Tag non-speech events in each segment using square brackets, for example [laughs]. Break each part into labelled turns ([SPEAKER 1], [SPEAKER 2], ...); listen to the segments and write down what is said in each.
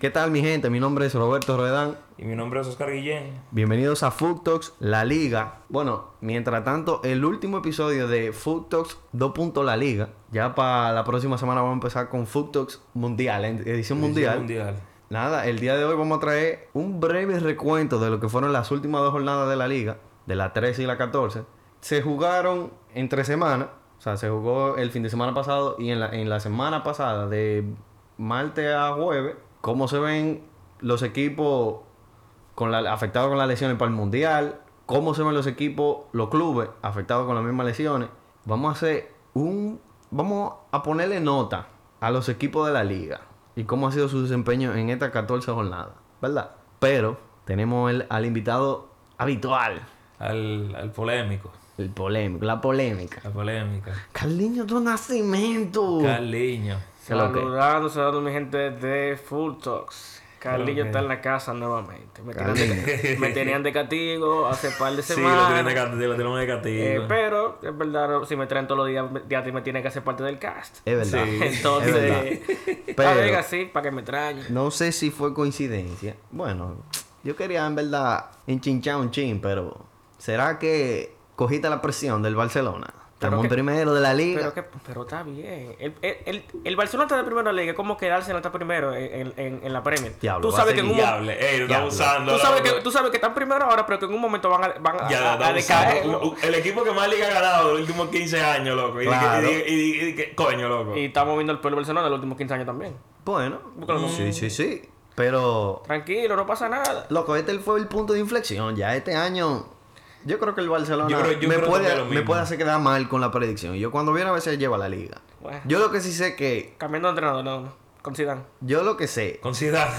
[SPEAKER 1] ¿Qué tal mi gente? Mi nombre es Roberto Roedán.
[SPEAKER 2] Y mi nombre es Oscar Guillén.
[SPEAKER 1] Bienvenidos a Food Talks, la liga. Bueno, mientras tanto, el último episodio de Food Talks 2. La liga. Ya para la próxima semana vamos a empezar con Food Talks Mundial, en- edición mundial.
[SPEAKER 2] mundial.
[SPEAKER 1] Nada, el día de hoy vamos a traer un breve recuento de lo que fueron las últimas dos jornadas de la liga, de la 13 y la 14. Se jugaron entre semana, o sea, se jugó el fin de semana pasado y en la, en la semana pasada, de martes a jueves, cómo se ven los equipos con la, afectados con las lesiones para el Mundial, cómo se ven los equipos, los clubes afectados con las mismas lesiones. Vamos a hacer un... Vamos a ponerle nota a los equipos de la liga y cómo ha sido su desempeño en estas 14 jornadas, ¿verdad? Pero tenemos el- al invitado habitual,
[SPEAKER 2] Al, al polémico.
[SPEAKER 1] el polémico, la polémica.
[SPEAKER 2] La polémica.
[SPEAKER 1] Carliño tu nacimiento.
[SPEAKER 2] Carliño.
[SPEAKER 1] ¿Qué lo que?
[SPEAKER 3] Saludando, saludando mi gente de Full Talks. Carlillo
[SPEAKER 2] Ok.
[SPEAKER 3] está en la casa nuevamente. Me tenían, de, me tenían de castigo hace par
[SPEAKER 1] [laughs]
[SPEAKER 3] de
[SPEAKER 2] Sí, lo
[SPEAKER 3] semanas.
[SPEAKER 2] tienen de cat- lo tenemos de
[SPEAKER 3] Eh,
[SPEAKER 2] castigo.
[SPEAKER 3] pero, es verdad, si me traen todos los días, me- ya te- me tienen que hacer parte del cast.
[SPEAKER 1] es verdad.
[SPEAKER 2] Sí.
[SPEAKER 1] es
[SPEAKER 3] [laughs] Entonces,
[SPEAKER 1] [laughs] verdad.
[SPEAKER 3] la
[SPEAKER 1] Pero-
[SPEAKER 3] diga así para que me traen.
[SPEAKER 1] No sé si fue coincidencia. Bueno, yo quería en verdad enchinchar un chin, pero ¿será que cogiste la presión del Barcelona?
[SPEAKER 3] Pero
[SPEAKER 1] Estamos
[SPEAKER 3] que-
[SPEAKER 1] primero de la liga.
[SPEAKER 3] Pero, que, pero está bien. El, el, el, el Barcelona está de primera liga. ¿Cómo que el Arsenal está primero en, en, en la Premier?
[SPEAKER 1] Diablo,
[SPEAKER 3] tú
[SPEAKER 1] va a
[SPEAKER 3] sabes
[SPEAKER 1] ser
[SPEAKER 3] que en un momento.
[SPEAKER 2] Diable, ey, lo está
[SPEAKER 1] Diablo.
[SPEAKER 2] abusando.
[SPEAKER 3] Tú
[SPEAKER 2] lo-
[SPEAKER 3] sabes, que, tú Ah, sabes que están primero ahora, pero que en un momento van a, van a,
[SPEAKER 2] Ya,
[SPEAKER 3] a-
[SPEAKER 2] lo está
[SPEAKER 3] a decaer.
[SPEAKER 2] abusando. U- u- El equipo que más liga ha ganado los últimos 15 años, loco. Y,
[SPEAKER 1] Claro.
[SPEAKER 2] y- y- y- y- que- coño,
[SPEAKER 1] Oh.
[SPEAKER 2] loco.
[SPEAKER 3] Y estamos viendo el pueblo del Barcelona de los últimos 15 años también.
[SPEAKER 1] Bueno,
[SPEAKER 3] Búscalo, ¿no?
[SPEAKER 1] sí, sí, sí. Pero,
[SPEAKER 3] Tranquilo, no pasa nada.
[SPEAKER 1] loco, este fue el punto de inflexión. Ya este año, yo creo que el Barcelona
[SPEAKER 2] Yo creo- yo
[SPEAKER 1] me,
[SPEAKER 2] creo que es
[SPEAKER 1] puede,
[SPEAKER 2] lo
[SPEAKER 1] me
[SPEAKER 2] mismo.
[SPEAKER 1] puede hacer quedar mal con la predicción. Yo cuando viene a veces lleva la liga.
[SPEAKER 3] Bueno.
[SPEAKER 1] Yo lo que sí sé que,
[SPEAKER 3] Cambiando de entrenador, no, no. Con Zidane.
[SPEAKER 1] yo lo que sé
[SPEAKER 2] Con Zidane.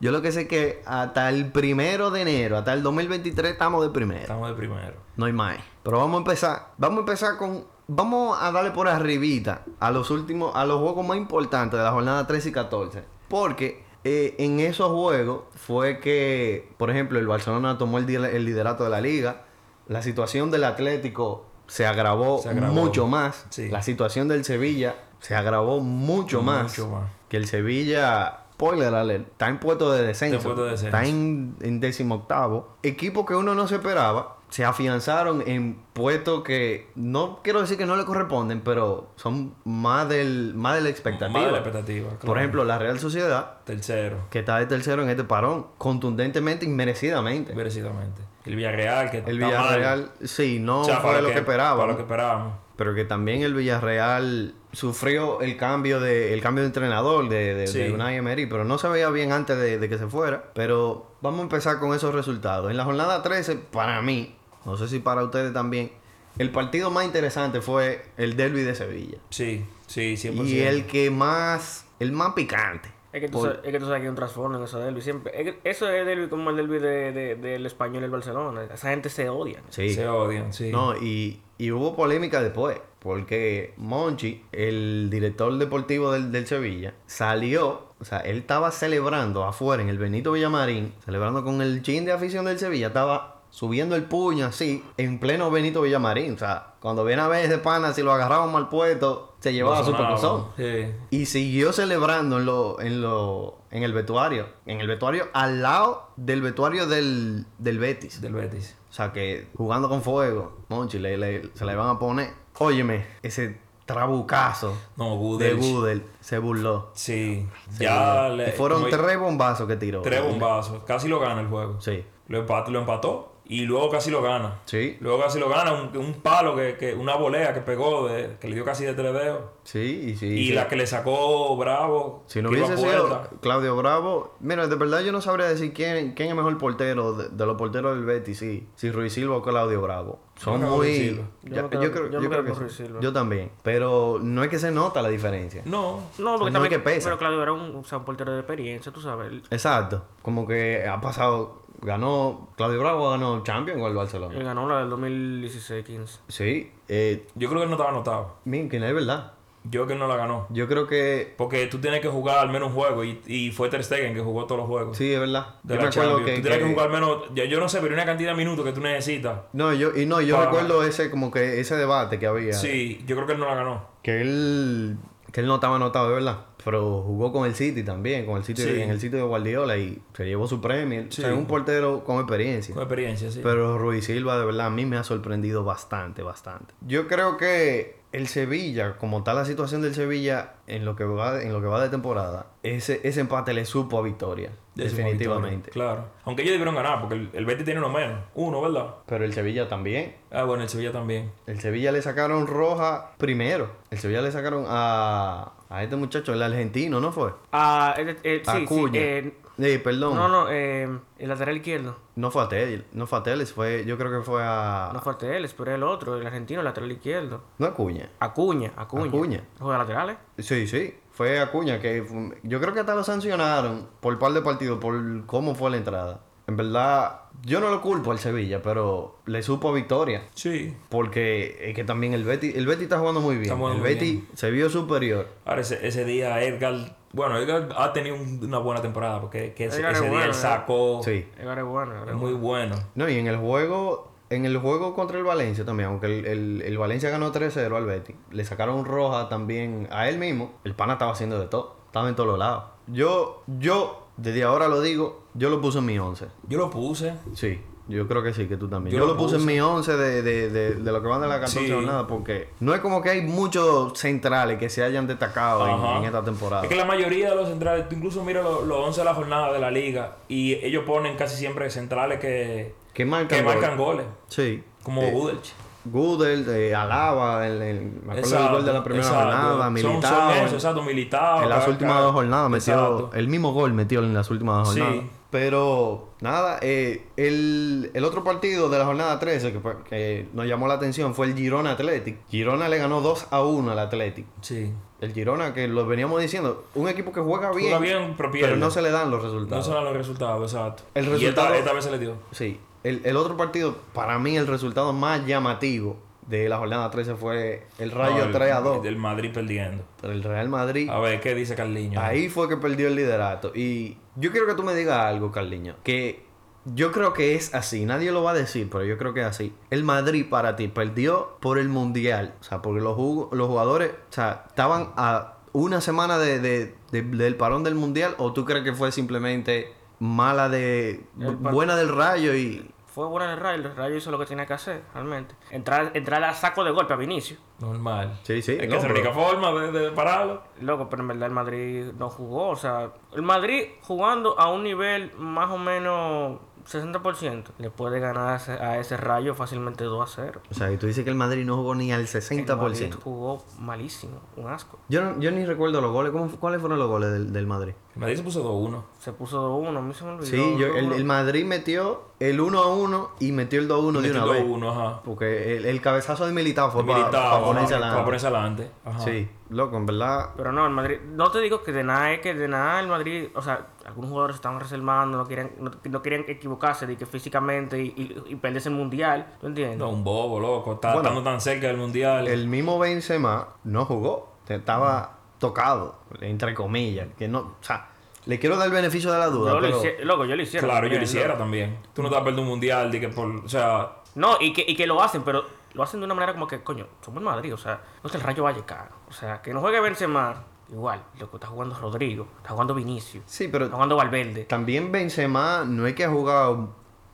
[SPEAKER 1] Yo lo que sé es que hasta el primero de enero, hasta el 2023 estamos de primero.
[SPEAKER 2] [laughs] Estamos de primero.
[SPEAKER 1] No hay más. Pero vamos a empezar. Vamos a empezar con... Vamos a darle por arribita a los últimos... A los juegos más importantes de la jornada 13 y 14. Porque eh, en esos juegos fue que, por ejemplo, el Barcelona tomó el, di- el liderato de la liga. La situación del Atlético se agravó,
[SPEAKER 2] Se agravó.
[SPEAKER 1] mucho más.
[SPEAKER 2] Sí.
[SPEAKER 1] La situación del Sevilla se agravó mucho más.
[SPEAKER 2] Mucho más.
[SPEAKER 1] Que el Sevilla, spoiler alert, está en puesto de descenso.
[SPEAKER 2] Está en puesto de descenso.
[SPEAKER 1] Está en, en décimo octavo. Equipos que uno no se esperaba se afianzaron en puestos que no quiero decir que no le corresponden, pero son más del más de la expectativa.
[SPEAKER 2] Más de la expectativa.
[SPEAKER 1] Por
[SPEAKER 2] claro.
[SPEAKER 1] ejemplo, la Real Sociedad,
[SPEAKER 2] Tercero.
[SPEAKER 1] que está de tercero en este parón, contundentemente y merecidamente.
[SPEAKER 2] Merecidamente. El Villarreal, que
[SPEAKER 1] El
[SPEAKER 2] está mal.
[SPEAKER 1] Villarreal, sí, no
[SPEAKER 2] O sea,
[SPEAKER 1] fue
[SPEAKER 2] para
[SPEAKER 1] lo que, esperaba.
[SPEAKER 2] Para lo que esperábamos.
[SPEAKER 1] pero que también el Villarreal sufrió el cambio de el cambio de entrenador de, de,
[SPEAKER 2] Sí.
[SPEAKER 1] de Unai Emery, pero no se veía bien antes de, de que se fuera. Pero vamos a empezar con esos resultados. En la jornada 13, para mí, no sé si para ustedes también, el partido más interesante fue el derby de Sevilla.
[SPEAKER 2] Sí, sí, 100%.
[SPEAKER 1] Y el que más, el más picante.
[SPEAKER 3] Es que, tú
[SPEAKER 1] Por-
[SPEAKER 3] sabes, es que tú sabes que hay un trasfondo en eso de Derby. Siempre. es que eso es Derby como el Derby de, de- del español y el Barcelona. Esa gente se odia.
[SPEAKER 1] Sí.
[SPEAKER 2] Se odian, sí.
[SPEAKER 1] No, y, y hubo polémica después, porque Monchi, el director deportivo del, del Sevilla, salió, o sea, él estaba celebrando afuera en el Benito Villamarín, celebrando con el chin de afición del Sevilla, estaba subiendo el puño así, en pleno Benito Villamarín, o sea, cuando viene a ver ese pana, si lo agarraban mal puesto, se llevaba
[SPEAKER 2] Lo
[SPEAKER 1] su
[SPEAKER 2] sonaban.
[SPEAKER 1] topozón.
[SPEAKER 2] Sí.
[SPEAKER 1] Y siguió celebrando en lo, en lo, en el vestuario, en el vestuario al lado del vestuario del, del Betis.
[SPEAKER 2] Del Betis.
[SPEAKER 1] O sea que jugando con fuego, Monchi, le, le- se le van a poner. Óyeme, ese trabucazo
[SPEAKER 2] No,
[SPEAKER 1] de
[SPEAKER 2] Gudel.
[SPEAKER 1] Gudel se burló.
[SPEAKER 2] Sí.
[SPEAKER 1] Se
[SPEAKER 2] Ya
[SPEAKER 1] burló.
[SPEAKER 2] le-
[SPEAKER 1] Y fueron
[SPEAKER 2] como-
[SPEAKER 1] tres bombazos que tiró.
[SPEAKER 2] tres bombazos. Casi lo gana el juego.
[SPEAKER 1] Sí.
[SPEAKER 2] Lo empató, lo empató y luego casi lo gana.
[SPEAKER 1] Sí,
[SPEAKER 2] Luego casi lo gana. Un, un palo, que, que una volea que pegó, de- que le dio casi de tres dedos.
[SPEAKER 1] sí, y sí.
[SPEAKER 2] Y
[SPEAKER 1] sí.
[SPEAKER 2] la que le sacó Bravo.
[SPEAKER 1] Si no
[SPEAKER 2] que iba
[SPEAKER 1] hubiese
[SPEAKER 2] a
[SPEAKER 1] sido
[SPEAKER 2] puerta.
[SPEAKER 1] Claudio Bravo, mira, de verdad yo no sabría decir quién, quién es mejor portero de, de los porteros del Betis, sí. Si Ruiz Silva o Claudio Bravo. Son
[SPEAKER 2] creo que Ruiz
[SPEAKER 1] muy.
[SPEAKER 2] Silva.
[SPEAKER 3] Yo
[SPEAKER 1] Ya-
[SPEAKER 3] me quedo- yo me quedo con Ruiz
[SPEAKER 1] sí.
[SPEAKER 3] Silva.
[SPEAKER 1] Yo también. Pero no es que se nota la diferencia.
[SPEAKER 2] No.
[SPEAKER 3] No, porque
[SPEAKER 1] No es
[SPEAKER 3] también.
[SPEAKER 1] que pesa.
[SPEAKER 3] Pero Claudio era un, o sea, un portero de experiencia, tú sabes. Él,
[SPEAKER 1] Exacto. Como que ha pasado, ganó, Claudio Bravo ganó Champions con el Barcelona.
[SPEAKER 3] él ganó la del 2016-15.
[SPEAKER 1] Sí, eh,
[SPEAKER 2] Yo creo que él no estaba anotado.
[SPEAKER 1] miren que no es verdad.
[SPEAKER 2] Yo creo que él no la ganó.
[SPEAKER 1] Yo creo que
[SPEAKER 2] Porque tú tienes que jugar al menos un juego. Y, y fue Ter Stegen que jugó todos los juegos.
[SPEAKER 1] sí, es verdad.
[SPEAKER 2] de
[SPEAKER 1] Yo
[SPEAKER 2] la
[SPEAKER 1] me acuerdo
[SPEAKER 2] Champions.
[SPEAKER 1] que,
[SPEAKER 2] Tú tienes que,
[SPEAKER 1] que-
[SPEAKER 2] jugar al menos... Yo, yo no sé, pero hay una cantidad de minutos que tú necesitas.
[SPEAKER 1] No, yo, y no, yo
[SPEAKER 2] Para-
[SPEAKER 1] recuerdo ese, como que ese debate que había.
[SPEAKER 2] Sí, yo creo que él no la ganó.
[SPEAKER 1] Que él, que él no estaba anotado, es verdad. Pero jugó con el City también, con el City,
[SPEAKER 2] Sí.
[SPEAKER 1] en el City de Guardiola y se llevó su premio.
[SPEAKER 2] Sí.
[SPEAKER 1] O sea, es un portero con experiencia.
[SPEAKER 2] Con experiencia, sí.
[SPEAKER 1] Pero Ruiz Silva, de verdad, a mí me ha sorprendido bastante, bastante. Yo creo que el Sevilla, como está la situación del Sevilla en lo que va, en lo que va de temporada, ese, ese empate le supo a victoria.
[SPEAKER 2] De su
[SPEAKER 1] definitivamente.
[SPEAKER 2] victoria, Claro. Aunque ellos debieron ganar, porque el, el Betis tiene uno menos. Uno, ¿verdad?
[SPEAKER 1] Pero el Sevilla también.
[SPEAKER 2] Ah, bueno, el Sevilla también.
[SPEAKER 1] El Sevilla le sacaron roja primero. El Sevilla le sacaron a, a este muchacho, el argentino, ¿no fue?
[SPEAKER 3] Ah, eh, eh, sí, sí,
[SPEAKER 1] Acuña.
[SPEAKER 3] eh,
[SPEAKER 1] Eh, perdón.
[SPEAKER 3] no,
[SPEAKER 1] No,
[SPEAKER 3] no, eh, el lateral izquierdo.
[SPEAKER 1] fue a Tel, no fue a Teles, fue, yo creo que fue a.
[SPEAKER 3] No fue Arteles, pero es el otro, el argentino, el lateral izquierdo.
[SPEAKER 1] No a Cuña.
[SPEAKER 3] Acuña, Acuña.
[SPEAKER 1] Acuña.
[SPEAKER 3] Juega eh. laterales.
[SPEAKER 1] Sí, sí. Fue Acuña que fu- yo creo que hasta lo sancionaron por par de partidos por cómo fue la entrada. En verdad, yo no lo culpo al Sevilla, pero le supo victoria.
[SPEAKER 2] Sí.
[SPEAKER 1] Porque es que también el Betty, el Betty está jugando muy bien.
[SPEAKER 2] Está jugando
[SPEAKER 1] el
[SPEAKER 2] muy
[SPEAKER 1] Betty se vio superior.
[SPEAKER 2] Ahora, ese, ese día Edgar... Bueno, Edgar ha tenido un- una buena temporada, porque que ese,
[SPEAKER 3] Edgar es
[SPEAKER 2] ese día
[SPEAKER 3] bueno,
[SPEAKER 2] él
[SPEAKER 3] ¿eh?
[SPEAKER 2] sacó...
[SPEAKER 1] Sí.
[SPEAKER 3] Edgar es bueno. Edgar
[SPEAKER 2] Es
[SPEAKER 3] es
[SPEAKER 2] muy bueno.
[SPEAKER 1] No, y en el juego, en el juego contra el Valencia también, aunque el, el- el Valencia ganó 3-0 al Betty, le sacaron roja también a él mismo. El pana estaba haciendo de todo, estaba en todos los lados. Yo, yo, desde ahora lo digo, yo lo puse en mi 11.
[SPEAKER 2] Yo lo puse.
[SPEAKER 1] Sí, yo creo que sí, que tú también. Yo,
[SPEAKER 2] Yo
[SPEAKER 1] lo
[SPEAKER 2] lo
[SPEAKER 1] puse en mi 11 de, de, de, de lo que van de la 14
[SPEAKER 2] Sí.
[SPEAKER 1] jornada, porque no es como que hay muchos centrales que se hayan destacado en,
[SPEAKER 2] Ajá.
[SPEAKER 1] en esta temporada.
[SPEAKER 2] Es que la mayoría de los centrales, tú incluso mira los, los 11 de la jornada de la liga, y ellos ponen casi siempre centrales que,
[SPEAKER 1] Que marcan.
[SPEAKER 2] que
[SPEAKER 1] gol.
[SPEAKER 2] marcan goles,
[SPEAKER 1] Sí.
[SPEAKER 2] como
[SPEAKER 1] Eh,
[SPEAKER 2] Gudelch.
[SPEAKER 1] Gudel, eh, Alaba, el, el- me acuerdo del gol de la primera
[SPEAKER 2] exacto.
[SPEAKER 1] jornada,
[SPEAKER 2] Son- son
[SPEAKER 1] Militao.
[SPEAKER 2] esos,
[SPEAKER 1] en-
[SPEAKER 2] exacto, militado.
[SPEAKER 1] en las últimas dos jornadas metió el mismo gol metió en las últimas dos
[SPEAKER 2] Sí.
[SPEAKER 1] jornadas. Pero nada, eh, el, el otro partido de la jornada 13 que, fue- que nos llamó la atención fue el Girona Athletic. Girona le ganó 2 a 1 al Athletic.
[SPEAKER 2] Sí.
[SPEAKER 1] El Girona, que lo veníamos diciendo, un equipo que juega bien,
[SPEAKER 2] Juega bien,
[SPEAKER 1] pero
[SPEAKER 2] pero pierde.
[SPEAKER 1] no se le dan los
[SPEAKER 2] No
[SPEAKER 1] resultados.
[SPEAKER 2] son los resultados, exacto.
[SPEAKER 1] El
[SPEAKER 2] Y
[SPEAKER 1] resultado-
[SPEAKER 2] esta, esta vez se le dio.
[SPEAKER 1] Sí. El, el otro partido, para mí, el resultado más llamativo de la jornada 13 fue el Rayo
[SPEAKER 2] No, el-
[SPEAKER 1] 3 a 2.
[SPEAKER 2] Del Madrid perdiendo.
[SPEAKER 1] Pero el Real Madrid
[SPEAKER 2] A ver, ¿qué dice Carliño?
[SPEAKER 1] Ahí fue que perdió el liderato. Y yo quiero que tú me digas algo, Carliño. Que yo creo que es así. Nadie lo va a decir, pero yo creo que es así. El Madrid para ti perdió por el Mundial. O sea, porque los, jugo- los jugadores o sea, estaban a una semana de, de- de- del parón del Mundial. ¿O tú crees que fue simplemente mala de...
[SPEAKER 3] El par-
[SPEAKER 1] buena del rayo y...
[SPEAKER 3] Fue bueno en el Rayo, el Rayo hizo lo que tenía que hacer, realmente. Entrar, entrar a saco de golpe a Vinicius.
[SPEAKER 2] Normal.
[SPEAKER 1] Sí, sí,
[SPEAKER 2] Es que
[SPEAKER 1] no,
[SPEAKER 2] es la
[SPEAKER 1] pero-
[SPEAKER 2] única forma de, de pararlo.
[SPEAKER 3] Loco, pero en verdad el Madrid no jugó. O sea, el Madrid jugando a un nivel más o menos 60%, le puede ganar a ese, a ese Rayo fácilmente 2 a 0.
[SPEAKER 1] O sea, y tú dices que el Madrid no jugó ni al
[SPEAKER 3] El
[SPEAKER 1] 60%.
[SPEAKER 3] Madrid jugó malísimo, un asco.
[SPEAKER 1] Yo, no- yo ni recuerdo los goles. ¿Cómo- ¿Cuáles fueron los goles del, del Madrid?
[SPEAKER 2] El Madrid se puso 2-1.
[SPEAKER 3] Se puso 2-1, a mí se me olvidó.
[SPEAKER 1] Sí, yo, el,
[SPEAKER 3] 2-1.
[SPEAKER 1] el Madrid metió el 1 a 1 y metió el 2 a 1 de una
[SPEAKER 2] Metió
[SPEAKER 1] vez.
[SPEAKER 2] 2-1, ajá.
[SPEAKER 1] Porque el, el cabezazo de Militao fue para
[SPEAKER 2] Militao, ajá,
[SPEAKER 1] ponerse
[SPEAKER 2] para
[SPEAKER 1] adelante.
[SPEAKER 2] ponerse adelante. Ajá.
[SPEAKER 1] Sí, loco, en verdad.
[SPEAKER 3] Pero no, el Madrid, no te digo que de nada es que de nada el Madrid, o sea, algunos jugadores estaban reservando, no querían, no, no querían equivocarse de que físicamente y, y, y perderse el mundial, ¿tú entiendes?
[SPEAKER 2] No, un bobo, loco. Está
[SPEAKER 1] Bueno.
[SPEAKER 2] estando tan cerca del mundial.
[SPEAKER 1] El mismo Benzema no jugó. Estaba tocado, entre comillas. Que no, o sea, le quiero dar el beneficio de la duda.
[SPEAKER 3] Yo lo
[SPEAKER 1] Pero,
[SPEAKER 3] hice- loco, yo lo hiciera.
[SPEAKER 2] Claro, yo lo
[SPEAKER 3] Eh,
[SPEAKER 2] hiciera también. Tú no te vas a perder un mundial de que por. O sea.
[SPEAKER 3] No, y que, y que lo hacen, pero lo hacen de una manera como que, coño, somos el Madrid, o sea, no es el Rayo Vallecano. O sea, que no juegue Benzema, igual, lo que está jugando Rodrigo, está jugando Vinicius,
[SPEAKER 1] sí,
[SPEAKER 3] está
[SPEAKER 1] pero
[SPEAKER 3] jugando Valverde.
[SPEAKER 1] también Benzema no es que ha jugado.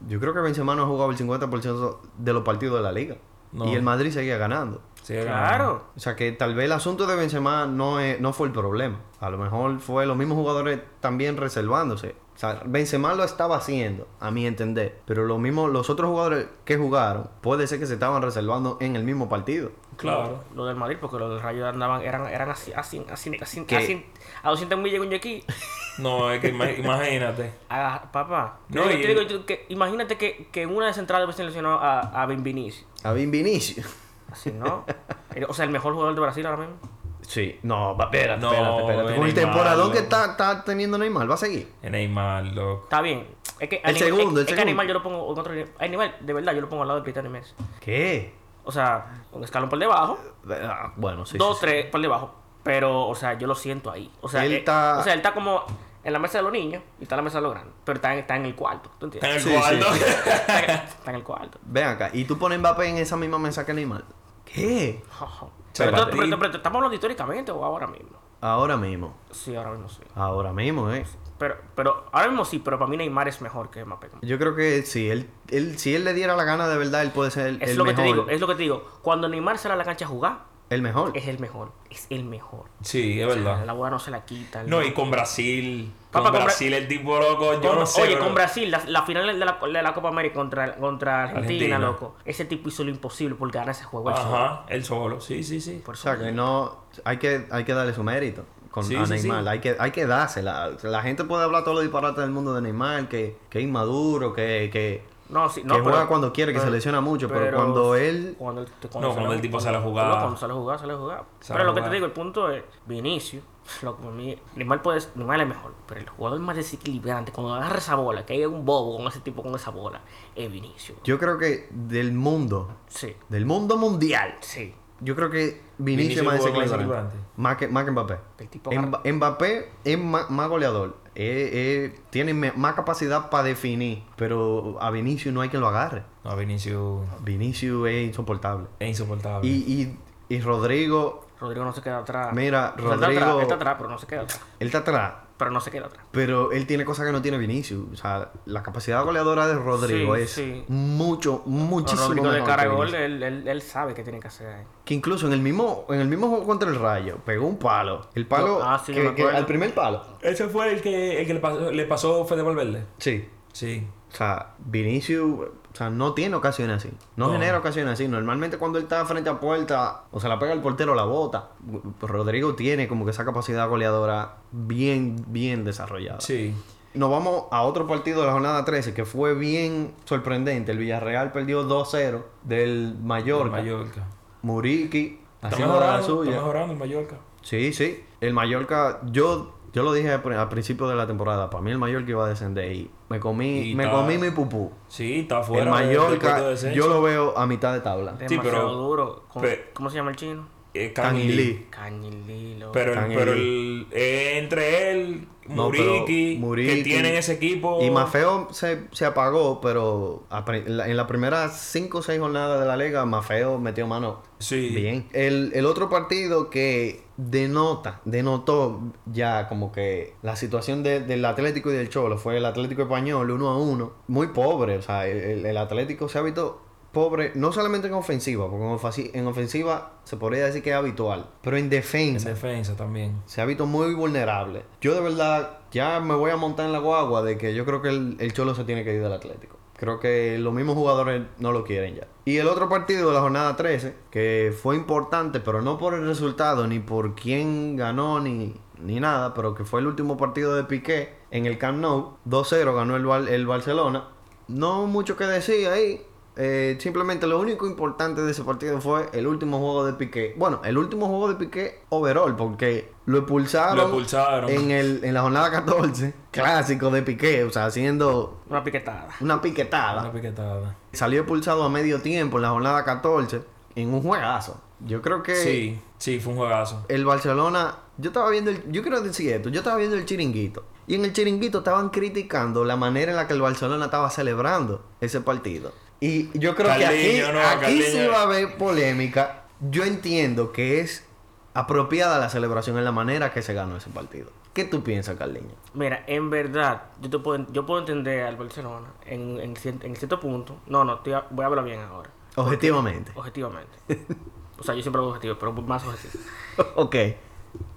[SPEAKER 1] Yo creo que Benzema no ha jugado el 50% de los partidos de la liga.
[SPEAKER 2] No.
[SPEAKER 1] Y el Madrid seguía ganando.
[SPEAKER 2] sí,
[SPEAKER 3] Claro.
[SPEAKER 1] O sea que tal vez el asunto de Benzema no, es- no fue el problema. A lo mejor fue los mismos jugadores también reservándose. O sea, Benzema lo estaba haciendo, a mi entender. Pero lo mismo, los otros jugadores que jugaron, puede ser que se estaban reservando en el mismo partido.
[SPEAKER 2] Claro.
[SPEAKER 3] Lo del Madrid, porque los del Rayo andaban, eran, eran así, así, así, así,
[SPEAKER 1] ¿Qué?
[SPEAKER 3] así, a 200 millas con aquí.
[SPEAKER 2] No, es que ima- imagínate.
[SPEAKER 3] Ah, papá.
[SPEAKER 2] No,
[SPEAKER 3] Yo
[SPEAKER 2] y-
[SPEAKER 3] digo- yo digo que- imagínate que, que en una de centrales hubiesen lesionado a, a Ben Vinicius.
[SPEAKER 1] A Vin Vinicius.
[SPEAKER 3] Así,
[SPEAKER 2] [laughs]
[SPEAKER 3] ¿no? El- o sea, el mejor jugador de Brasil ahora mismo.
[SPEAKER 1] Sí. No, va- espérate,
[SPEAKER 2] No,
[SPEAKER 1] espérate, espérate. Con el
[SPEAKER 2] Neymar,
[SPEAKER 1] temporadón que
[SPEAKER 2] loco.
[SPEAKER 1] está, está teniendo Neymar, va a seguir.
[SPEAKER 2] En Neymar, loco.
[SPEAKER 3] Está bien. Es que,
[SPEAKER 1] El
[SPEAKER 3] Neymar-
[SPEAKER 1] segundo, el
[SPEAKER 3] es, es que
[SPEAKER 1] segundo.
[SPEAKER 3] a Neymar yo lo pongo en otro nivel. A Neymar, de verdad, yo lo pongo al lado de Cristiano y Messi.
[SPEAKER 1] ¿Qué?
[SPEAKER 3] O sea, un escalón por debajo,
[SPEAKER 1] Ah, Bueno, sí.
[SPEAKER 3] dos,
[SPEAKER 1] sí, sí.
[SPEAKER 3] tres por debajo. Pero, o sea, yo lo siento ahí. O sea,
[SPEAKER 1] Él
[SPEAKER 3] eh,
[SPEAKER 1] está-
[SPEAKER 3] o sea, él está como en la mesa de los niños y está en la mesa de los grandes. Pero está en, está en el cuarto, ¿tú
[SPEAKER 2] Está en
[SPEAKER 3] entiendes?
[SPEAKER 2] el
[SPEAKER 1] Sí,
[SPEAKER 2] cuarto.
[SPEAKER 1] sí,
[SPEAKER 3] [laughs]
[SPEAKER 1] [laughs]
[SPEAKER 3] está, en, está en el cuarto.
[SPEAKER 1] Ven acá. ¿Y tú pones Mbappé en esa misma mesa que Neymar? ¿Qué?
[SPEAKER 3] Pero,
[SPEAKER 1] para
[SPEAKER 3] esto-
[SPEAKER 1] ti.
[SPEAKER 3] pero- pero- pero estamos hablando históricamente o ahora mismo.
[SPEAKER 1] Ahora mismo.
[SPEAKER 3] Sí, ahora mismo sí.
[SPEAKER 1] Ahora mismo, ¿eh?
[SPEAKER 3] Pero, pero ahora mismo sí, pero para mí Neymar es mejor que Mbappé.
[SPEAKER 1] Yo creo que si él, él, si él le diera la gana de verdad, él puede ser el,
[SPEAKER 3] Es
[SPEAKER 1] el
[SPEAKER 3] lo que
[SPEAKER 1] mejor.
[SPEAKER 3] te digo, es lo que te digo. Cuando Neymar sale a la cancha a jugar,
[SPEAKER 1] El mejor.
[SPEAKER 3] es el mejor, es el mejor.
[SPEAKER 2] Sí, es
[SPEAKER 3] La,
[SPEAKER 2] verdad.
[SPEAKER 3] la buena no se la quita.
[SPEAKER 2] No, y con Brasil. Con
[SPEAKER 3] Papá, con Bra-
[SPEAKER 2] Brasil, el tipo loco. Yo
[SPEAKER 3] Con-
[SPEAKER 2] no sé.
[SPEAKER 3] oye,
[SPEAKER 2] pero-
[SPEAKER 3] con Brasil, la, la final de la, de la Copa América contra, contra Argentina,
[SPEAKER 2] Argentina.
[SPEAKER 3] loco. Ese tipo hizo lo imposible por ganar ese juego. él solo.
[SPEAKER 2] Ajá, el solo. Sí, sí, sí.
[SPEAKER 3] Por
[SPEAKER 1] O sea,
[SPEAKER 3] eso.
[SPEAKER 1] que no... Hay que, hay que darle su mérito con
[SPEAKER 2] Sí,
[SPEAKER 1] a
[SPEAKER 2] sí,
[SPEAKER 1] Neymar.
[SPEAKER 2] sí.
[SPEAKER 1] Hay, que, hay que dársela. La gente puede hablar todos los disparates del mundo de Neymar, que, que es inmaduro, que... que
[SPEAKER 3] No, sí, no,
[SPEAKER 1] que juega
[SPEAKER 3] pero-
[SPEAKER 1] cuando quiere, que se lesiona mucho, pero cuando él-
[SPEAKER 3] Cuando, él-
[SPEAKER 2] No, cuando el tipo sale a jugar.
[SPEAKER 3] Cuando, cuando sale a jugar, sale a jugar.
[SPEAKER 2] Sale
[SPEAKER 3] Pero
[SPEAKER 2] a
[SPEAKER 3] lo que te
[SPEAKER 2] jugar.
[SPEAKER 3] digo, el punto es: Vinicius, lo que a mí. Neymar, puede, Neymar es mejor, pero el jugador más desequilibrante, cuando agarra esa bola, que hay un bobo con ese tipo con esa bola, es Vinicius.
[SPEAKER 1] Yo creo que del mundo,
[SPEAKER 3] Sí,
[SPEAKER 1] del mundo mundial,
[SPEAKER 3] sí.
[SPEAKER 1] yo creo que Vinicius es
[SPEAKER 2] Vinicius
[SPEAKER 1] más
[SPEAKER 2] jugó más
[SPEAKER 1] desequilibrante.
[SPEAKER 2] desequilibrante.
[SPEAKER 1] Más que, más que Mbappé.
[SPEAKER 3] El tipo
[SPEAKER 1] Em- Mbappé es ma- más, goleador. Eh, eh, tiene me- más capacidad para definir. Pero a Vinicius no hay que lo agarre.
[SPEAKER 2] No, Vinicius
[SPEAKER 1] Vinicius es insoportable.
[SPEAKER 2] es insoportable.
[SPEAKER 1] Y, y- y Rodrigo,
[SPEAKER 3] Rodrigo no se queda atrás.
[SPEAKER 1] Mira,
[SPEAKER 3] Él está atrás,
[SPEAKER 1] Rodrigo-
[SPEAKER 3] él está atrás, pero no se queda atrás.
[SPEAKER 1] él está atrás.
[SPEAKER 3] Pero no se queda atrás.
[SPEAKER 1] Pero él tiene cosas que no tiene Vinicius. O sea, la capacidad goleadora de Rodrigo
[SPEAKER 3] Sí,
[SPEAKER 1] es
[SPEAKER 3] sí.
[SPEAKER 1] mucho, muchísimo
[SPEAKER 3] Rodrigo de
[SPEAKER 1] mejor
[SPEAKER 3] cara
[SPEAKER 1] que
[SPEAKER 3] a gol,
[SPEAKER 1] Vinicius.
[SPEAKER 3] él, él, él sabe qué tiene que hacer ahí.
[SPEAKER 1] Que incluso en el mismo, en el mismo juego contra el Rayo, pegó un palo. El palo
[SPEAKER 3] Yo- ah, sí,
[SPEAKER 1] que-
[SPEAKER 3] me
[SPEAKER 1] que-
[SPEAKER 3] acuerdo.
[SPEAKER 1] al primer palo.
[SPEAKER 2] Ese fue el que, el que le, pasó, le pasó Fede Valverde.
[SPEAKER 1] Sí.
[SPEAKER 2] Sí.
[SPEAKER 1] O sea, Vinicius o sea, no tiene ocasiones así. No,
[SPEAKER 2] No.
[SPEAKER 1] genera ocasiones así. Normalmente cuando él está frente a puerta, o se la pega el portero o la bota. Rodrigo tiene como que esa capacidad goleadora bien, bien desarrollada.
[SPEAKER 2] Sí.
[SPEAKER 1] Nos vamos a otro partido de la jornada 13 que fue bien sorprendente. El Villarreal perdió 2-0 del
[SPEAKER 2] El
[SPEAKER 1] Mallorca.
[SPEAKER 2] Mallorca.
[SPEAKER 1] Muriki
[SPEAKER 2] Está
[SPEAKER 1] haciendo de la
[SPEAKER 2] mejorando,
[SPEAKER 1] suya.
[SPEAKER 2] está mejorando el Mallorca.
[SPEAKER 1] Sí, sí. El Mallorca, yo, yo lo dije al pri- al principio de la temporada. Para mí el Mallorca iba a descender y me comí,
[SPEAKER 2] Y
[SPEAKER 1] me
[SPEAKER 2] ta-
[SPEAKER 1] comí mi pupú.
[SPEAKER 2] Sí, está
[SPEAKER 1] El
[SPEAKER 2] fuera. del- del puesto eh, de
[SPEAKER 1] Mallorca,
[SPEAKER 2] descenso.
[SPEAKER 1] yo lo veo a mitad de tabla.
[SPEAKER 3] Demasiado
[SPEAKER 2] Sí, pero-
[SPEAKER 3] duro. ¿Cómo,
[SPEAKER 2] pe-
[SPEAKER 3] cómo se llama el chino?
[SPEAKER 2] Eh, Kang
[SPEAKER 1] Kang
[SPEAKER 2] In
[SPEAKER 1] In
[SPEAKER 2] Lee.
[SPEAKER 1] Lee.
[SPEAKER 3] Cañililo.
[SPEAKER 2] Pero, el,
[SPEAKER 1] Kang In
[SPEAKER 2] pero
[SPEAKER 1] Lee.
[SPEAKER 2] el- eh, entre él,
[SPEAKER 1] No,
[SPEAKER 2] Muriki,
[SPEAKER 1] pero Muriqui-
[SPEAKER 2] que tienen ese equipo.
[SPEAKER 1] Y Mafeo se, se apagó, pero a pri- en la- en las primeras 5 o 6 jornadas de la liga, Mafeo metió mano
[SPEAKER 2] Sí.
[SPEAKER 1] Bien. El, el otro partido que denota, denotó ya como que la situación de- del Atlético y del Cholo fue el Atlético Español 1 a 1. Muy pobre, o sea, el, el Atlético se ha visto pobre, no solamente en ofensiva, porque en ofasi- en ofensiva se podría decir que es habitual, pero en
[SPEAKER 2] En
[SPEAKER 1] defensa
[SPEAKER 2] defensa también.
[SPEAKER 1] se ha visto muy vulnerable. Yo de verdad ya me voy a montar en la guagua de que yo creo que el, el Cholo se tiene que ir del Atlético. Creo que los mismos jugadores no lo quieren ya. Y el otro partido de la jornada 13, que fue importante, pero no por el resultado, ni por quién ganó, ni, ni nada, pero que fue el último partido de Piqué en el Camp Nou. 2-0 ganó el, Bar- el Barcelona. No mucho que decir ahí. Eh, simplemente lo único importante de ese partido fue el último juego de Piqué. Bueno, el último juego de Piqué overall, porque lo expulsaron,
[SPEAKER 2] Lo expulsaron.
[SPEAKER 1] En, el, en la jornada 14, clásico de Piqué, o sea, haciendo
[SPEAKER 3] Una piquetada.
[SPEAKER 1] una piquetada.
[SPEAKER 2] Una piquetada.
[SPEAKER 1] Salió expulsado a medio tiempo en la jornada 14, en un juegazo. Yo creo que
[SPEAKER 2] Sí, sí, fue un juegazo.
[SPEAKER 1] el Barcelona, yo estaba viendo, el, yo quiero decir esto, yo estaba viendo el chiringuito. Y en el chiringuito estaban criticando la manera en la que el Barcelona estaba celebrando ese partido. Y yo creo que
[SPEAKER 2] Carliño,
[SPEAKER 1] aquí,
[SPEAKER 2] no,
[SPEAKER 1] aquí
[SPEAKER 2] Carliño.
[SPEAKER 1] sí va a haber polémica. Yo entiendo que es apropiada la celebración en la manera que se ganó ese partido. ¿Qué tú piensas, Carliño?
[SPEAKER 3] Mira, en verdad, yo, te puedo, yo puedo entender al Barcelona en, en, cier- en cierto punto. No, no, estoy a- voy a hablar bien ahora.
[SPEAKER 1] Objetivamente. [laughs]
[SPEAKER 2] [laughs]
[SPEAKER 3] Objetivamente. o sea, yo siempre hablo objetivo, pero más objetivo.
[SPEAKER 1] ok.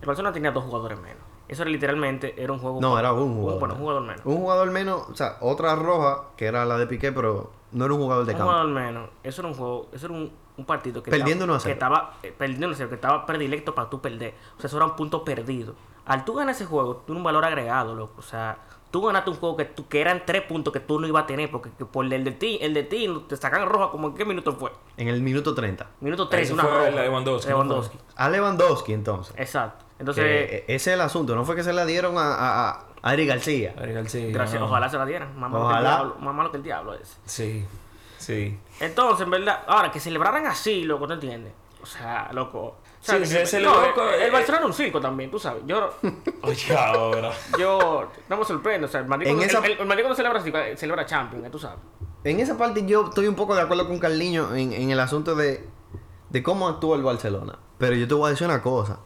[SPEAKER 3] El Barcelona tenía dos jugadores menos. Eso era literalmente era un juego.
[SPEAKER 1] No, era un jugador.
[SPEAKER 3] Bueno, un jugador menos.
[SPEAKER 1] Un jugador menos, o sea, otra roja, que era la de Piqué, pero no era un jugador de
[SPEAKER 3] Un
[SPEAKER 1] campo.
[SPEAKER 3] jugador menos. Eso era un juego, eso era un, un partido que
[SPEAKER 1] Perdiendo uno a
[SPEAKER 3] estaba, que
[SPEAKER 1] cero.
[SPEAKER 3] estaba eh, perdiendo uno a cero, que estaba predilecto para tú perder. O sea, eso era un punto perdido. Al tú ganar ese juego, tú tienes un valor agregado, loco. O sea, tú ganaste un juego que tú, que eran tres puntos que tú no ibas a tener, porque que por el de ti, el de ti no- te sacan roja como en qué minuto fue.
[SPEAKER 1] En el minuto 30.
[SPEAKER 3] Minuto tres,
[SPEAKER 2] Eso
[SPEAKER 3] una
[SPEAKER 2] fue
[SPEAKER 3] roja.
[SPEAKER 2] la de Lewandowski, ¿no?
[SPEAKER 3] Lewandowski.
[SPEAKER 1] A Lewandowski, entonces.
[SPEAKER 3] Exacto. Entonces,
[SPEAKER 1] Que e- ese es el asunto, no fue que se la dieron a, a, a Ari García.
[SPEAKER 2] Ari García,
[SPEAKER 3] gracias,
[SPEAKER 2] no.
[SPEAKER 3] ojalá se la dieran. Más malo,
[SPEAKER 1] Ojalá.
[SPEAKER 3] Que el diablo, más malo que el diablo es.
[SPEAKER 2] Sí,
[SPEAKER 1] [laughs]
[SPEAKER 2] sí.
[SPEAKER 3] Entonces, en verdad, ahora que celebraran así, loco, ¿te entiendes? O sea, loco. O sea,
[SPEAKER 2] Sí,
[SPEAKER 3] que-
[SPEAKER 2] se- se
[SPEAKER 3] no,
[SPEAKER 2] lo- loco,
[SPEAKER 3] el, el
[SPEAKER 2] eh,
[SPEAKER 3] Barcelona es un circo también, tú sabes. Yo,
[SPEAKER 2] Oye, ahora.
[SPEAKER 3] yo no me sorprendo. O sea, el Madrid,
[SPEAKER 1] En
[SPEAKER 3] cuando,
[SPEAKER 1] esa-
[SPEAKER 3] el- el- el Madrid cuando celebra así, eh, celebra Champions, eh, tú sabes.
[SPEAKER 1] En esa parte yo estoy un poco de acuerdo con Carliño en, en el asunto de, de cómo actúa el Barcelona. Pero yo te voy a decir una cosa.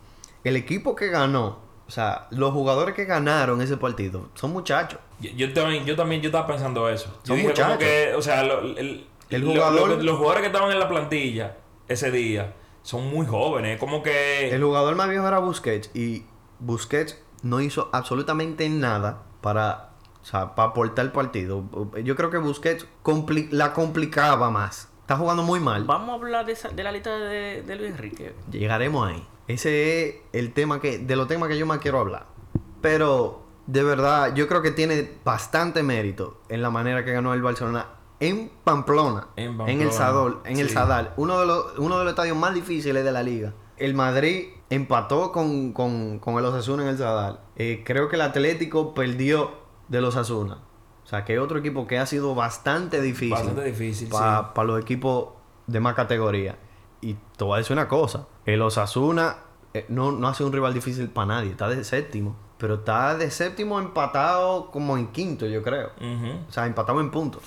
[SPEAKER 1] El equipo que ganó, o sea, los jugadores que ganaron ese partido, son muchachos.
[SPEAKER 2] Yo, yo también, yo también yo estaba pensando eso. Yo
[SPEAKER 1] Son
[SPEAKER 2] dije como
[SPEAKER 1] muchachos.
[SPEAKER 2] que, o sea, lo- el,
[SPEAKER 1] El
[SPEAKER 2] lo-
[SPEAKER 1] jugador-
[SPEAKER 2] lo que- los jugadores que estaban en la plantilla ese día son muy jóvenes. Como que.
[SPEAKER 1] El jugador más viejo era Busquets y Busquets no hizo absolutamente nada para, o sea, para aportar el partido. Yo creo que Busquets compli- la complicaba más. Está jugando muy mal.
[SPEAKER 3] Vamos a hablar de, esa- de la lista de, de Luis Enrique.
[SPEAKER 1] Llegaremos ahí. Ese es el tema que, de los temas que yo más quiero hablar. Pero, de verdad, yo creo que tiene bastante mérito en la manera que ganó el Barcelona en Pamplona.
[SPEAKER 2] En
[SPEAKER 1] En,
[SPEAKER 2] Pamplona.
[SPEAKER 1] el Sadol, en el
[SPEAKER 2] Sí.
[SPEAKER 1] Sadal. Uno de, los, uno de los estadios más difíciles de la liga. El Madrid empató con, con, con el Osasuna en el Sadal. Eh, creo que el Atlético perdió del Osasuna. O sea, que es otro equipo que ha sido bastante difícil.
[SPEAKER 2] Bastante difícil,
[SPEAKER 1] Para
[SPEAKER 2] sí.
[SPEAKER 1] los equipos de más categoría. Y te voy a decir una cosa. El Osasuna eh, no, no ha sido un rival difícil para nadie. Está de séptimo. Pero está de séptimo empatado como en quinto, yo creo.
[SPEAKER 2] Ujú.
[SPEAKER 1] O sea, empatado en puntos.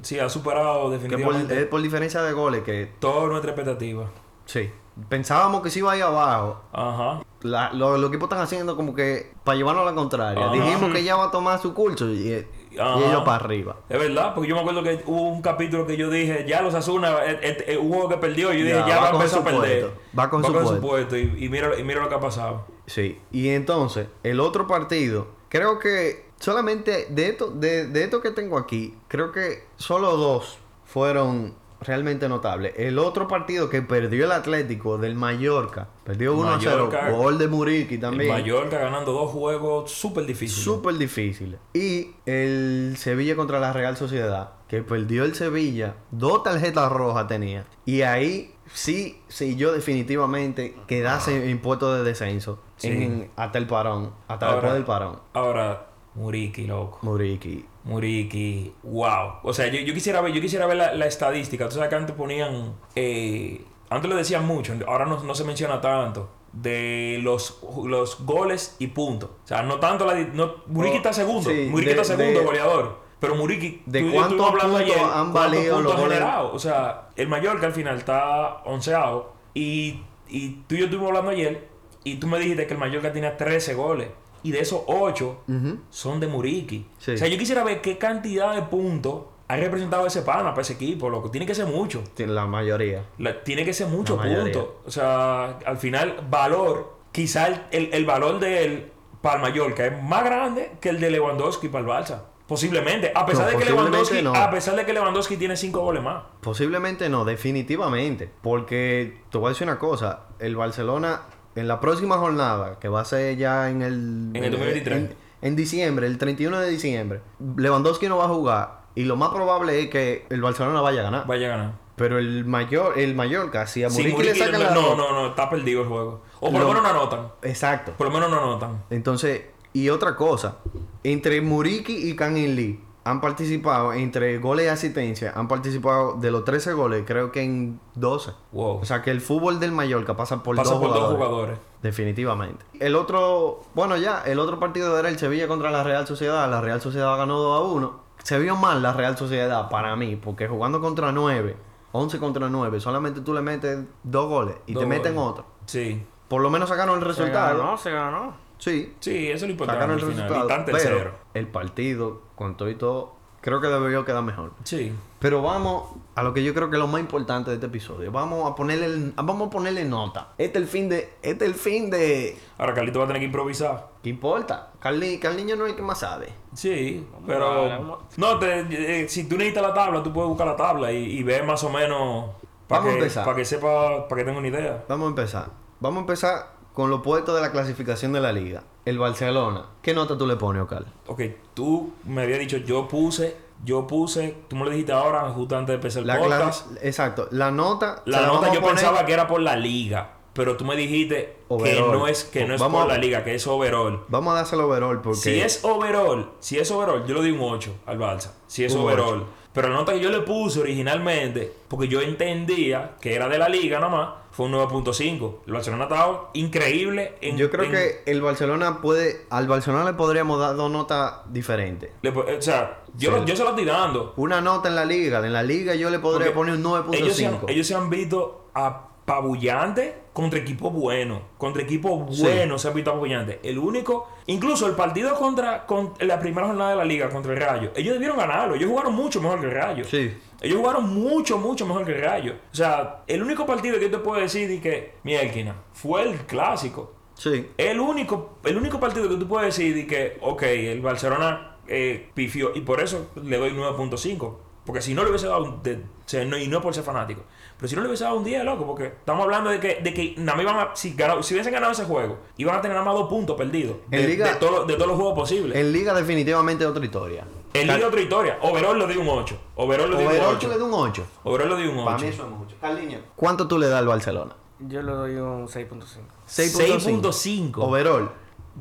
[SPEAKER 2] Sí, ha superado
[SPEAKER 1] Que por,
[SPEAKER 2] definitivamente
[SPEAKER 1] es por diferencia de goles que...
[SPEAKER 2] toda nuestra expectativa.
[SPEAKER 1] Sí. Pensábamos que se iba a ir abajo.
[SPEAKER 2] Ajá.
[SPEAKER 1] La- lo- los equipos están haciendo como que para llevarnos a la contraria.
[SPEAKER 2] Ajá.
[SPEAKER 1] Dijimos que ya va a tomar su curso y, eh, y
[SPEAKER 2] Ajá.
[SPEAKER 1] ellos para arriba.
[SPEAKER 2] Es verdad, porque yo me acuerdo que hubo un capítulo que yo dije, ya los Asuna, eh, un juego que perdió, y yo dije,
[SPEAKER 1] Ya,
[SPEAKER 2] ya,
[SPEAKER 1] va
[SPEAKER 2] va a
[SPEAKER 1] con
[SPEAKER 2] empezar a
[SPEAKER 1] su
[SPEAKER 2] perder.
[SPEAKER 1] puesto, va con su puesto.
[SPEAKER 2] y, y mira, y mira lo que ha pasado.
[SPEAKER 1] Sí, y entonces, el otro partido, creo que solamente de esto, de, de esto que tengo aquí, creo que solo dos fueron realmente notables. El otro partido que perdió el Atlético del Mallorca, perdió 1 a 0,
[SPEAKER 2] Mallorca.
[SPEAKER 1] gol de Muriqui también.
[SPEAKER 2] El Mallorca ganando dos juegos súper difíciles.
[SPEAKER 1] Súper difícil. Y el Sevilla contra la Real Sociedad, que perdió el Sevilla, dos tarjetas rojas tenía. Y ahí sí, sí, yo definitivamente quedase en puesto de descenso.
[SPEAKER 2] Ah. Sí.
[SPEAKER 1] en- hasta el parón, hasta
[SPEAKER 2] Ahora-
[SPEAKER 1] después del parón.
[SPEAKER 2] Ahora, Muriki, loco.
[SPEAKER 1] Muriqui.
[SPEAKER 2] Muriki, wow. O sea, yo, yo quisiera ver, yo quisiera ver la, la estadística. Tú sabes que antes ponían. eh, antes lo decían mucho, ahora no, no se menciona tanto. De los, los goles y puntos. O sea, no tanto la. di- No, Muriki
[SPEAKER 1] Oh,
[SPEAKER 2] está segundo.
[SPEAKER 1] sí,
[SPEAKER 2] Muriki
[SPEAKER 1] de-
[SPEAKER 2] está segundo,
[SPEAKER 1] de-
[SPEAKER 2] goleador. Pero Muriki.
[SPEAKER 1] ¿De
[SPEAKER 2] tú y yo
[SPEAKER 1] cuántos
[SPEAKER 2] estuvimos hablando
[SPEAKER 1] puntos han
[SPEAKER 2] ¿cuántos
[SPEAKER 1] valido
[SPEAKER 2] puntos
[SPEAKER 1] los
[SPEAKER 2] ha
[SPEAKER 1] goles?
[SPEAKER 2] generado? O sea, el Mallorca al final está onceado. Y, y tú y yo estuvimos hablando ayer. Y tú me dijiste que el Mallorca tenía 13 goles. Y de esos 8
[SPEAKER 1] Ujú.
[SPEAKER 2] son de Muriqui.
[SPEAKER 1] Sí.
[SPEAKER 2] O sea, yo quisiera ver qué cantidad de puntos ha representado ese pana para ese equipo, loco. Tiene que ser mucho.
[SPEAKER 1] La mayoría.
[SPEAKER 2] La- tiene que ser mucho
[SPEAKER 1] La mayoría.
[SPEAKER 2] punto. O sea, al final, valor. Quizá el, el- el valor de él para el Mallorca es más grande que el de Lewandowski para el Barça. Posiblemente. A pesar
[SPEAKER 1] No,
[SPEAKER 2] de que
[SPEAKER 1] posiblemente
[SPEAKER 2] Lewandowski,
[SPEAKER 1] no.
[SPEAKER 2] a pesar de que Lewandowski tiene cinco goles más.
[SPEAKER 1] Posiblemente no, definitivamente. Porque te voy a decir una cosa: el Barcelona en la próxima jornada, que va a ser ya en el.
[SPEAKER 2] En el 2023.
[SPEAKER 1] En, en diciembre, el 31 de diciembre, Lewandowski no va a jugar. Y lo más probable es que el Barcelona vaya a ganar.
[SPEAKER 2] Vaya a ganar.
[SPEAKER 1] Pero el mayor, el Mallorca, si a
[SPEAKER 2] Sin
[SPEAKER 1] Muriqui le
[SPEAKER 2] Muriqui,
[SPEAKER 1] sacan
[SPEAKER 2] no,
[SPEAKER 1] la
[SPEAKER 2] no,
[SPEAKER 1] roja-
[SPEAKER 2] no, no, está perdido el juego. O por
[SPEAKER 1] Lo-
[SPEAKER 2] lo menos no anotan.
[SPEAKER 1] Exacto.
[SPEAKER 2] Por lo menos no anotan.
[SPEAKER 1] Entonces, y otra cosa, entre Muriki y Kang In Lee han participado, entre goles y asistencia, han participado de los 13 goles, creo que en 12.
[SPEAKER 2] Wow.
[SPEAKER 1] O sea que el fútbol del Mallorca pasa por,
[SPEAKER 2] Pasa
[SPEAKER 1] dos,
[SPEAKER 2] por
[SPEAKER 1] jugadores,
[SPEAKER 2] dos jugadores.
[SPEAKER 1] Definitivamente. El otro, bueno ya, el otro partido era el Sevilla contra la Real Sociedad. La Real Sociedad ganó 2 a 1. Se vio mal la Real Sociedad para mí, porque jugando contra 9, 11 contra 9, solamente tú le metes dos goles y
[SPEAKER 2] Dos
[SPEAKER 1] te meten
[SPEAKER 2] goles.
[SPEAKER 1] otro.
[SPEAKER 2] Sí.
[SPEAKER 1] Por lo menos sacaron el
[SPEAKER 3] Se
[SPEAKER 1] resultado.
[SPEAKER 3] ganó, se ganó.
[SPEAKER 1] Sí,
[SPEAKER 2] Sí, eso es lo importante.
[SPEAKER 1] sacaron el
[SPEAKER 2] Pues al final.
[SPEAKER 1] resultado.
[SPEAKER 2] Y tan tercero.
[SPEAKER 1] Pero el partido, con todo y todo, creo que debió quedar mejor.
[SPEAKER 2] Sí.
[SPEAKER 1] Pero vamos a lo que yo creo que es lo más importante de este episodio. Vamos a ponerle, el- vamos a ponerle nota. Este es el fin de, este es el fin de.
[SPEAKER 2] Ahora Carlito va a tener que improvisar.
[SPEAKER 1] ¿Qué importa? Carli, Carliño no es el que más sabe.
[SPEAKER 2] Sí,
[SPEAKER 3] a ver,
[SPEAKER 2] pero...
[SPEAKER 3] vamos.
[SPEAKER 2] No, te- eh, si tú necesitas la tabla, tú puedes buscar la tabla y, y ver más o menos... Para
[SPEAKER 1] Vamos a
[SPEAKER 2] que,
[SPEAKER 1] empezar.
[SPEAKER 2] Para que sepa, para que tenga una idea.
[SPEAKER 1] Vamos a empezar. Vamos a empezar con los puestos de la clasificación de la liga. El Barcelona. ¿Qué nota tú le pones, Ocal?
[SPEAKER 2] Ok, tú me habías dicho, yo puse, yo puse... Tú me lo dijiste ahora, justo antes de empezar el
[SPEAKER 1] La
[SPEAKER 2] podcast.
[SPEAKER 1] clasi- Exacto. La nota.
[SPEAKER 2] La
[SPEAKER 1] se
[SPEAKER 2] nota
[SPEAKER 1] vamos a
[SPEAKER 2] yo
[SPEAKER 1] poner-
[SPEAKER 2] pensaba que era por la liga. Pero tú me dijiste
[SPEAKER 1] Overall.
[SPEAKER 2] que no es, que no es
[SPEAKER 1] Vamos
[SPEAKER 2] por
[SPEAKER 1] a-
[SPEAKER 2] la liga, que es overall.
[SPEAKER 1] Vamos a dárselo overall porque.
[SPEAKER 2] Si es overall, si es overall, yo le doy un 8 al Balsa. Si es
[SPEAKER 1] Un
[SPEAKER 2] overall. Pero la nota que yo le puse originalmente, porque yo entendía que era de la liga nada más, fue un 9.5. El Barcelona ha estado increíble en.
[SPEAKER 1] Yo creo
[SPEAKER 2] en-
[SPEAKER 1] que el Barcelona puede. Al Barcelona le podríamos dar dos notas diferentes.
[SPEAKER 2] le po- o sea, yo, lo- yo se lo estoy dando.
[SPEAKER 1] Una nota en la liga. En la liga yo le podría
[SPEAKER 2] Porque
[SPEAKER 1] poner un
[SPEAKER 2] Ellos, se han-
[SPEAKER 1] 9.5.
[SPEAKER 2] ellos se han visto a pabullante contra equipo bueno. Contra equipo bueno se han visto apabullante. El único, incluso el partido contra, con- la primera jornada de la liga contra el Rayo, ellos debieron ganarlo. Ellos jugaron mucho mejor que el Rayo.
[SPEAKER 1] Sí.
[SPEAKER 2] Ellos jugaron mucho, mucho mejor que el Rayo. O sea, el único partido que yo te puedo decir y que, mierda, fue el clásico.
[SPEAKER 1] Sí.
[SPEAKER 2] El único, el único partido que tú puedes decir y que, ok, el Barcelona eh, pifió y por eso le doy 9.5. Porque si no le hubiese dado un. de- o sea, no, y no por ser fanático. Pero si no le hubiese dado un 10, loco, porque estamos hablando de que, de que nada más iban a. Si, ganó- si hubiesen ganado ese juego, iban a tener nada más dos puntos perdidos.
[SPEAKER 1] En
[SPEAKER 2] De,
[SPEAKER 1] Liga-
[SPEAKER 2] de todos los- de todos los juegos posibles.
[SPEAKER 1] En liga definitivamente otra historia.
[SPEAKER 2] El líder otra historia. Overall le di un 8. Overall le di un
[SPEAKER 1] Overall tú le
[SPEAKER 2] 8.
[SPEAKER 1] das un 8.
[SPEAKER 2] Overall le di un 8.
[SPEAKER 1] Para mí eso es mucho. Carliño, ¿cuánto tú le das al Barcelona?
[SPEAKER 3] Yo le doy un 6.5.
[SPEAKER 2] 6.5.
[SPEAKER 1] Overall,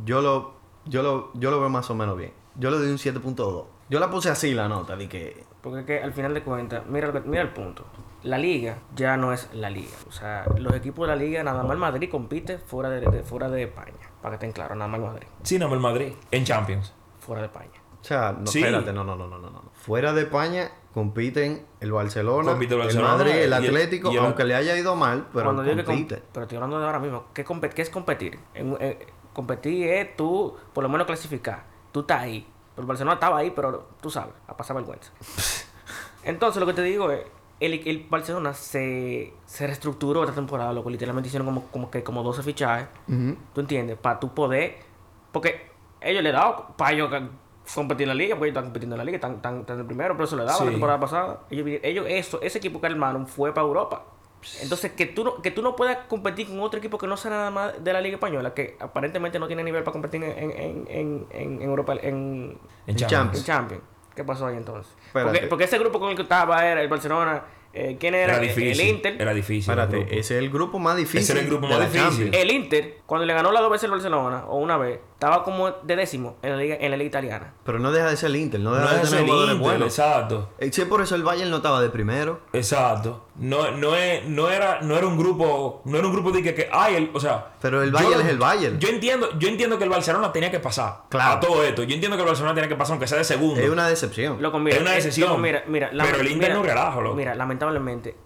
[SPEAKER 1] yo lo, yo, lo, yo lo veo más o menos bien. Yo le doy un 7.2. Yo la puse así la nota, de que...
[SPEAKER 3] Porque es que al final de cuentas, mira, lo que- mira el punto. La liga ya no es la liga. O sea, los equipos de la liga, nada más el Madrid compite fuera de, de- fuera de España. Para que estén claros, nada más el Madrid,
[SPEAKER 2] Sí, no, el Madrid. En Champions.
[SPEAKER 3] fuera de España.
[SPEAKER 1] O sea, no,
[SPEAKER 2] Sí.
[SPEAKER 1] espérate, no, no, no, no, no. no. Fuera de España compiten el Barcelona,
[SPEAKER 2] Compite el
[SPEAKER 1] el,
[SPEAKER 2] Barcelona,
[SPEAKER 1] Madrid, el
[SPEAKER 2] y el-
[SPEAKER 1] Atlético,
[SPEAKER 2] y el-
[SPEAKER 1] aunque le haya ido mal, pero
[SPEAKER 3] Cuando digo que
[SPEAKER 1] compite.
[SPEAKER 3] com- pero estoy hablando de ahora mismo. ¿Qué, compe- qué es competir? En- en- competir es tú, por lo menos, clasificar. Tú estás ahí. El Barcelona estaba ahí, pero tú sabes, a
[SPEAKER 1] [laughs]
[SPEAKER 3] pasar vergüenza. Entonces, lo que te digo es. El, el Barcelona se, se reestructuró esta temporada, loco. Literalmente hicieron como, como que como 12 fichajes. ¿Tú entiendes? Para tú poder. Porque ellos le daban para ellos ca- competir en la liga, porque ellos están compitiendo en la liga, están, están, están en el primero, pero eso le daba
[SPEAKER 2] Sí.
[SPEAKER 3] la temporada pasada. Ellos, vi- ellos eso, ese equipo que armaron fue para Europa. Entonces, que tú, no, que tú no puedas competir con otro equipo que no sea nada más de la Liga Española, que aparentemente no tiene nivel para competir en, en, en, en, en Europa, en,
[SPEAKER 2] En
[SPEAKER 1] En
[SPEAKER 2] Champions.
[SPEAKER 1] Champions.
[SPEAKER 3] en Champions. ¿Qué pasó ahí entonces?
[SPEAKER 1] Espérate.
[SPEAKER 3] Porque, porque ese grupo con el que estaba era el Barcelona, eh, ¿quién era?
[SPEAKER 2] Era
[SPEAKER 3] El-
[SPEAKER 2] difícil.
[SPEAKER 3] El Inter.
[SPEAKER 2] Era difícil. el
[SPEAKER 1] Espérate,
[SPEAKER 2] grupo.
[SPEAKER 1] ese es el grupo más difícil.
[SPEAKER 2] Ese era el grupo
[SPEAKER 1] de
[SPEAKER 2] más
[SPEAKER 1] la
[SPEAKER 2] difícil.
[SPEAKER 1] Champions.
[SPEAKER 3] El Inter, cuando le ganó las dos veces el Barcelona, o una vez, estaba como de décimo en la liga, en la liga italiana.
[SPEAKER 1] Pero no deja de ser el Inter, no deja
[SPEAKER 2] No
[SPEAKER 1] de
[SPEAKER 2] es
[SPEAKER 1] ser
[SPEAKER 2] el
[SPEAKER 1] jugadores
[SPEAKER 2] Inter,
[SPEAKER 1] buenos.
[SPEAKER 2] exacto.
[SPEAKER 1] Eh, Sí, por eso el Bayern no estaba de primero.
[SPEAKER 2] Exacto. No, no, es- no, era, no era un grupo, no era un grupo de que, que ay, el- o sea,
[SPEAKER 1] Pero el
[SPEAKER 2] yo-
[SPEAKER 1] Bayern es el Bayern.
[SPEAKER 2] Yo entiendo, yo entiendo que el Barcelona tenía que pasar
[SPEAKER 1] Claro.
[SPEAKER 2] a todo esto. Yo entiendo que el Barcelona tenía que pasar aunque sea de segundo.
[SPEAKER 1] Es una decepción.
[SPEAKER 3] Loco, mira,
[SPEAKER 2] Es una
[SPEAKER 3] eh,
[SPEAKER 2] decisión.
[SPEAKER 3] loco, mira, mira,
[SPEAKER 2] Pero
[SPEAKER 3] lame-
[SPEAKER 2] el Inter
[SPEAKER 3] mira,
[SPEAKER 2] no relaja, loco.
[SPEAKER 3] Mira, lamentablemente,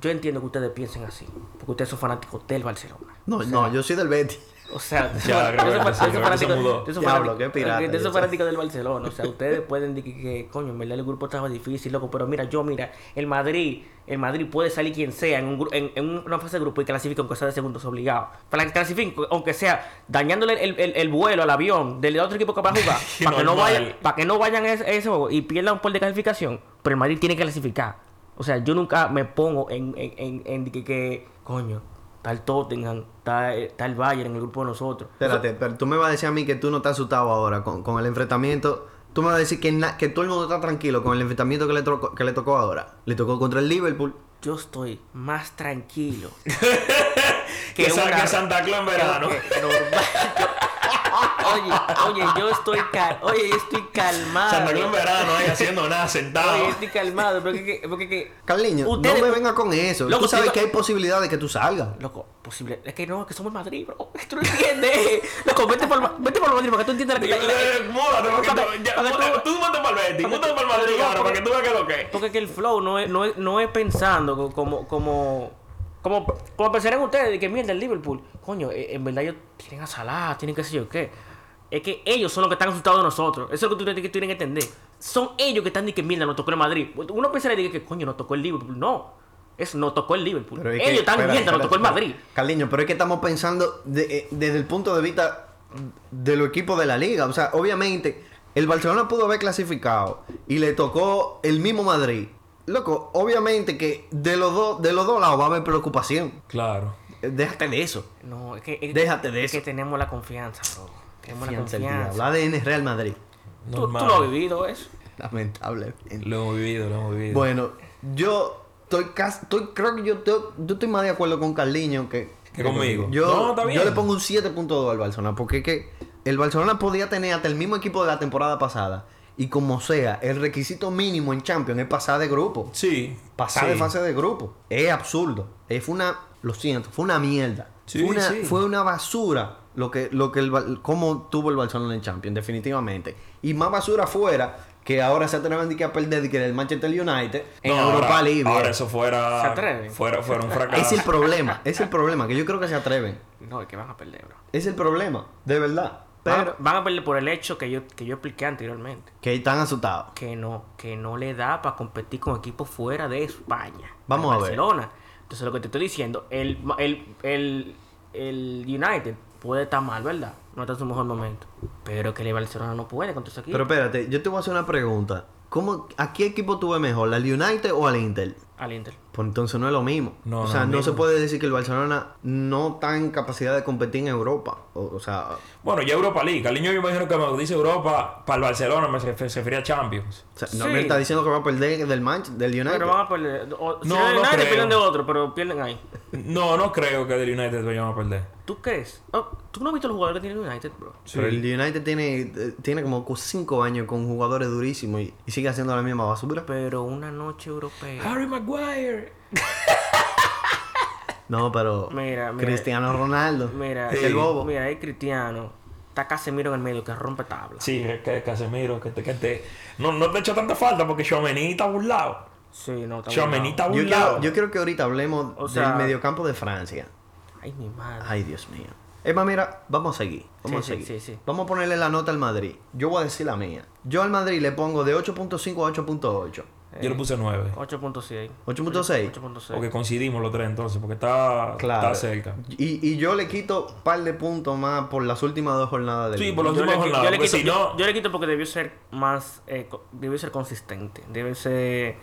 [SPEAKER 3] yo entiendo que ustedes piensen así, porque ustedes son fanáticos del Barcelona.
[SPEAKER 1] No, no, yo soy del Betis.
[SPEAKER 3] O
[SPEAKER 2] [laughs]
[SPEAKER 3] sea, yo soy
[SPEAKER 2] Ya,
[SPEAKER 3] fan- yo soy
[SPEAKER 2] Roberto, sí, Roberto se
[SPEAKER 3] fanático
[SPEAKER 2] mudó.
[SPEAKER 3] yo soy
[SPEAKER 1] Diablo,
[SPEAKER 3] fanático-
[SPEAKER 1] qué pirata,
[SPEAKER 3] yo soy
[SPEAKER 1] yo sé.
[SPEAKER 3] fanático del Barcelona. O sea, ustedes pueden decir que, que, coño, en verdad el grupo estaba difícil, loco. Pero mira, yo, mira, el Madrid, el Madrid puede salir quien sea en, un, gru- en, en una fase de grupo y clasifica aunque sea de segundos obligado. Para que clasifiquen, aunque sea dañándole el, el- el vuelo al avión del otro equipo que va
[SPEAKER 2] [laughs]
[SPEAKER 3] a jugar, para, que no
[SPEAKER 2] Normal.
[SPEAKER 3] vayan, para que no vayan a ese, a ese juego y pierdan por de calificación. Pero el Madrid tiene que clasificar. O sea, yo nunca me pongo en, en, en, en que, que, coño, está el Tottenham, está, está el Bayern en el grupo de nosotros.
[SPEAKER 1] Espérate, pero tú me vas a decir a mí que tú no estás asustado ahora con, con el enfrentamiento. Tú me vas a decir que, na- que todo el mundo está tranquilo con el enfrentamiento que le, tocó- que le tocó ahora. Le tocó contra el Liverpool.
[SPEAKER 3] yo estoy más tranquilo
[SPEAKER 2] que, sa-
[SPEAKER 3] una-
[SPEAKER 2] que Santa Claus en verano.
[SPEAKER 3] que- [laughs] no, yo- oye, oye, yo estoy cal- oye, yo estoy calmado.
[SPEAKER 2] Santa Claus en verano ahí haciendo nada, sentado.
[SPEAKER 3] Oye, yo estoy calmado, porque que- porque que
[SPEAKER 1] Carliño,
[SPEAKER 3] Ustedes-
[SPEAKER 1] no me venga con eso.
[SPEAKER 3] Loco,
[SPEAKER 1] tú sabes
[SPEAKER 3] si-
[SPEAKER 1] que hay posibilidad de que tú salgas.
[SPEAKER 3] [laughs] Loco, posible. Es que no, que somos el Madrid, bro. Tú no entiendes. Loco, vete por, el Ma- vete por el Madrid porque tú entiendes la,
[SPEAKER 2] Yo-
[SPEAKER 3] la- la-
[SPEAKER 2] eh, Múdate, porque tú- ya,
[SPEAKER 3] Porque
[SPEAKER 2] múdate-
[SPEAKER 3] tú-
[SPEAKER 2] tú monta para el Betis,
[SPEAKER 3] porque
[SPEAKER 2] monta
[SPEAKER 3] tú-
[SPEAKER 2] para el Madrid
[SPEAKER 3] porque-
[SPEAKER 2] ahora, para
[SPEAKER 3] porque-
[SPEAKER 2] que tú veas que es lo que es.
[SPEAKER 3] Porque que el flow no es, no es, no es pensando co- como, como, como, como pensarán ustedes de que mierda el Liverpool. Coño, eh, en verdad ellos tienen a Salah, tienen qué sé yo qué. Es que ellos son los que están asustados de nosotros. Eso es lo que tú que tienen que entender. Son ellos que están de que mierda, nos tocó el Madrid. Uno pensaría de que coño, nos tocó el Liverpool. No. Es no tocó el Liverpool.
[SPEAKER 1] Pero es que-
[SPEAKER 3] ellos están
[SPEAKER 1] espérate,
[SPEAKER 3] mierda, nos
[SPEAKER 1] espérate,
[SPEAKER 3] tocó el
[SPEAKER 1] espérate.
[SPEAKER 3] Madrid.
[SPEAKER 1] Carliño, pero es que estamos pensando de- eh, desde el punto de vista de los equipos de la liga. O sea, obviamente, el Barcelona pudo haber clasificado y le tocó el mismo Madrid. Loco, obviamente que de los dos, de los dos lados va a haber preocupación.
[SPEAKER 2] Claro.
[SPEAKER 1] Eh, Déjate de eso.
[SPEAKER 3] No, es que, es-
[SPEAKER 1] Déjate de
[SPEAKER 3] es que
[SPEAKER 1] eso.
[SPEAKER 3] tenemos la confianza, bro. Tenemos
[SPEAKER 1] Confianza el
[SPEAKER 3] la
[SPEAKER 1] diablo.
[SPEAKER 3] confianza.
[SPEAKER 1] ADN es Real Madrid.
[SPEAKER 3] Tú, tú
[SPEAKER 2] Normal.
[SPEAKER 3] lo has vivido eso.
[SPEAKER 1] Lamentablemente.
[SPEAKER 2] Lo hemos vivido, lo hemos vivido.
[SPEAKER 1] Bueno, yo estoy casi, estoy, creo que yo, to- yo estoy más de acuerdo con Carliño que,
[SPEAKER 2] Que conmigo.
[SPEAKER 1] Yo,
[SPEAKER 2] No, está bien.
[SPEAKER 1] yo le pongo un 7.2 al Barcelona, porque es que el Barcelona podía tener hasta el mismo equipo de la temporada pasada. Y como sea, el requisito mínimo en Champions es pasar de grupo.
[SPEAKER 2] Sí.
[SPEAKER 1] Pasar de
[SPEAKER 2] sí.
[SPEAKER 1] fase de grupo. Es absurdo. Es fue una, lo siento, fue una mierda.
[SPEAKER 2] Sí,
[SPEAKER 1] fue, una,
[SPEAKER 2] sí.
[SPEAKER 1] fue una basura lo que, lo que el, Bar- cómo tuvo el Barcelona en Champions, definitivamente. Y más basura fuera que ahora se atreven de que a perder de que el Manchester United en
[SPEAKER 2] No,
[SPEAKER 1] Europa
[SPEAKER 2] ahora,
[SPEAKER 1] Libre.
[SPEAKER 2] Ahora eso fuera.
[SPEAKER 3] ¿Se atreven?
[SPEAKER 2] Fuera, fuera un
[SPEAKER 1] Es
[SPEAKER 2] fracaso.
[SPEAKER 1] el problema, es el problema, que yo creo que se atreven.
[SPEAKER 3] No, es que van a perder, bro.
[SPEAKER 1] Es el problema, de
[SPEAKER 2] Ah.
[SPEAKER 1] verdad.
[SPEAKER 3] Van,
[SPEAKER 1] Pero
[SPEAKER 3] van a perder por el hecho que yo, que yo expliqué anteriormente.
[SPEAKER 1] que están asustados.
[SPEAKER 3] Que no, que no le da para competir con equipos fuera de España.
[SPEAKER 1] Vamos
[SPEAKER 3] de
[SPEAKER 1] a ver.
[SPEAKER 3] Barcelona. Entonces lo que te estoy diciendo, el, el, el, el United puede estar mal, ¿verdad? No está en su mejor momento. Pero que el Barcelona no puede contra ese equipo.
[SPEAKER 1] Pero espérate, yo te voy a hacer una pregunta. ¿Cómo, ¿A qué equipo tuve mejor, al United o al Inter?
[SPEAKER 3] Al Inter.
[SPEAKER 1] Pues entonces no es lo mismo.
[SPEAKER 2] No,
[SPEAKER 1] o
[SPEAKER 2] no
[SPEAKER 1] sea,
[SPEAKER 2] es
[SPEAKER 1] no,
[SPEAKER 2] lo
[SPEAKER 1] se
[SPEAKER 2] mismo.
[SPEAKER 1] puede decir que el Barcelona no está en capacidad de competir en Europa. O, o sea,
[SPEAKER 2] Bueno, ya Europa League. Caliño, yo imagino que cuando dice Europa, para el Barcelona me ref- se refiere a Champions.
[SPEAKER 1] o sea, no
[SPEAKER 3] Sí.
[SPEAKER 1] me está diciendo que va a perder del Manch, del United.
[SPEAKER 3] Pero van a perder. O, si
[SPEAKER 2] No,
[SPEAKER 3] no,
[SPEAKER 2] no
[SPEAKER 3] United
[SPEAKER 2] creo.
[SPEAKER 3] pierden de otro, pero pierden ahí.
[SPEAKER 2] No, no creo que del United vayan a perder.
[SPEAKER 3] ¿Tú crees? Oh, ¿Tú no has visto los jugadores que tiene el United, bro?
[SPEAKER 1] Pero el United tiene, eh, tiene como 5 años con jugadores durísimos y, y sigue haciendo la misma basura.
[SPEAKER 3] Pero una noche europea.
[SPEAKER 2] Harry Maguire.
[SPEAKER 1] No, pero
[SPEAKER 3] Mira, mira.
[SPEAKER 1] Cristiano Ronaldo
[SPEAKER 3] Mira,
[SPEAKER 1] es
[SPEAKER 2] Sí.
[SPEAKER 1] el bobo.
[SPEAKER 3] mira, ahí Cristiano. Está Casemiro en el medio que rompe tabla.
[SPEAKER 2] Sí, es que Casemiro, que te, que te... No, no te ha hecho tanta falta porque Chouameni está burlado.
[SPEAKER 3] Sí, no, está
[SPEAKER 2] Chouameni
[SPEAKER 3] burlado.
[SPEAKER 2] está
[SPEAKER 1] Yo quiero,
[SPEAKER 2] burlado.
[SPEAKER 1] yo quiero que ahorita hablemos
[SPEAKER 3] O sea-
[SPEAKER 1] del mediocampo de Francia.
[SPEAKER 3] Ay, mi madre.
[SPEAKER 1] Ay, Dios mío. Es más, mira, vamos a seguir. Vamos
[SPEAKER 3] Sí,
[SPEAKER 1] a
[SPEAKER 3] sí,
[SPEAKER 1] seguir.
[SPEAKER 3] sí, sí.
[SPEAKER 1] Vamos a ponerle la nota al Madrid. Yo voy a decir la mía. Yo al Madrid le pongo de 8.5 a 8.8.
[SPEAKER 2] Yo le puse 9.
[SPEAKER 1] Eh.
[SPEAKER 3] 8.6.
[SPEAKER 1] 8.6.
[SPEAKER 3] 8.6
[SPEAKER 2] Porque coincidimos los tres entonces, porque está,
[SPEAKER 1] Claro.
[SPEAKER 2] está cerca.
[SPEAKER 1] Y, y yo le quito un par de puntos más por las últimas dos jornadas del
[SPEAKER 2] Sí,
[SPEAKER 1] Liga.
[SPEAKER 2] por los
[SPEAKER 3] Yo le,
[SPEAKER 2] últimos
[SPEAKER 3] qui- yo,
[SPEAKER 2] jornadas.
[SPEAKER 3] le
[SPEAKER 2] Porque
[SPEAKER 3] quito,
[SPEAKER 2] si
[SPEAKER 3] yo-
[SPEAKER 2] no,
[SPEAKER 3] yo le quito porque debió ser más. eh, co- debió ser consistente. Debe ser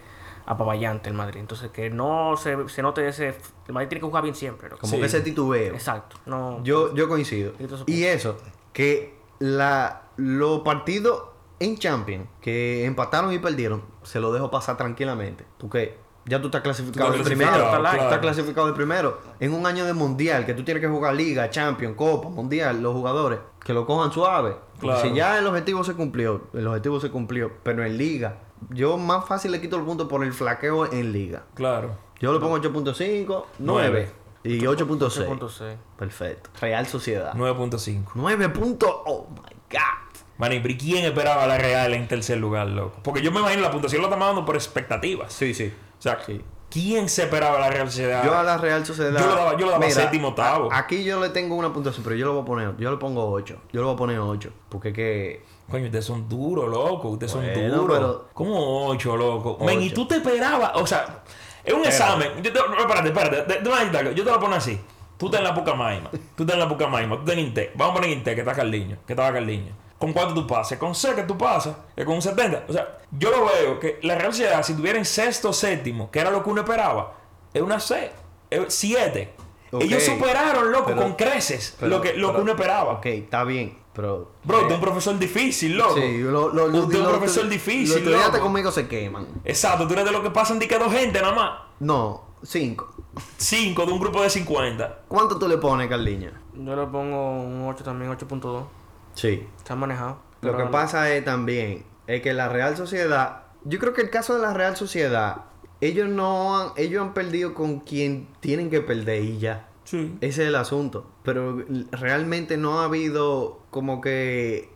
[SPEAKER 3] apaballante el Madrid. Entonces, que no se, se note ese. El Madrid tiene que jugar bien siempre. ¿no?
[SPEAKER 1] Como
[SPEAKER 2] Sí.
[SPEAKER 1] que ese titubeo.
[SPEAKER 3] Exacto. No,
[SPEAKER 1] Yo, yo coincido.
[SPEAKER 3] Quito su punto.
[SPEAKER 1] Y eso, que la, los partidos en Champions que empataron y perdieron, se lo dejo pasar tranquilamente. Porque ya tú estás clasificado
[SPEAKER 2] Tú
[SPEAKER 1] de
[SPEAKER 2] estás
[SPEAKER 1] primero.
[SPEAKER 2] clasificado,
[SPEAKER 1] Tú
[SPEAKER 2] claro.
[SPEAKER 1] Estás clasificado de primero. En un año de mundial, que tú tienes que jugar Liga, Champions, Copa, Mundial, los jugadores, que lo cojan suave. Porque
[SPEAKER 2] Claro.
[SPEAKER 1] Si ya el objetivo se cumplió, el objetivo se cumplió. Pero en Liga, yo más fácil le quito el punto por el flaqueo en Liga.
[SPEAKER 2] claro.
[SPEAKER 1] Yo le pongo 8.5, 9
[SPEAKER 2] Nueve.
[SPEAKER 1] y 8.6.
[SPEAKER 3] 8.6.
[SPEAKER 1] Perfecto. Real Sociedad.
[SPEAKER 2] 9.5.
[SPEAKER 1] 9 puntos. Oh my god.
[SPEAKER 2] Man, ¿y quién esperaba a la Real en tercer lugar, loco? Porque yo me imagino la puntuación la estamos dando por expectativas.
[SPEAKER 1] Sí, sí.
[SPEAKER 2] O sea,
[SPEAKER 1] Sí.
[SPEAKER 2] ¿quién se esperaba a la Real Sociedad?
[SPEAKER 1] Yo a la Real Sociedad.
[SPEAKER 2] Yo lo daba- yo lo daba séptimo, octavo.
[SPEAKER 1] a- Aquí yo le tengo una puntuación, pero yo lo voy a poner. Yo le pongo 8. Yo le voy a poner 8. Porque es que.
[SPEAKER 2] Coño, ustedes son duros, loco. Ustedes son
[SPEAKER 1] Bueno,
[SPEAKER 2] duros.
[SPEAKER 1] pero-
[SPEAKER 2] ¿Cómo ocho, loco? Men, y
[SPEAKER 1] Ocho.
[SPEAKER 2] tú te esperabas. O sea, es un examen. Yo te, no, espérate, espérate. Te- te voy a dictar algo. Yo te lo pongo así. Tú estás en la Pucamaima. Tú estás en la Pucamaima. Tú estás en Inte. Vamos a poner Inte, que está Carliño. Que estaba Carliño. ¿Con cuánto tú pasas? ¿Con C que tú pasas? ¿Eh, ¿Con un 70? O sea, yo lo veo que la Real Sociedad, si tuviera en sexto séptimo, que era lo que uno esperaba, es una C. Es siete.
[SPEAKER 1] Ok.
[SPEAKER 2] Ellos superaron, loco,
[SPEAKER 1] Pero-
[SPEAKER 2] con creces
[SPEAKER 1] pero-
[SPEAKER 2] lo que, lo que
[SPEAKER 1] pero-
[SPEAKER 2] uno esperaba.
[SPEAKER 1] Ok, está bien. Pero.
[SPEAKER 2] Bro, tú un profesor difícil, loco.
[SPEAKER 1] Sí, lo, lo, lo-
[SPEAKER 2] Usted es un
[SPEAKER 1] lo-
[SPEAKER 2] profesor
[SPEAKER 1] lo- Los
[SPEAKER 2] difícil,
[SPEAKER 1] estudiantes
[SPEAKER 2] loco.
[SPEAKER 1] conmigo se queman.
[SPEAKER 2] Exacto, tú eres de lo que pasan de que dos gente nada más.
[SPEAKER 1] No, 5.
[SPEAKER 2] Cinco de un grupo de 50.
[SPEAKER 1] ¿Cuánto tú le pones, Carliña?
[SPEAKER 3] Yo le pongo un 8 también, 8.2.
[SPEAKER 1] Sí.
[SPEAKER 3] Está manejado.
[SPEAKER 1] Lo
[SPEAKER 3] Pero
[SPEAKER 1] que
[SPEAKER 3] no-
[SPEAKER 1] pasa es también es que la Real Sociedad, yo creo que el caso de la Real Sociedad, ellos no han, ellos han perdido con quien tienen que perder y ya.
[SPEAKER 2] Sí.
[SPEAKER 1] Ese es el asunto. Pero realmente no ha habido como que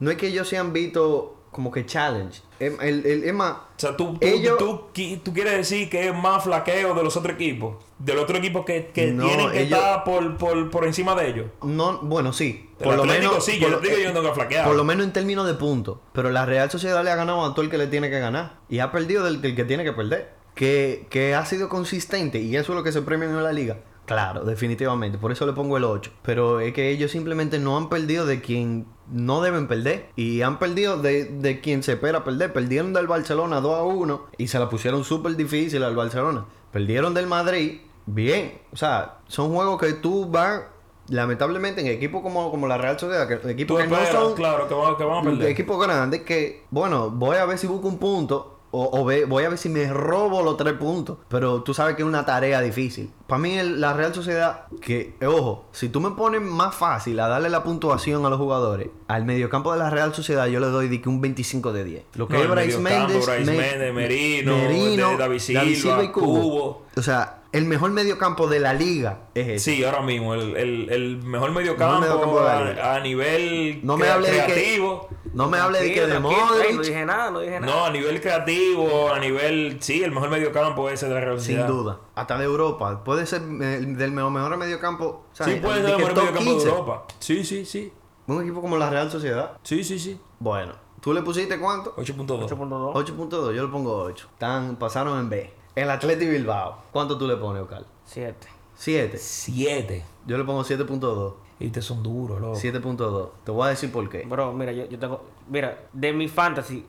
[SPEAKER 1] no es que ellos se han visto como que challenge. Es- el- el- es más,
[SPEAKER 2] O sea, tú, tú,
[SPEAKER 1] Ellos-
[SPEAKER 2] tú, qui- tú quieres decir que es más flaqueo de los otros equipos. Del otro equipo que, que
[SPEAKER 1] No,
[SPEAKER 2] tienen que
[SPEAKER 1] ellos-
[SPEAKER 2] estar por, por, por encima de ellos.
[SPEAKER 1] no, bueno, sí.
[SPEAKER 2] El Atlético sí, yo
[SPEAKER 1] por
[SPEAKER 2] el
[SPEAKER 1] lo- eh,
[SPEAKER 2] Atlético yo no tengo flaqueado.
[SPEAKER 1] Por lo menos en términos de puntos. Pero la Real Sociedad le ha ganado a todo el que le tiene que ganar. Y ha perdido del, del que tiene que perder. Que, que ha sido consistente. Y eso es lo que se premia en la liga. Claro, definitivamente. Por eso le pongo el 8. Pero es que ellos simplemente no han perdido de quien no deben perder. Y han perdido de, de quien se espera perder. Perdieron del Barcelona 2 a 1. Y se la pusieron súper difícil al Barcelona. Perdieron del Madrid. Bien. O sea, son juegos que tú vas. Lamentablemente en equipos como, como la Real Sociedad, que
[SPEAKER 2] Tú
[SPEAKER 1] equipos que no
[SPEAKER 2] esperas,
[SPEAKER 1] son
[SPEAKER 2] claro, que van, que van a
[SPEAKER 1] de
[SPEAKER 2] perder.
[SPEAKER 1] equipo grande que, bueno, voy a ver si busco un punto o, o ve- voy a ver si me robo los tres puntos. Pero tú sabes que es una tarea difícil. Para mí, el- la Real Sociedad, que, eh, ojo, si tú me pones más fácil a darle la puntuación a los jugadores, al mediocampo de la Real Sociedad yo le doy de que un 25 de Eh, 10. Lo que
[SPEAKER 2] No,
[SPEAKER 1] es
[SPEAKER 2] el
[SPEAKER 1] Brais
[SPEAKER 2] mediocampo,
[SPEAKER 1] Méndez,
[SPEAKER 2] Brais
[SPEAKER 1] Me-
[SPEAKER 2] Méndez, Merino, de- David Silva, Cubo.
[SPEAKER 1] O sea, el mejor mediocampo de la liga es ese.
[SPEAKER 2] Sí, ahora mismo, el, el, el mejor
[SPEAKER 1] Mejor
[SPEAKER 2] mediocampo
[SPEAKER 1] mediocampo de la liga.
[SPEAKER 2] a, a nivel
[SPEAKER 1] No me
[SPEAKER 2] crea-
[SPEAKER 1] hable de que-
[SPEAKER 2] creativo.
[SPEAKER 1] No me hable de que de
[SPEAKER 3] Tranquilo, tranquilo, ey, No
[SPEAKER 1] Modric,
[SPEAKER 3] dije nada, no dije nada.
[SPEAKER 2] No, a nivel creativo, a nivel. Sí, el mejor mediocampo ese de la Real
[SPEAKER 1] sin
[SPEAKER 2] Sociedad.
[SPEAKER 1] duda. Hasta de Europa. Puede ser eh, del mejor, mejor mediocampo. o sea,
[SPEAKER 2] Sí, puede
[SPEAKER 1] de
[SPEAKER 2] ser el
[SPEAKER 1] que
[SPEAKER 2] mejor
[SPEAKER 1] top
[SPEAKER 2] mediocampo de
[SPEAKER 1] 15.
[SPEAKER 2] Europa. Sí, sí, sí.
[SPEAKER 1] Un equipo como la Real Sociedad.
[SPEAKER 2] Sí, sí, sí.
[SPEAKER 1] Bueno, ¿tú le pusiste cuánto?
[SPEAKER 2] 8.2.
[SPEAKER 3] 8.2.
[SPEAKER 1] 8.2, yo le pongo 8. Están, pasaron en B. El Atleti Bilbao. ¿Cuánto tú le pones, Ocal?
[SPEAKER 3] 7.
[SPEAKER 1] 7.
[SPEAKER 2] 7.
[SPEAKER 1] Yo le pongo 7.2.
[SPEAKER 2] Y te son duros, loco.
[SPEAKER 1] 7.2. Te voy a decir por qué.
[SPEAKER 3] Bro, mira, yo, yo tengo. Mira, de mi fantasy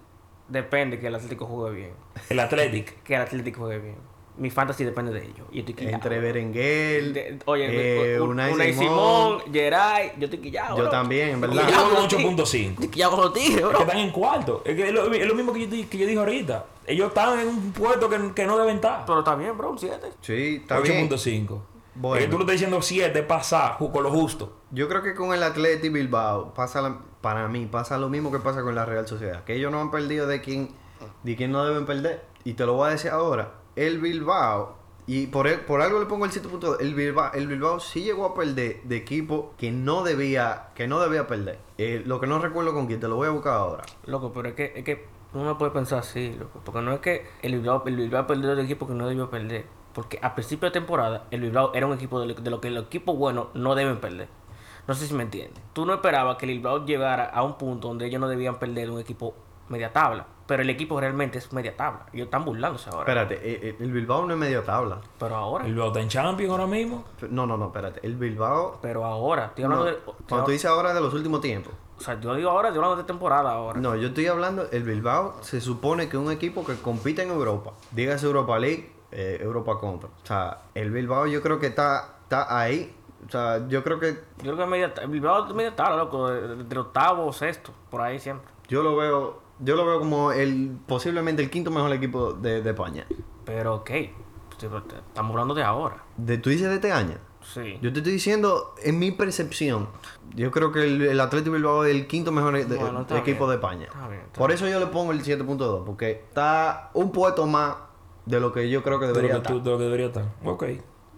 [SPEAKER 3] depende que el Atlético juegue bien.
[SPEAKER 2] El Athletic.
[SPEAKER 3] Que el Atlético juegue bien. Mi fantasy depende de ellos. Yo estoy quillado.
[SPEAKER 1] Entre Berenguel,
[SPEAKER 3] De- Oye,
[SPEAKER 1] eh,
[SPEAKER 3] un-
[SPEAKER 1] Unai
[SPEAKER 3] Unai
[SPEAKER 1] Simón.
[SPEAKER 3] Simón, Geray, yo estoy quillado.
[SPEAKER 1] Yo
[SPEAKER 3] bro.
[SPEAKER 1] también, en verdad.
[SPEAKER 2] Yo
[SPEAKER 3] Estoy quillado
[SPEAKER 2] con
[SPEAKER 3] con los tigres.
[SPEAKER 2] 8.5.
[SPEAKER 3] Estoy quillado con los tigres,
[SPEAKER 2] Es que
[SPEAKER 3] bro.
[SPEAKER 2] están en cuarto. Es, que es, lo, es lo mismo que yo, di- que yo dije ahorita. Ellos están en un puesto que, que no deben estar.
[SPEAKER 3] Pero también, bro, un 7.
[SPEAKER 1] Sí, está bien.
[SPEAKER 2] 8.5.
[SPEAKER 1] Bueno.
[SPEAKER 2] Es que tú le estás diciendo 7, pasar con lo justo.
[SPEAKER 1] Yo creo que con el Atleti Bilbao pasa la- para mí pasa lo mismo que pasa con la Real Sociedad, que ellos no han perdido de quien de quien no deben perder y te lo voy a decir ahora. El Bilbao y por, el- por algo le pongo el 7.2. El Bilbao, el Bilbao sí llegó a perder de equipo que no debía que no debía perder. Eh, lo que no recuerdo con quién, te lo voy a buscar ahora.
[SPEAKER 3] Loco, pero es que, es que uno no puede pensar así, loco. Porque no es que el Bilbao, el Bilbao perdió el equipo que no debió perder. Porque a principio de temporada, el Bilbao era un equipo de lo, de lo que los equipos buenos no deben perder. No sé si me entiendes. Tú no esperabas que el Bilbao llegara a un punto donde ellos no debían perder un equipo media tabla. Pero el equipo realmente es media tabla. Ellos están burlándose ahora. Pero,
[SPEAKER 1] Espérate, eh, eh, el Bilbao no es media tabla.
[SPEAKER 3] ahora.
[SPEAKER 2] El Bilbao está en Champions ahora mismo.
[SPEAKER 1] No, no, no, espérate. El Bilbao
[SPEAKER 3] Pero ahora. Estoy
[SPEAKER 1] no.
[SPEAKER 3] hablando de.
[SPEAKER 1] cuando tú dices ahora de los últimos tiempos.
[SPEAKER 3] O sea, yo digo ahora, estoy hablando de temporada ahora.
[SPEAKER 1] No, yo estoy hablando, el Bilbao se supone que es un equipo que compite en Europa. Dígase Europa League, eh, Europa Conference. O sea, el Bilbao yo creo que está, está ahí. O sea, yo creo que
[SPEAKER 3] Yo creo que media, el Bilbao es media tabla, loco. de- de- Del octavo o sexto. Por ahí siempre.
[SPEAKER 1] yo lo veo, yo lo veo como el posiblemente el quinto mejor equipo de, de España.
[SPEAKER 3] Pero ok, sí, pero te- estamos hablando de ahora.
[SPEAKER 1] De, ¿Tú dices de este año?
[SPEAKER 3] Sí.
[SPEAKER 1] Yo te estoy diciendo, en mi percepción, yo creo que el, el Atlético Bilbao es el quinto mejor e- de-
[SPEAKER 3] Bueno, está
[SPEAKER 1] equipo
[SPEAKER 3] bien.
[SPEAKER 1] de España.
[SPEAKER 3] Está bien, está
[SPEAKER 1] Por eso yo le pongo el 7.2, porque está un puesto más de lo que yo creo que
[SPEAKER 2] De lo
[SPEAKER 1] debería
[SPEAKER 2] que,
[SPEAKER 1] estar.
[SPEAKER 2] tú- de lo que debería estar. Ok.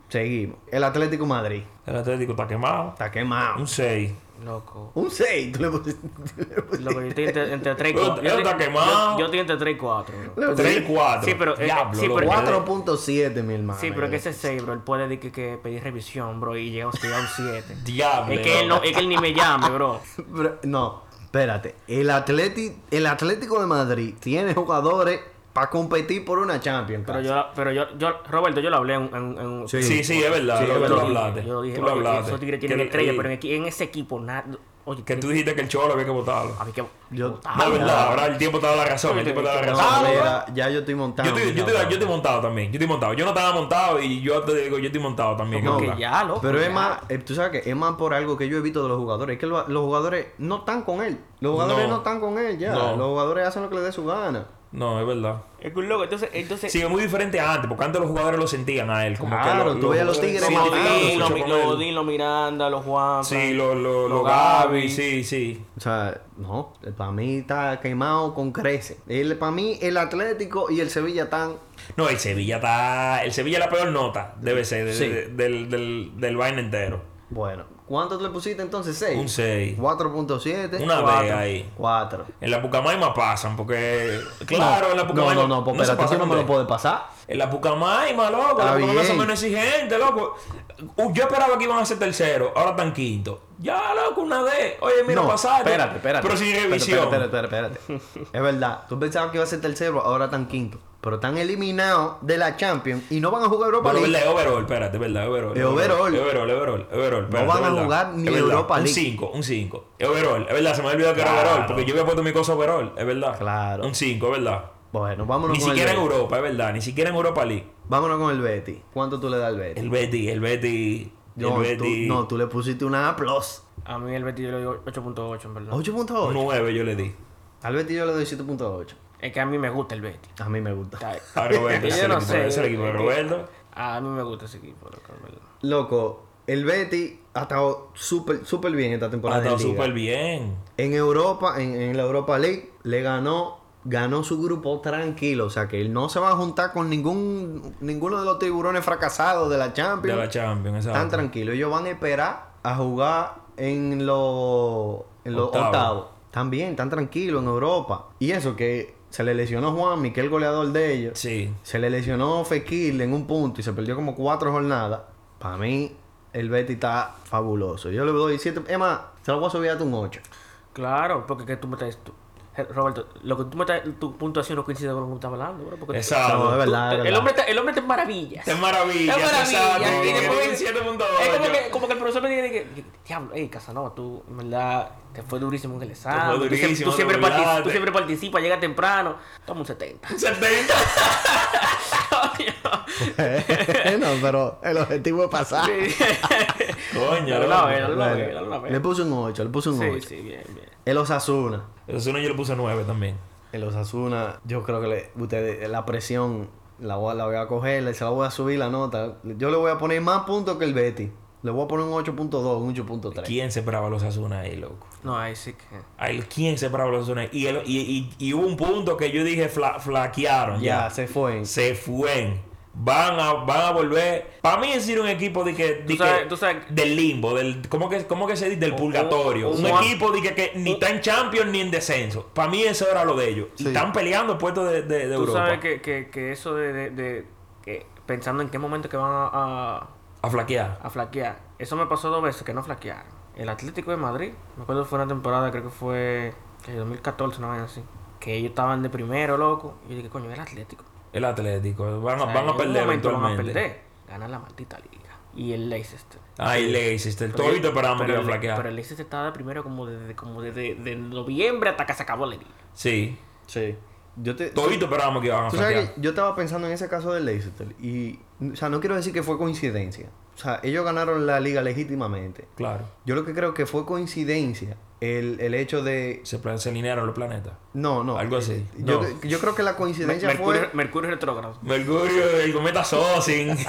[SPEAKER 1] Seguimos. El Atlético Madrid.
[SPEAKER 2] El Atlético está quemado.
[SPEAKER 1] Está quemado.
[SPEAKER 2] Un 6.
[SPEAKER 3] Loco.
[SPEAKER 1] Un 6. Tú le pusiste- [laughs]
[SPEAKER 3] Loco, yo estoy entre, entre 3 y
[SPEAKER 2] Pero
[SPEAKER 3] 4.
[SPEAKER 2] él está quemado.
[SPEAKER 3] Yo, yo estoy entre 3 y 4.
[SPEAKER 1] Le
[SPEAKER 2] 3 y 4.
[SPEAKER 3] Sí, pero, eh,
[SPEAKER 2] Diablo,
[SPEAKER 3] sí,
[SPEAKER 2] loco.
[SPEAKER 3] pero-
[SPEAKER 1] 4.7, mi hermano.
[SPEAKER 3] Sí, pero es que ese 6, bro, él puede decir que, que pedir revisión, bro, y llega hostia, a
[SPEAKER 1] [laughs]
[SPEAKER 3] un 7.
[SPEAKER 2] Diablo.
[SPEAKER 3] Es que, él no, es que él ni me llame, bro.
[SPEAKER 1] Pero- No, espérate. El, Atleti, el Atlético de Madrid tiene jugadores para competir por una Champions.
[SPEAKER 3] Pero
[SPEAKER 1] casi.
[SPEAKER 3] yo, pero yo, yo Roberto, yo lo hablé en, en, en
[SPEAKER 1] Sí.
[SPEAKER 2] Sí, sí, es verdad.
[SPEAKER 1] Sí,
[SPEAKER 2] lo
[SPEAKER 1] es
[SPEAKER 2] que tú
[SPEAKER 1] verdad.
[SPEAKER 2] lo hablaste.
[SPEAKER 3] Yo dije,
[SPEAKER 2] tú lo
[SPEAKER 3] oye,
[SPEAKER 2] hablaste.
[SPEAKER 3] esos tigres
[SPEAKER 2] Que
[SPEAKER 3] tienen
[SPEAKER 2] el-
[SPEAKER 3] estrella,
[SPEAKER 2] el-
[SPEAKER 3] pero en, aquí- en ese equipo, nada. Oye,
[SPEAKER 2] Que tú dijiste que el cholo había que votarlo.
[SPEAKER 3] A mí que.
[SPEAKER 1] Yo-
[SPEAKER 3] Ah,
[SPEAKER 2] No, es verdad. Ahora el tiempo te da la razón. El tiempo te da la
[SPEAKER 1] No,
[SPEAKER 2] razón. Ah,
[SPEAKER 1] mira, ya yo estoy montando.
[SPEAKER 2] Yo estoy, yo, estoy, yo estoy montado también. Yo estoy montado. Yo no estaba montado y yo te digo, yo estoy montado también.
[SPEAKER 3] No,
[SPEAKER 2] ¿qué
[SPEAKER 3] que
[SPEAKER 2] onda?
[SPEAKER 3] ya, loco.
[SPEAKER 1] Pero es
[SPEAKER 3] ya.
[SPEAKER 1] más, eh, tú sabes que es más por algo que yo evito de los jugadores. Es que lo- los jugadores no están con él. Los jugadores
[SPEAKER 2] No.
[SPEAKER 1] no, están con él ya.
[SPEAKER 2] No.
[SPEAKER 1] Los jugadores hacen lo que les dé su gana.
[SPEAKER 2] No, es verdad.
[SPEAKER 3] Es que un loco, entonces. entonces
[SPEAKER 2] Sí, es muy diferente a antes, porque antes los jugadores lo sentían a él. Como
[SPEAKER 1] Claro,
[SPEAKER 2] que lo-
[SPEAKER 1] tú veías los tigres
[SPEAKER 2] se
[SPEAKER 1] matando,
[SPEAKER 2] identificaban
[SPEAKER 3] Los
[SPEAKER 2] mucho
[SPEAKER 3] Odín,
[SPEAKER 2] con
[SPEAKER 3] los
[SPEAKER 2] él.
[SPEAKER 3] Odín, los Miranda, los Juan.
[SPEAKER 2] Sí, los lo,
[SPEAKER 3] los
[SPEAKER 2] lo Gaby,
[SPEAKER 3] Gaby.
[SPEAKER 2] sí, sí.
[SPEAKER 1] O sea, no, para mí está quemado con crece. El, para mí el Atlético y el Sevilla están...
[SPEAKER 2] No, el Sevilla está. El Sevilla es la peor nota, debe ser, de-
[SPEAKER 1] Sí.
[SPEAKER 2] de- del, del, del vaina entero.
[SPEAKER 1] Bueno, ¿cuánto tú le pusiste entonces? 6.
[SPEAKER 2] Un 6.
[SPEAKER 1] 4.7.
[SPEAKER 2] Una
[SPEAKER 1] Cuatro.
[SPEAKER 2] B ahí.
[SPEAKER 1] Cuatro.
[SPEAKER 2] En la Pucamaima pasan, porque. Claro, en la
[SPEAKER 1] No,
[SPEAKER 2] Pucamaima.
[SPEAKER 1] no, no,
[SPEAKER 2] se
[SPEAKER 1] espérate,
[SPEAKER 2] pasa
[SPEAKER 1] tú no me
[SPEAKER 2] con
[SPEAKER 1] lo puedes pasar.
[SPEAKER 2] En la Pucamaima, loco.
[SPEAKER 1] Está
[SPEAKER 2] La Pucamaima
[SPEAKER 1] bien.
[SPEAKER 2] son menos exigentes, loco. Uh, Yo esperaba que iban a ser tercero, ahora están quinto. Ya, loco, una D. Oye, mira,
[SPEAKER 1] no,
[SPEAKER 2] pasaste.
[SPEAKER 1] espérate, espérate.
[SPEAKER 2] Pero sin
[SPEAKER 1] Espérate,
[SPEAKER 2] revisión.
[SPEAKER 1] Espérate, espérate, espérate, espérate. es verdad, tú pensabas que iba a ser tercero, ahora están quinto. Pero están eliminados de la Champions y no van a jugar Europa
[SPEAKER 2] Pero
[SPEAKER 1] League.
[SPEAKER 2] verdad, es overall, espérate, verdad, es overall.
[SPEAKER 1] Es
[SPEAKER 2] es
[SPEAKER 1] overall.
[SPEAKER 2] es Overall, es overall, es overall. espérate,
[SPEAKER 1] van a
[SPEAKER 2] es verdad,
[SPEAKER 1] jugar ni
[SPEAKER 2] es verdad.
[SPEAKER 1] Europa League.
[SPEAKER 2] Un 5, un 5. Es overall, es verdad, se me había olvidado que
[SPEAKER 1] Claro.
[SPEAKER 2] era overall, porque yo había puesto mi cosa overall, es verdad.
[SPEAKER 1] Claro.
[SPEAKER 2] Un 5, es verdad.
[SPEAKER 1] Bueno, vámonos
[SPEAKER 2] ni
[SPEAKER 1] con
[SPEAKER 2] siquiera
[SPEAKER 1] el
[SPEAKER 2] en
[SPEAKER 1] Betis.
[SPEAKER 2] Europa, es verdad, ni siquiera en Europa League.
[SPEAKER 1] Vámonos con el Betty. ¿Cuánto tú le das al Betty?
[SPEAKER 2] El Betty, el Betty,
[SPEAKER 1] No,
[SPEAKER 2] el Betty.
[SPEAKER 1] Tú, no, tú le pusiste una A plus.
[SPEAKER 3] A mí el Betis yo le digo 8.8, en verdad.
[SPEAKER 1] 8.8.
[SPEAKER 2] 9 yo le di.
[SPEAKER 1] Al Betty yo le doy 7.8.
[SPEAKER 3] Es que a mí me gusta el Betis.
[SPEAKER 1] A mí me gusta. [laughs]
[SPEAKER 3] Está-
[SPEAKER 2] A Roberto, ese
[SPEAKER 3] [laughs] Yo
[SPEAKER 2] es el
[SPEAKER 3] no
[SPEAKER 2] equipo-
[SPEAKER 3] sé,
[SPEAKER 2] ese es el equipo de
[SPEAKER 3] es que-
[SPEAKER 2] Roberto.
[SPEAKER 3] A mí me gusta ese equipo, loco, en verdad.
[SPEAKER 1] Loco, el Betty ha estado súper súper bien esta
[SPEAKER 2] Ha
[SPEAKER 1] temporada.
[SPEAKER 2] estado
[SPEAKER 1] en Liga.
[SPEAKER 2] súper bien.
[SPEAKER 1] En Europa, en, en la Europa League, le ganó ganó su grupo tranquilo. O sea que él no se va a juntar con ningún ninguno de los tiburones fracasados de la
[SPEAKER 2] de
[SPEAKER 1] Champions.
[SPEAKER 2] la Champions. exacto.
[SPEAKER 1] Están tranquilos. Ellos van a esperar a jugar en los en los
[SPEAKER 2] Octavo.
[SPEAKER 1] octavos. También, están tranquilos en Europa. Y eso que se le lesionó Juan, que es el goleador de ellos.
[SPEAKER 2] Sí.
[SPEAKER 1] Se le lesionó Fekir en un punto y se perdió como cuatro jornadas. Para mí, el Betty está fabuloso. Yo le doy siete. Es más, se lo voy a subir a un 8.
[SPEAKER 3] Claro, porque que tú me estás... tú- eh, Roberto, lo que tú me estás... Tu puntuación no coincide con lo que tú estás hablando, bro. Porque Ah, tú-
[SPEAKER 1] No, es
[SPEAKER 2] Exacto.
[SPEAKER 1] verdad, es
[SPEAKER 3] el,
[SPEAKER 1] verdad.
[SPEAKER 3] hombre está, el hombre está en maravillas.
[SPEAKER 2] Es maravilla.
[SPEAKER 3] Es maravilla.
[SPEAKER 2] exacto.
[SPEAKER 3] Y
[SPEAKER 2] Tiene
[SPEAKER 3] después-
[SPEAKER 2] 7.2.
[SPEAKER 3] Es como
[SPEAKER 2] yo-
[SPEAKER 3] que, como que el profesor me dice que, diablo, hey, Casanova, tú, en verdad, te fue durísimo en el examen.
[SPEAKER 2] fue
[SPEAKER 3] tú siempre-
[SPEAKER 2] durísimo,
[SPEAKER 3] tú, siempre
[SPEAKER 2] te
[SPEAKER 3] partici-
[SPEAKER 2] olvidaste.
[SPEAKER 3] tú siempre participas, llegas temprano. Toma
[SPEAKER 2] [laughs]
[SPEAKER 3] un [laughs] 70.
[SPEAKER 2] 70.
[SPEAKER 1] [laughs]
[SPEAKER 3] [laughs]
[SPEAKER 1] no, pero el objetivo es pasar.
[SPEAKER 2] Coño,
[SPEAKER 3] Dale una
[SPEAKER 2] loco.
[SPEAKER 3] vez, dale una vez,
[SPEAKER 1] Bueno,
[SPEAKER 3] dale una vez.
[SPEAKER 1] le puse un 8, le puse un 8.
[SPEAKER 3] Sí, sí, bien, bien.
[SPEAKER 1] El Osasuna.
[SPEAKER 2] El Osuna yo le puse 9 también.
[SPEAKER 1] El Osasuna, yo creo que le- ustedes, la presión la voy, a- la voy a coger, le- se la voy a subir la nota. Yo le voy a poner más puntos que el Betty. Le voy a poner un 8.2, un 8.3.
[SPEAKER 2] ¿Quién se paraba los Asuna ahí, loco?
[SPEAKER 3] No, ahí sí que...
[SPEAKER 2] A él, ¿Quién se paraba los Asuna? Y, el- y, y, y hubo un punto que yo dije, fla- flaquearon
[SPEAKER 1] Ya,
[SPEAKER 2] ya.
[SPEAKER 1] se fue.
[SPEAKER 2] Se fuen. Van a, van a volver. Para mí es ir un equipo de que, de
[SPEAKER 3] Tú sabes-
[SPEAKER 2] que-
[SPEAKER 3] tú sabes-
[SPEAKER 2] del limbo, del ¿cómo que cómo que se dice del
[SPEAKER 1] Un-
[SPEAKER 2] purgatorio,
[SPEAKER 1] un-
[SPEAKER 2] un,
[SPEAKER 1] un-
[SPEAKER 2] equipo de que, que ni está en Champions ni en descenso. Para mí eso era lo de ellos. Y
[SPEAKER 1] Sí.
[SPEAKER 2] están peleando el puesto de, de, de
[SPEAKER 3] Tú
[SPEAKER 2] Europa.
[SPEAKER 3] sabes que, que, que eso de... de, de- que pensando en qué momento que van a, a,
[SPEAKER 2] A flaquear.
[SPEAKER 3] a flaquear. Eso me pasó dos veces, que no flaquearon. El Atlético de Madrid, me acuerdo que fue una temporada, creo que fue... que 2014, una vaina así. Que ellos estaban de primero, loco. Y yo dije, coño, el Atlético.
[SPEAKER 2] El Atlético. Ah, Van, a-
[SPEAKER 3] O sea,
[SPEAKER 2] van
[SPEAKER 3] en
[SPEAKER 2] a
[SPEAKER 3] un
[SPEAKER 2] perder
[SPEAKER 3] momento van a
[SPEAKER 2] eventualmente.
[SPEAKER 3] perder. Ganan la maldita liga. Y el Leicester.
[SPEAKER 2] Ay, Leicester. Todito esperábamos que iba
[SPEAKER 3] pero
[SPEAKER 2] a
[SPEAKER 3] el-
[SPEAKER 2] flaquear.
[SPEAKER 3] Pero el Leicester estaba de primero como desde como desde, de noviembre hasta que se acabó la liga.
[SPEAKER 2] Sí.
[SPEAKER 1] Sí. Yo te,
[SPEAKER 2] Todito esperábamos que iban a
[SPEAKER 1] Tú sabes
[SPEAKER 2] flaquear.
[SPEAKER 1] que yo estaba pensando en ese caso del Leicester y, o sea, no quiero decir que fue coincidencia. O sea, ellos ganaron la liga legítimamente.
[SPEAKER 2] Claro.
[SPEAKER 1] Yo lo que creo que fue coincidencia el, el hecho de...
[SPEAKER 2] Se, pla- se alinearon los planetas.
[SPEAKER 1] No, no. eh,
[SPEAKER 2] Algo así.
[SPEAKER 1] Yo,
[SPEAKER 2] No.
[SPEAKER 1] yo creo que la coincidencia fue...
[SPEAKER 3] Mercurio, Mercurio retrógrado.
[SPEAKER 2] Mercurio, el cometa Sosin.
[SPEAKER 1] [laughs]
[SPEAKER 3] [laughs]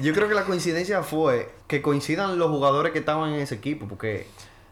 [SPEAKER 1] Yo creo que la coincidencia fue que coincidan los jugadores que estaban en ese equipo, porque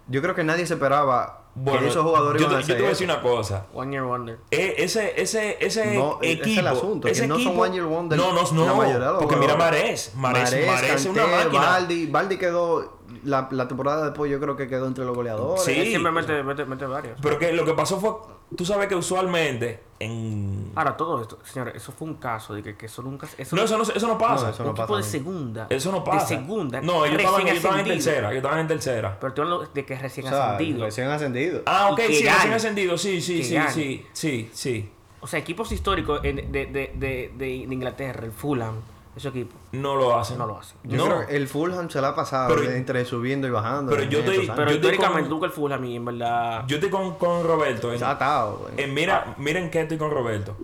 [SPEAKER 1] yo creo que nadie se esperaba que esos jugadores
[SPEAKER 2] yo, te-
[SPEAKER 1] iban a
[SPEAKER 2] yo te
[SPEAKER 1] hacer
[SPEAKER 2] voy a
[SPEAKER 1] eso.
[SPEAKER 2] decir una cosa.
[SPEAKER 3] One Year Wonder.
[SPEAKER 2] Eh, ese ese, ese
[SPEAKER 1] No, e-
[SPEAKER 2] equipo.
[SPEAKER 1] ese es el asunto, que
[SPEAKER 2] ese
[SPEAKER 1] no son
[SPEAKER 2] equipo-
[SPEAKER 1] one year wonder
[SPEAKER 2] No, no,
[SPEAKER 1] la
[SPEAKER 2] no.
[SPEAKER 1] mayoría de los
[SPEAKER 2] porque mira
[SPEAKER 1] jugadores.
[SPEAKER 2] Marés. Marés, Marés es una
[SPEAKER 1] Kanté,
[SPEAKER 2] máquina.
[SPEAKER 1] Baldi, Baldi quedó la, la temporada después yo creo que quedó entre los goleadores.
[SPEAKER 2] Sí.
[SPEAKER 3] Él siempre mete, mete, mete varios.
[SPEAKER 2] Pero que lo que pasó fue. Tú sabes que usualmente. En...
[SPEAKER 3] Ahora, todo esto, señores, eso fue un caso de que, que eso nunca. Ah, Eso
[SPEAKER 2] No, eso no, eso no pasa.
[SPEAKER 1] No,
[SPEAKER 2] eso,
[SPEAKER 1] eso
[SPEAKER 3] un
[SPEAKER 1] no
[SPEAKER 3] equipo
[SPEAKER 1] pasa
[SPEAKER 3] de
[SPEAKER 1] nunca.
[SPEAKER 3] segunda.
[SPEAKER 2] no pasa.
[SPEAKER 3] De segunda.
[SPEAKER 2] No, ellos estaban,
[SPEAKER 3] recién
[SPEAKER 2] ellos estaban en
[SPEAKER 3] ascendido.
[SPEAKER 2] tercera. Ellos estaban en tercera.
[SPEAKER 3] Pero tú hablas de que recién
[SPEAKER 1] O sea,
[SPEAKER 3] ascendido.
[SPEAKER 1] recién ascendido.
[SPEAKER 2] Ah, ok,
[SPEAKER 3] Y que
[SPEAKER 2] sí, recién
[SPEAKER 3] gane.
[SPEAKER 2] ascendido. Sí, sí,
[SPEAKER 3] Que
[SPEAKER 2] sí,
[SPEAKER 3] gane.
[SPEAKER 2] sí, sí, sí.
[SPEAKER 3] O sea, equipos históricos en- de, de, de, de, de Inglaterra, el Fulham, esos equipos,
[SPEAKER 2] No lo hacen.
[SPEAKER 3] no lo hacen.
[SPEAKER 1] Yo
[SPEAKER 2] no.
[SPEAKER 1] creo que eh, el Fulham se la ha pasado
[SPEAKER 2] Pero-
[SPEAKER 1] de entre subiendo y bajando.
[SPEAKER 2] pero
[SPEAKER 1] en
[SPEAKER 2] yo te-
[SPEAKER 1] estos años.
[SPEAKER 3] Pero
[SPEAKER 2] Yo estoy
[SPEAKER 3] históricamente
[SPEAKER 2] con-
[SPEAKER 3] nunca el Fulham y en verdad.
[SPEAKER 2] Yo estoy con, con Roberto. En,
[SPEAKER 1] Se ha atado. güey.
[SPEAKER 2] en Eh,
[SPEAKER 1] Ah.
[SPEAKER 2] mira, miren que estoy con Roberto.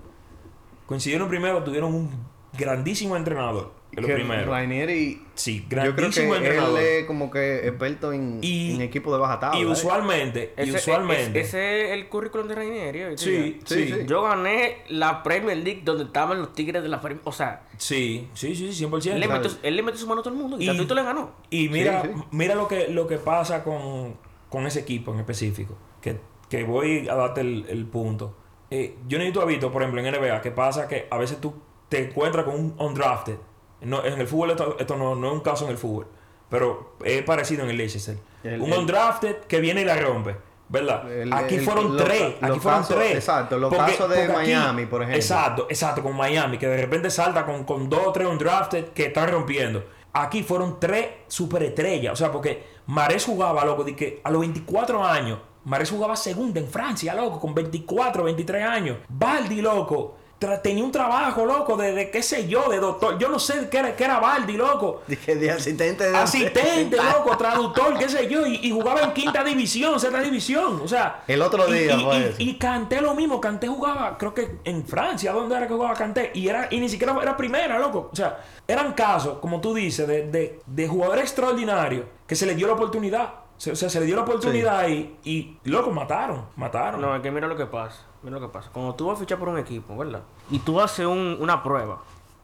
[SPEAKER 2] Coincidieron primero, tuvieron un grandísimo entrenador. Lo
[SPEAKER 1] Que
[SPEAKER 2] primero.
[SPEAKER 1] Ranieri,
[SPEAKER 2] Sí,
[SPEAKER 1] yo creo que
[SPEAKER 2] grandísimo
[SPEAKER 1] él
[SPEAKER 2] entrenador.
[SPEAKER 1] es como que experto en,
[SPEAKER 2] Y-
[SPEAKER 1] en equipo de baja tabla.
[SPEAKER 2] y
[SPEAKER 1] ¿eh?
[SPEAKER 2] usualmente, y
[SPEAKER 3] Ese-
[SPEAKER 2] usualmente.
[SPEAKER 3] es- Ese es el currículum de Rainieri. ¿oíste?
[SPEAKER 2] sí,
[SPEAKER 1] Sí,
[SPEAKER 2] sí,
[SPEAKER 1] sí.
[SPEAKER 3] Yo gané la Premier League donde estaban los Tigres de la Premier O sea,
[SPEAKER 2] sí, sí, sí, sí,
[SPEAKER 3] él le,
[SPEAKER 2] 100%.
[SPEAKER 3] metió, él le metió su mano a todo el mundo y,
[SPEAKER 2] Y-
[SPEAKER 3] Tatuito le ganó.
[SPEAKER 2] Y mira,
[SPEAKER 1] Sí, sí.
[SPEAKER 2] mira lo que, lo que pasa con, con ese equipo en específico. Que, que voy a darte el, el punto. Eh, yo necesito hábito, por ejemplo, en NBA, que pasa que a veces tú te encuentras con un undrafted. No, en el fútbol esto, esto no, no es un caso en el fútbol, pero es parecido en el Leicester.
[SPEAKER 1] El-
[SPEAKER 2] un
[SPEAKER 1] el-
[SPEAKER 2] undrafted que viene y la rompe, ¿verdad?
[SPEAKER 1] El-
[SPEAKER 2] aquí
[SPEAKER 1] el-
[SPEAKER 2] fueron
[SPEAKER 1] los
[SPEAKER 2] tres,
[SPEAKER 1] ca-
[SPEAKER 2] aquí
[SPEAKER 1] los
[SPEAKER 2] fueron
[SPEAKER 1] casos-
[SPEAKER 2] tres.
[SPEAKER 1] exacto, los casos de Miami, por ejemplo.
[SPEAKER 2] Exacto. Exacto, exacto, con Miami, que de repente salta con, con dos o tres undrafted que están rompiendo. Aquí fueron tres superestrellas. O sea, porque Marés jugaba, loco, de que a los 24 años, Marés jugaba segunda en Francia, loco, con 24, 23 años. Baldi, loco, tra- tenía un trabajo, loco, de, de qué sé yo, de doctor. Yo no sé qué era, qué era Baldi, loco.
[SPEAKER 1] Dije, [laughs] de asistente de [laughs]
[SPEAKER 2] Asistente, loco, traductor, qué sé yo, y, y jugaba en quinta división, sexta división, o sea.
[SPEAKER 1] El otro
[SPEAKER 2] y-
[SPEAKER 1] día
[SPEAKER 2] y,
[SPEAKER 1] fue
[SPEAKER 2] y-
[SPEAKER 1] eso.
[SPEAKER 2] y Kanté lo mismo, Canté jugaba, creo que en Francia, ¿dónde era que jugaba Canté? Y era y ni siquiera era primera, loco. O sea, eran casos, como tú dices, de, de, de jugadores extraordinarios que se les dio la oportunidad. Se- o sea, se les dio la oportunidad y, y, loco, mataron, mataron.
[SPEAKER 3] No, es que mira lo que pasa. Mira lo que pasa. Cuando tú vas a fichar por un equipo, ¿verdad? Y tú haces un- una prueba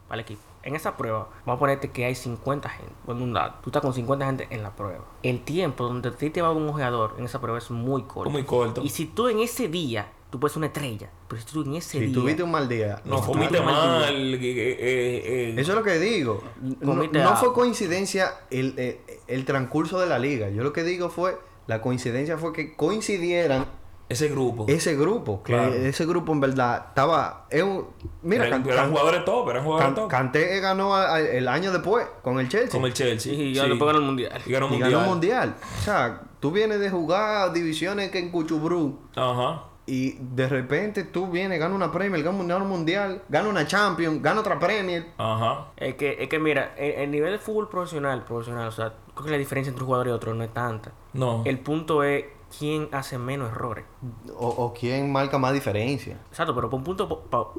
[SPEAKER 3] para el equipo. En esa prueba, vamos a ponerte que hay 50 gente. Bueno, un dato. Tú estás con 50 gente en la prueba. El tiempo donde a ti te va un ojeador en esa prueba es muy corto.
[SPEAKER 2] Muy corto.
[SPEAKER 3] Y si tú en ese día tú puedes ser una estrella. Pero si tú en ese
[SPEAKER 1] Si
[SPEAKER 3] día.
[SPEAKER 1] tuviste un mal día.
[SPEAKER 2] No,
[SPEAKER 1] no,
[SPEAKER 2] comiste
[SPEAKER 3] claro.
[SPEAKER 2] mal. eh, eh, eh,
[SPEAKER 1] Eso es lo que digo. No,
[SPEAKER 3] Comiste
[SPEAKER 1] no
[SPEAKER 3] algo.
[SPEAKER 1] fue coincidencia el, el- el transcurso de la liga. Yo lo que digo fue, la coincidencia fue que coincidieran
[SPEAKER 2] ese grupo.
[SPEAKER 1] ese grupo. Que
[SPEAKER 2] Claro.
[SPEAKER 1] ese grupo en verdad estaba... es un- mira,
[SPEAKER 2] eran,
[SPEAKER 1] Can-
[SPEAKER 2] eran
[SPEAKER 1] Can-
[SPEAKER 2] jugadores top, eran jugadores
[SPEAKER 1] Can-
[SPEAKER 2] top.
[SPEAKER 1] Kanté ganó a- a- el año después con el Chelsea.
[SPEAKER 2] Como el Chelsea.
[SPEAKER 3] Y
[SPEAKER 2] sí.
[SPEAKER 3] ya lo pongo en el mundial.
[SPEAKER 2] Y ganó
[SPEAKER 1] y
[SPEAKER 2] mundial.
[SPEAKER 1] ganó un mundial. O sea, tú vienes de jugar divisiones que en Cuchubrú
[SPEAKER 2] Ajá.
[SPEAKER 1] y de repente tú vienes, gana una Premier, gana un gana un mundial, gana una Champions, gana otra Premier.
[SPEAKER 2] Ajá.
[SPEAKER 3] Es que, es que mira, el, el nivel de fútbol profesional, profesional, o sea, creo que la diferencia entre un jugador y otro no es tanta.
[SPEAKER 2] No.
[SPEAKER 3] El punto es quién hace menos errores.
[SPEAKER 1] O, o quién marca más diferencia.
[SPEAKER 3] Exacto, pero por un punto, po- pa-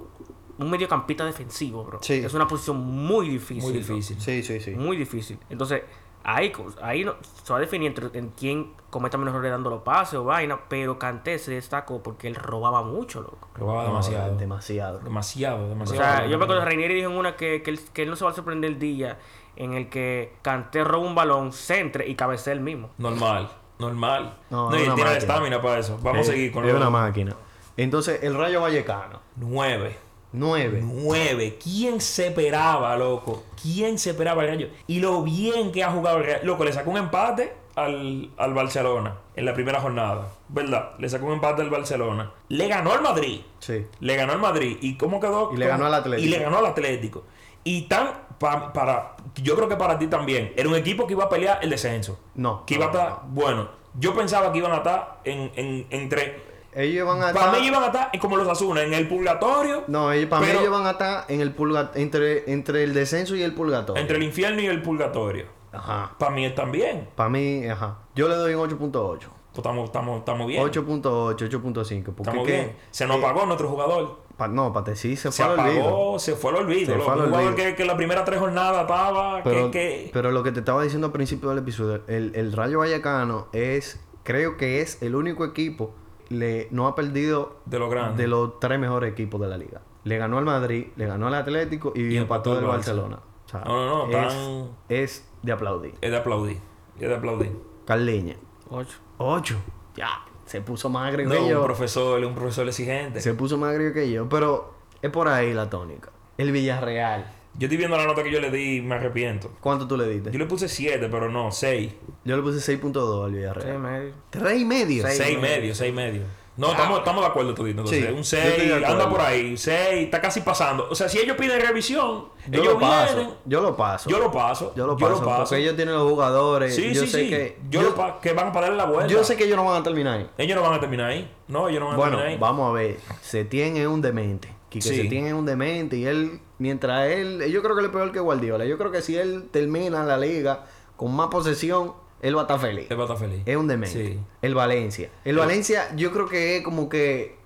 [SPEAKER 3] un mediocampista defensivo, bro.
[SPEAKER 1] Sí.
[SPEAKER 3] Es una posición muy difícil.
[SPEAKER 2] Muy
[SPEAKER 3] bro.
[SPEAKER 2] difícil.
[SPEAKER 1] Sí, sí,
[SPEAKER 2] Mm,
[SPEAKER 1] sí.
[SPEAKER 3] Muy difícil. Entonces, ahí, co- ahí no, se va a definir entre, en quién cometa menos errores dando los pases o vaina, pero Canté se destacó porque él robaba mucho, loco.
[SPEAKER 2] Robaba demasiado.
[SPEAKER 1] No, demasiado.
[SPEAKER 2] Demasiado,
[SPEAKER 3] O
[SPEAKER 2] demasiado.
[SPEAKER 3] sea, yo me acuerdo que Reinieri dijo en una que, que, él, que él no se va a sorprender el día en el que Canté roba un balón, centre y cabecea él mismo.
[SPEAKER 2] Normal, normal.
[SPEAKER 1] No,
[SPEAKER 2] No,
[SPEAKER 1] es
[SPEAKER 2] y
[SPEAKER 1] una
[SPEAKER 2] tiene la
[SPEAKER 1] máquina.
[SPEAKER 2] estamina para eso. Vamos a
[SPEAKER 1] Eh,
[SPEAKER 2] seguir con
[SPEAKER 1] Es
[SPEAKER 2] los
[SPEAKER 1] una máquina. Entonces, el Rayo Vallecano.
[SPEAKER 2] nueve. Mm.
[SPEAKER 1] 9.
[SPEAKER 2] Nueve. ¿Quién se esperaba, loco? ¿Quién se esperaba el Rayo? Y lo bien que ha jugado el Rayo. Loco, le sacó un empate al, al Barcelona en la primera jornada. ¿Verdad? Le sacó un empate al Barcelona. Le ganó al Madrid.
[SPEAKER 1] Sí.
[SPEAKER 2] Le ganó al Madrid. ¿Y cómo quedó?
[SPEAKER 1] Y le
[SPEAKER 2] ¿Cómo?
[SPEAKER 1] ganó al Atlético.
[SPEAKER 2] Y le ganó al Atlético. Y tan pa- para. Yo creo que para ti también. Era un equipo que iba a pelear el descenso.
[SPEAKER 1] No.
[SPEAKER 2] Que iba a
[SPEAKER 1] no,
[SPEAKER 2] estar. Bueno, yo pensaba que iban a estar en, en, entre.
[SPEAKER 1] no. Ellos van a
[SPEAKER 2] Para mí
[SPEAKER 1] estar-
[SPEAKER 2] iban a estar en- como los Asuna, en el purgatorio.
[SPEAKER 1] Ah, No, ellos, para
[SPEAKER 2] Pero-
[SPEAKER 1] mí ellos van a estar en el purga... entre, entre el descenso y el purgatorio.
[SPEAKER 2] Entre el infierno y el purgatorio.
[SPEAKER 1] Ajá.
[SPEAKER 2] Para mí también.
[SPEAKER 1] Para mí, ajá. Yo le doy un 8.8.
[SPEAKER 2] Pues Estamos, estamos, estamos bien.
[SPEAKER 1] 8.8, 8.5. Porque
[SPEAKER 2] estamos
[SPEAKER 1] que-
[SPEAKER 2] bien. Se nos apagó nuestro jugador.
[SPEAKER 1] pa- no, para ti sí Eh, se,
[SPEAKER 2] Se
[SPEAKER 1] fue al
[SPEAKER 2] apagó,
[SPEAKER 1] olvido.
[SPEAKER 2] se fue al olvido.
[SPEAKER 1] Se
[SPEAKER 2] loco.
[SPEAKER 1] fue al
[SPEAKER 2] un jugador
[SPEAKER 1] olvido.
[SPEAKER 2] que, que la primera tres jornadas estaba.
[SPEAKER 1] Pero,
[SPEAKER 2] que, que...
[SPEAKER 1] pero lo que te estaba diciendo al principio del episodio, el, el Rayo Vallecano es, creo que es el único equipo le no ha perdido
[SPEAKER 2] De lo grande.
[SPEAKER 1] de los tres mejores equipos de la liga. Le ganó al Madrid, le ganó al Atlético y,
[SPEAKER 2] Y
[SPEAKER 1] empató
[SPEAKER 2] empató
[SPEAKER 1] al
[SPEAKER 2] el
[SPEAKER 1] Barcelona. O sea,
[SPEAKER 2] No, no, no,
[SPEAKER 1] es,
[SPEAKER 2] tan-
[SPEAKER 1] es de aplaudir.
[SPEAKER 2] Es de aplaudir. Es de aplaudir.
[SPEAKER 1] Carleña,
[SPEAKER 3] Ocho.
[SPEAKER 1] 8. Ya, se puso más agrio
[SPEAKER 2] No,
[SPEAKER 1] que
[SPEAKER 2] un
[SPEAKER 1] yo.
[SPEAKER 2] profesor, un profesor exigente.
[SPEAKER 1] Se puso más agrio que yo, pero es por ahí la tónica. El Villarreal,
[SPEAKER 2] Yo estoy viendo la nota que yo le di y me arrepiento.
[SPEAKER 1] ¿cuánto tú le diste?
[SPEAKER 2] Yo le puse 7, pero no, 6.
[SPEAKER 1] Yo le puse 6.2 al Villarreal.
[SPEAKER 3] medio.
[SPEAKER 1] Tres y medio.
[SPEAKER 3] Seis.
[SPEAKER 2] 6 y medio, 6 y medio. No, estamos, estamos de acuerdo todito. Entonces,
[SPEAKER 1] Ah. Sí,
[SPEAKER 2] un
[SPEAKER 1] yo estoy
[SPEAKER 2] 6,
[SPEAKER 1] de
[SPEAKER 2] anda
[SPEAKER 1] acuerdo.
[SPEAKER 2] por ahí. 6, está casi pasando. O sea, si ellos piden revisión,
[SPEAKER 1] Yo
[SPEAKER 2] ellos
[SPEAKER 1] lo paso.
[SPEAKER 2] vienen.
[SPEAKER 1] Yo lo paso.
[SPEAKER 2] Yo lo paso.
[SPEAKER 1] Yo lo paso. Porque ellos tienen los jugadores.
[SPEAKER 2] Sí,
[SPEAKER 1] yo
[SPEAKER 2] sí,
[SPEAKER 1] sé
[SPEAKER 2] sí.
[SPEAKER 1] que.
[SPEAKER 2] yo, lo paso. Que van a darle la vuelta.
[SPEAKER 1] yo sé que ellos no van a terminar ahí.
[SPEAKER 2] Ellos no van a terminar ahí. No, ellos no van
[SPEAKER 1] Bueno,
[SPEAKER 2] a terminar ahí.
[SPEAKER 1] vamos a ver. Setién es un demente. Quique
[SPEAKER 2] Sí.
[SPEAKER 1] Setién es un demente. Y él, mientras él. Yo creo que él es peor que Guardiola. Yo creo que si él termina la liga con más posesión, él va a estar feliz.
[SPEAKER 2] Él va a estar feliz.
[SPEAKER 1] Es un demente.
[SPEAKER 2] Sí.
[SPEAKER 1] El Valencia. El Valencia, yo creo que es como que.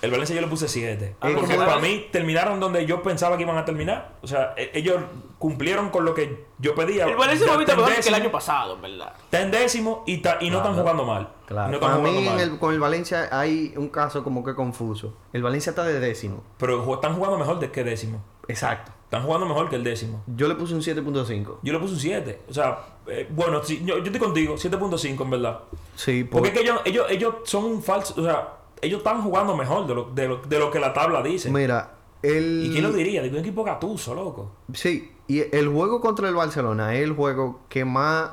[SPEAKER 2] El Valencia yo le puse 7.
[SPEAKER 1] Ah,
[SPEAKER 2] porque
[SPEAKER 1] como-
[SPEAKER 2] para mí terminaron donde yo pensaba que iban a terminar. O sea, e- ellos cumplieron con lo que yo pedía.
[SPEAKER 3] El Valencia
[SPEAKER 2] Ya
[SPEAKER 3] lo
[SPEAKER 2] está
[SPEAKER 3] viste
[SPEAKER 2] en
[SPEAKER 3] mejor que el
[SPEAKER 2] décimo-
[SPEAKER 3] año pasado, en verdad.
[SPEAKER 2] Está en décimo y, ta- y no están jugando mal.
[SPEAKER 1] Claro.
[SPEAKER 2] No están
[SPEAKER 1] Para
[SPEAKER 2] jugando
[SPEAKER 1] mí, en
[SPEAKER 2] mal.
[SPEAKER 1] el- con el Valencia hay un caso como que confuso. El Valencia está de décimo.
[SPEAKER 2] Pero ju- están jugando mejor de que décimo.
[SPEAKER 1] Exacto.
[SPEAKER 2] Están jugando mejor que el décimo.
[SPEAKER 1] Yo le puse un 7.5.
[SPEAKER 2] Yo le puse un 7. O sea, eh, bueno, sí, yo, yo estoy contigo. 7.5 en verdad.
[SPEAKER 1] Sí, por-
[SPEAKER 2] Porque es que ellos, ellos, ellos son un falso... O sea, ellos están jugando mejor de lo, de lo, de lo que la tabla dice.
[SPEAKER 1] Mira, el.
[SPEAKER 2] ¿Y quién lo diría? De un equipo gatuso, loco.
[SPEAKER 1] Sí, y el juego contra el Barcelona es el juego que más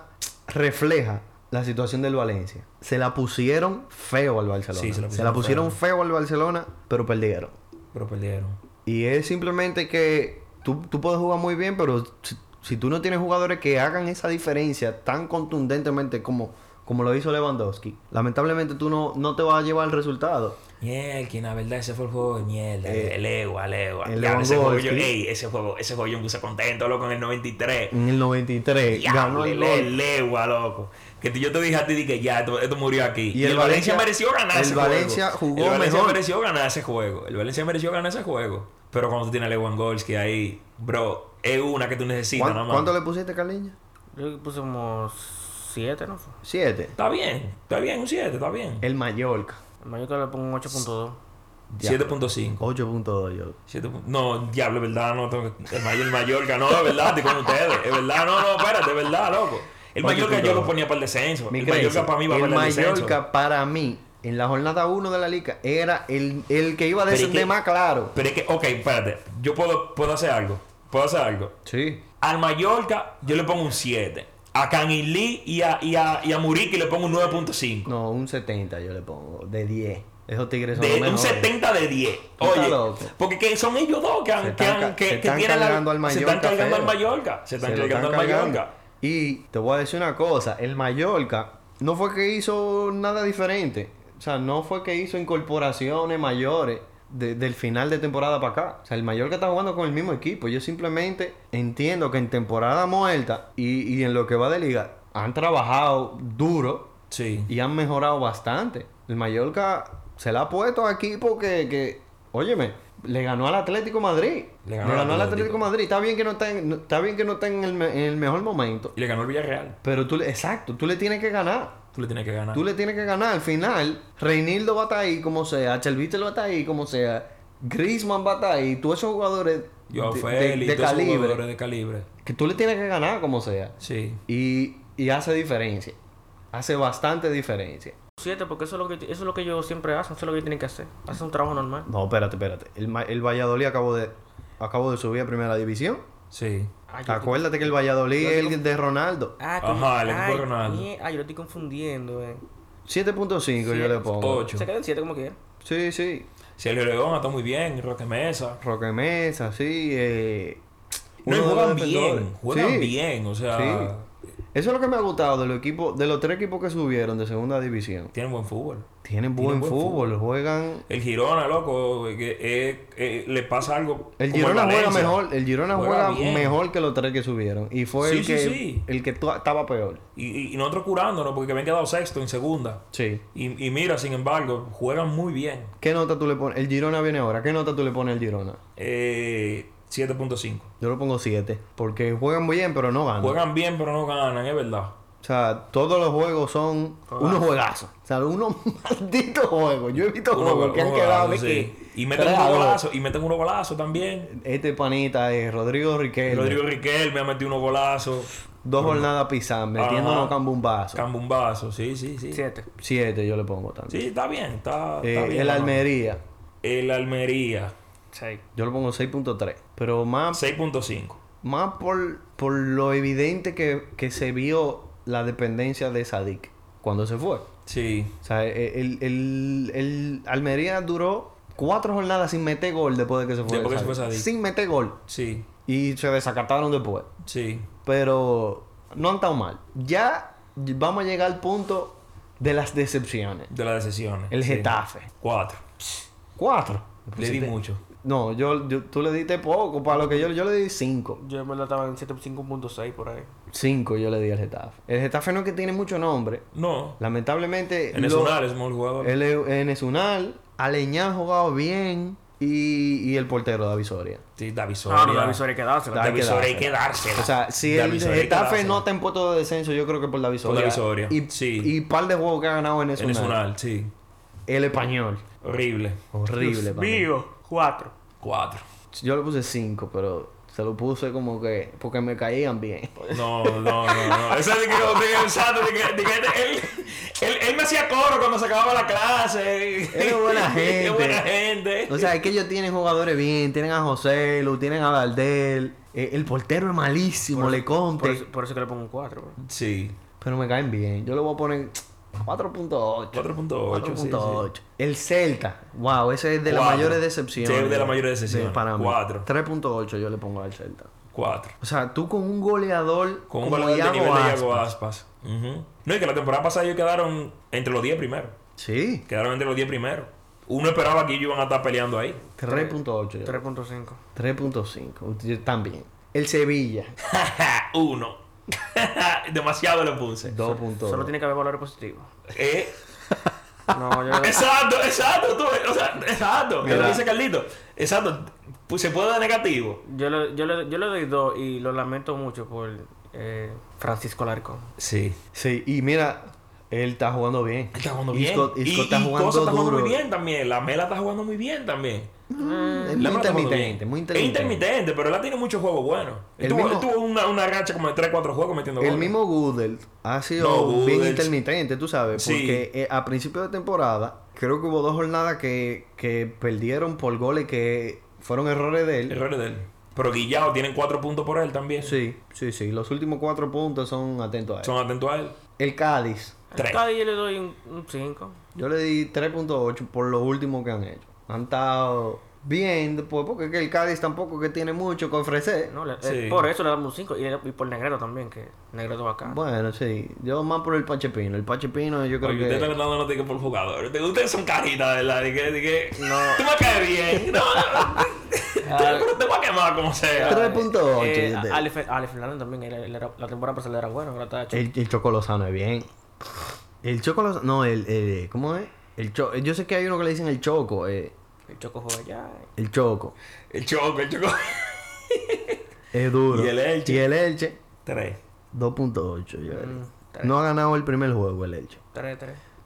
[SPEAKER 1] refleja la situación del Valencia. Se la pusieron feo al Barcelona.
[SPEAKER 2] Sí, se la pusieron
[SPEAKER 1] pusieron feo al Barcelona, pero perdieron.
[SPEAKER 2] Pero perdieron.
[SPEAKER 1] Y es simplemente que tú, tú puedes jugar muy bien, pero si, si tú no tienes jugadores que hagan esa diferencia tan contundentemente como, como lo hizo Lewandowski, lamentablemente tú no, no te vas a llevar el resultado.
[SPEAKER 2] Mielkin, la verdad, ese fue el juego de mierda.
[SPEAKER 1] Eh,
[SPEAKER 2] el Ewa, el Ewa.
[SPEAKER 1] el
[SPEAKER 2] Ya, ese, juego yo,
[SPEAKER 1] Lewandowski.
[SPEAKER 2] ey, ese, juego, ese juego yo me puse contento, loco, en el 93.
[SPEAKER 1] En el 93
[SPEAKER 2] Ya,
[SPEAKER 1] Eh, ganó
[SPEAKER 2] le-
[SPEAKER 1] el
[SPEAKER 2] le-
[SPEAKER 1] gol.
[SPEAKER 2] legua, loco. Que t- yo te dije a ti di que ya, esto, esto murió aquí.
[SPEAKER 1] Y el Valencia-
[SPEAKER 2] mereció ganar
[SPEAKER 1] el
[SPEAKER 2] ese
[SPEAKER 1] Valencia
[SPEAKER 2] juego.
[SPEAKER 1] jugó
[SPEAKER 2] El Valencia
[SPEAKER 1] mejor.
[SPEAKER 2] mereció ganar ese juego. El Valencia mereció ganar ese juego. Pero cuando tú tienes a Lewandowski ahí, bro, es una que tú necesitas,
[SPEAKER 1] ¿Cuán-
[SPEAKER 2] nada más.
[SPEAKER 1] ¿Cuánto le pusiste, Carliña?
[SPEAKER 3] Yo le puse como siete, ¿no? fue?
[SPEAKER 1] Siete.
[SPEAKER 2] Está bien, está bien, un 7, está bien.
[SPEAKER 1] El Mallorca.
[SPEAKER 3] El Mallorca le pongo un 8.2.
[SPEAKER 2] 7.5.
[SPEAKER 1] 8.2 yo.
[SPEAKER 2] Siete pu- No, diablo, es verdad, no tengo que- El mayor, el Mallorca, no, es verdad, estoy con ustedes. Es verdad, no, no, espérate, es verdad, loco. El
[SPEAKER 1] Oye,
[SPEAKER 2] Mallorca
[SPEAKER 1] tú,
[SPEAKER 2] yo
[SPEAKER 1] no.
[SPEAKER 2] lo ponía para el descenso.
[SPEAKER 1] Mi
[SPEAKER 2] el
[SPEAKER 1] creencia,
[SPEAKER 2] Mallorca para mí va
[SPEAKER 1] el
[SPEAKER 2] para el descenso.
[SPEAKER 1] Mallorca para mí en la jornada 1 de la liga era el, el que iba a
[SPEAKER 2] Pero es
[SPEAKER 1] descender
[SPEAKER 2] que-
[SPEAKER 1] más claro.
[SPEAKER 2] Pero es que, ok, espérate. Yo puedo, puedo hacer algo. Puedo hacer algo.
[SPEAKER 1] Sí.
[SPEAKER 2] Al Mallorca yo le pongo un 7. A Canilí y a, y a, y a Muriqui le pongo un 9.5.
[SPEAKER 1] No, un 70 yo le pongo. De 10. Esos tigres son
[SPEAKER 2] De
[SPEAKER 1] los
[SPEAKER 2] un
[SPEAKER 1] mejores.
[SPEAKER 2] 70 de 10.
[SPEAKER 1] Tú estás
[SPEAKER 2] Oye,
[SPEAKER 1] loco.
[SPEAKER 2] porque que son ellos dos que, han-
[SPEAKER 1] Se
[SPEAKER 2] que,
[SPEAKER 1] están
[SPEAKER 2] han-
[SPEAKER 1] ca-
[SPEAKER 2] que,
[SPEAKER 1] se
[SPEAKER 2] que
[SPEAKER 1] están
[SPEAKER 2] tienen la-
[SPEAKER 1] cargando al
[SPEAKER 2] Se están
[SPEAKER 1] Mallorca
[SPEAKER 2] cargando al
[SPEAKER 1] feo.
[SPEAKER 2] Mallorca. Se están
[SPEAKER 1] Se lo
[SPEAKER 2] cargando al
[SPEAKER 1] están cargando.
[SPEAKER 2] Mallorca.
[SPEAKER 1] Y te voy a decir una cosa, el Mallorca no fue que hizo nada diferente. O sea, no fue que hizo incorporaciones mayores de- del final de temporada para acá. O sea, el Mallorca está jugando con el mismo equipo. Yo simplemente entiendo que en temporada muerta y, y en lo que va de liga han trabajado duro
[SPEAKER 2] Sí.
[SPEAKER 1] y han mejorado bastante. El Mallorca se la ha puesto a equipo que, que óyeme, le ganó al Atlético Madrid. Le ganó, al Atlético Madrid. Está bien que no está en, no- está bien que no está en el, me- en el mejor momento.
[SPEAKER 2] Y le ganó el Villarreal.
[SPEAKER 1] Pero tú, le- exacto, tú le tienes que ganar.
[SPEAKER 2] Tú le tienes que ganar.
[SPEAKER 1] Tú le tienes que ganar. Al final, Reinildo va a estar ahí como sea, Chelvitel va a estar ahí como sea, Griezmann va a estar ahí. Todos esos jugadores
[SPEAKER 2] Yo,
[SPEAKER 1] de, de-
[SPEAKER 2] Félix,
[SPEAKER 1] de
[SPEAKER 2] todos esos
[SPEAKER 1] calibre.
[SPEAKER 2] jugadores de calibre.
[SPEAKER 1] Que tú le tienes que ganar como sea.
[SPEAKER 2] Sí.
[SPEAKER 1] Y, y hace diferencia. Hace bastante diferencia.
[SPEAKER 3] Siete, porque eso es lo que, eso es lo que ellos siempre hacen, eso es lo que ellos tienen que hacer. Hacen un trabajo normal.
[SPEAKER 1] No, espérate, espérate. El, Ma- el Valladolid acabó de, acabó de subir a primera división.
[SPEAKER 2] Sí.
[SPEAKER 3] Ah, yo estoy-
[SPEAKER 1] Acuérdate que el Valladolid
[SPEAKER 3] yo
[SPEAKER 1] es
[SPEAKER 3] digo-
[SPEAKER 1] el de Ronaldo.
[SPEAKER 3] Ah, tú-
[SPEAKER 2] Ajá, el equipo
[SPEAKER 3] ay,
[SPEAKER 2] de Ronaldo.
[SPEAKER 3] mie- Ah, yo lo estoy confundiendo, eh.
[SPEAKER 1] 7.5 yo le pongo.
[SPEAKER 2] Ocho.
[SPEAKER 3] Se quedan siete como quiera.
[SPEAKER 1] Sí, sí.
[SPEAKER 2] Sergio León está muy bien. Roque Mesa.
[SPEAKER 1] Roque Mesa, sí. eh,
[SPEAKER 2] No, y
[SPEAKER 1] uno de
[SPEAKER 2] juegan
[SPEAKER 1] los defensores.
[SPEAKER 2] bien. Juegan
[SPEAKER 1] Sí,
[SPEAKER 2] bien. O sea,
[SPEAKER 1] sí. Eso es lo que me ha gustado de los equipos, de los tres equipos que subieron de segunda división.
[SPEAKER 2] tienen buen fútbol.
[SPEAKER 1] Tienen buen,
[SPEAKER 2] buen
[SPEAKER 1] fútbol, juegan.
[SPEAKER 2] El Girona, loco, eh, que, eh, eh, le pasa algo.
[SPEAKER 1] El
[SPEAKER 2] como
[SPEAKER 1] Girona juega
[SPEAKER 2] Valencia.
[SPEAKER 1] mejor, el Girona
[SPEAKER 2] Juega
[SPEAKER 1] juega,
[SPEAKER 2] bien.
[SPEAKER 1] mejor que los tres que subieron. Y fue
[SPEAKER 2] Sí,
[SPEAKER 1] el
[SPEAKER 2] sí,
[SPEAKER 1] que
[SPEAKER 2] sí.
[SPEAKER 1] el que tu- estaba peor.
[SPEAKER 2] Y, y- y nosotros curándonos porque me han quedado sexto en segunda.
[SPEAKER 1] Sí.
[SPEAKER 2] Y, y mira, sin embargo, juegan muy bien.
[SPEAKER 1] ¿Qué nota tú le pones? El Girona viene ahora. ¿Qué nota tú le pones al Girona?
[SPEAKER 2] Eh, 7.5.
[SPEAKER 1] Yo le pongo 7. Porque juegan muy bien, pero no ganan.
[SPEAKER 2] Juegan bien, pero no ganan, es verdad.
[SPEAKER 1] O sea, todos los juegos son unos juegazos. O sea, unos [laughs] malditos juegos. Yo he visto [laughs]
[SPEAKER 2] Unos
[SPEAKER 1] juegos que han
[SPEAKER 2] unos
[SPEAKER 1] quedado de
[SPEAKER 2] golazos, sí.
[SPEAKER 1] que.
[SPEAKER 2] Y meten
[SPEAKER 1] tres a
[SPEAKER 2] unos
[SPEAKER 1] dos.
[SPEAKER 2] golazos, y meten unos golazos también.
[SPEAKER 1] Este panita es Rodrigo Riquelme.
[SPEAKER 2] Rodrigo Riquelme ha metido unos golazos.
[SPEAKER 1] Dos jornadas pisadas, metiéndonos
[SPEAKER 2] Ajá.
[SPEAKER 1] cambumbazos.
[SPEAKER 2] Cambumbazo, sí, sí, sí. Sí,
[SPEAKER 3] Siete.
[SPEAKER 1] 7 yo le pongo también.
[SPEAKER 2] está bien, está,
[SPEAKER 1] Eh,
[SPEAKER 2] está bien.
[SPEAKER 1] el
[SPEAKER 2] ¿no?
[SPEAKER 1] Almería,
[SPEAKER 2] El Almería,
[SPEAKER 3] Seis.
[SPEAKER 1] yo le pongo 6.3. Pero más,
[SPEAKER 2] 6.5.
[SPEAKER 1] más por, por lo evidente que, que se vio la dependencia de Sadik cuando se fue.
[SPEAKER 2] Sí.
[SPEAKER 1] O sea, e, el, el- el Almería duró cuatro jornadas sin meter gol después de que se fue.
[SPEAKER 2] Después que se
[SPEAKER 1] Sadik.
[SPEAKER 2] fue Sadik.
[SPEAKER 1] Sin meter gol.
[SPEAKER 2] Sí,
[SPEAKER 1] Y se desacataron después.
[SPEAKER 2] sí.
[SPEAKER 1] Pero no han estado mal. Ya vamos a llegar al punto de las decepciones.
[SPEAKER 2] De las decisiones.
[SPEAKER 1] El
[SPEAKER 2] sí.
[SPEAKER 1] Getafe.
[SPEAKER 2] Cuatro.
[SPEAKER 1] Cuatro.
[SPEAKER 2] Le di mucho.
[SPEAKER 1] No, yo, yo- tú le diste poco. Para lo que yo, yo le di cinco.
[SPEAKER 3] Yo en verdad estaba en 7.5.6 por ahí.
[SPEAKER 1] Cinco yo le di al Getafe. El Getafe no es que tiene mucho nombre.
[SPEAKER 2] No.
[SPEAKER 1] Lamentablemente...
[SPEAKER 2] En
[SPEAKER 1] lo-
[SPEAKER 2] Esunal es mejor jugador.
[SPEAKER 1] Él es- en Esunal, Aleñá ha jugado bien y, y el portero David Soria.
[SPEAKER 2] Sí, David Soria.
[SPEAKER 3] Ah, No, no, la visora hay que dársela.
[SPEAKER 1] Da-
[SPEAKER 2] David Soria hay que dársela.
[SPEAKER 1] O sea, si
[SPEAKER 2] David
[SPEAKER 1] el
[SPEAKER 2] Soria hay que
[SPEAKER 1] Getafe
[SPEAKER 2] dársela.
[SPEAKER 1] no está en puesto de descenso, yo creo que por David Soria.
[SPEAKER 2] David Soria,
[SPEAKER 1] Y,
[SPEAKER 2] sí.
[SPEAKER 1] y par de juegos que ha ganado en
[SPEAKER 2] En
[SPEAKER 1] Esunal.
[SPEAKER 2] Esunal, sí.
[SPEAKER 1] El español.
[SPEAKER 2] Horrible.
[SPEAKER 1] Horrible. para mí.
[SPEAKER 3] Vivo. Cuatro.
[SPEAKER 2] Cuatro.
[SPEAKER 1] Yo le puse 5, pero se lo puse como que... Porque me caían bien.
[SPEAKER 2] No, no, no, no. Eso es de que no tenía el santo, de que, de que él, él, él me hacía coro cuando se acababa la clase.
[SPEAKER 1] Era
[SPEAKER 2] [laughs]
[SPEAKER 1] buena gente.
[SPEAKER 2] Era buena gente.
[SPEAKER 1] O sea, es que ellos tienen jugadores bien. Tienen a José Lu, tienen a Valdel. Eh, el portero es malísimo, le
[SPEAKER 3] Por
[SPEAKER 1] conte.
[SPEAKER 3] eso, por eso que le pongo un cuatro. bro.
[SPEAKER 2] Sí.
[SPEAKER 1] Pero me caen bien. Yo le voy a poner 4.8.
[SPEAKER 2] 4.8, sí,
[SPEAKER 1] 4.8. El Celta. Wow, ese es de las
[SPEAKER 2] Cuatro.
[SPEAKER 1] mayores decepciones.
[SPEAKER 2] Sí, es de las mayores decepciones.
[SPEAKER 1] de- Para mí.
[SPEAKER 2] Cuatro.
[SPEAKER 1] 3.8 yo le pongo al Celta.
[SPEAKER 2] Cuatro.
[SPEAKER 1] O sea, tú con un goleador
[SPEAKER 2] Con un
[SPEAKER 1] como
[SPEAKER 2] goleador de
[SPEAKER 1] Iago
[SPEAKER 2] nivel de Iago
[SPEAKER 1] Aspas.
[SPEAKER 2] Aspas. Ujú. No, y que la temporada pasada ellos quedaron entre los 10 primeros.
[SPEAKER 1] Sí,
[SPEAKER 2] Quedaron entre los 10 primeros. Uno esperaba que ellos iban a estar peleando ahí.
[SPEAKER 1] 3.8. yo.
[SPEAKER 3] 3.5.
[SPEAKER 1] 3.5. Ustedes También. El
[SPEAKER 2] [laughs]
[SPEAKER 1] Sevilla.
[SPEAKER 2] [laughs] Uno. [laughs] Demasiado le puse.
[SPEAKER 1] 2.2.
[SPEAKER 3] Solo tiene que haber valores positivos.
[SPEAKER 2] Eh,
[SPEAKER 3] No, yo...
[SPEAKER 2] [laughs] Exacto, exacto, tú, o sea, exacto. que
[SPEAKER 1] Mira.
[SPEAKER 2] lo dice Carlito. Exacto. Pues se puede dar negativo.
[SPEAKER 3] Yo le, yo, le, yo le doy dos y lo lamento mucho por eh, Francisco Larco.
[SPEAKER 2] Sí.
[SPEAKER 1] Sí, y mira, Él está jugando bien.
[SPEAKER 2] Él está jugando
[SPEAKER 1] Y
[SPEAKER 2] bien.
[SPEAKER 1] Scott- y
[SPEAKER 2] y,
[SPEAKER 1] Scott está
[SPEAKER 2] y
[SPEAKER 1] jugando
[SPEAKER 2] Cosa está jugando
[SPEAKER 1] duro.
[SPEAKER 2] muy bien también. La Mela está jugando muy bien también.
[SPEAKER 3] Eh,
[SPEAKER 1] Es
[SPEAKER 2] La
[SPEAKER 1] muy
[SPEAKER 2] Mela está jugando
[SPEAKER 1] intermitente,
[SPEAKER 2] bien.
[SPEAKER 1] muy
[SPEAKER 2] Es
[SPEAKER 1] intermitente.
[SPEAKER 2] intermitente, pero él ha tenido muchos juegos buenos. Él
[SPEAKER 1] El
[SPEAKER 2] tuvo,
[SPEAKER 1] mismo-
[SPEAKER 2] él tuvo una, una racha como de 3-4 juegos metiendo
[SPEAKER 1] El
[SPEAKER 2] goles.
[SPEAKER 1] mismo Goodell ha sido
[SPEAKER 2] No, Goodell.
[SPEAKER 1] bien intermitente, tú sabes,
[SPEAKER 2] Sí.
[SPEAKER 1] porque eh, a principio de temporada creo que hubo dos jornadas que, que perdieron por goles que fueron errores de él.
[SPEAKER 2] Errores de él. Pero Guillao tienen 4 puntos por él también.
[SPEAKER 1] Sí, sí, sí. Los últimos cuatro puntos son atentos a él.
[SPEAKER 2] Son atentos a él.
[SPEAKER 1] El Cádiz,
[SPEAKER 2] Tres.
[SPEAKER 3] Cada día le doy un 5.
[SPEAKER 1] yo le di 3.8 por los últimos que han hecho. Han estado bien después, porque es que el Cádiz tampoco que tiene mucho que ofrecer.
[SPEAKER 3] No, le-
[SPEAKER 2] Sí.
[SPEAKER 3] eh, por eso le damos un 5. Y, le- y por Negredo también, que Negredo va acá.
[SPEAKER 1] Bueno, sí. Yo más por el Pachepino. El Pachepino yo creo
[SPEAKER 2] Oye,
[SPEAKER 1] que...
[SPEAKER 2] ustedes están dando notas por jugador. Ustedes- Ustedes son caritas, ¿verdad? De que, de que...
[SPEAKER 3] No.
[SPEAKER 2] [laughs] Tú me caes bien. No, no.
[SPEAKER 1] Ah.
[SPEAKER 2] Pero te voy a quemar como sea.
[SPEAKER 1] 3.8.
[SPEAKER 3] Eh,
[SPEAKER 1] yo te-
[SPEAKER 3] Ale, Fe- Ale Fernández también, él- él era- la temporada pasada era bueno, ahora está hecho.
[SPEAKER 1] El, el Choco Lozano es bien. El Choco Lozano... No, el... el- ¿Cómo es? El Cho- Yo sé que hay uno que le dicen el Choco. eh,
[SPEAKER 3] El Choco juega ya.
[SPEAKER 1] el Choco.
[SPEAKER 2] El choco, el choco.
[SPEAKER 1] Es duro.
[SPEAKER 2] Y el Elche.
[SPEAKER 1] Y el Elche,
[SPEAKER 2] Tres.
[SPEAKER 1] 2.8. yo le di.
[SPEAKER 3] Mm, tres.
[SPEAKER 1] no ha ganado el primer juego el Elche.
[SPEAKER 3] 3-3.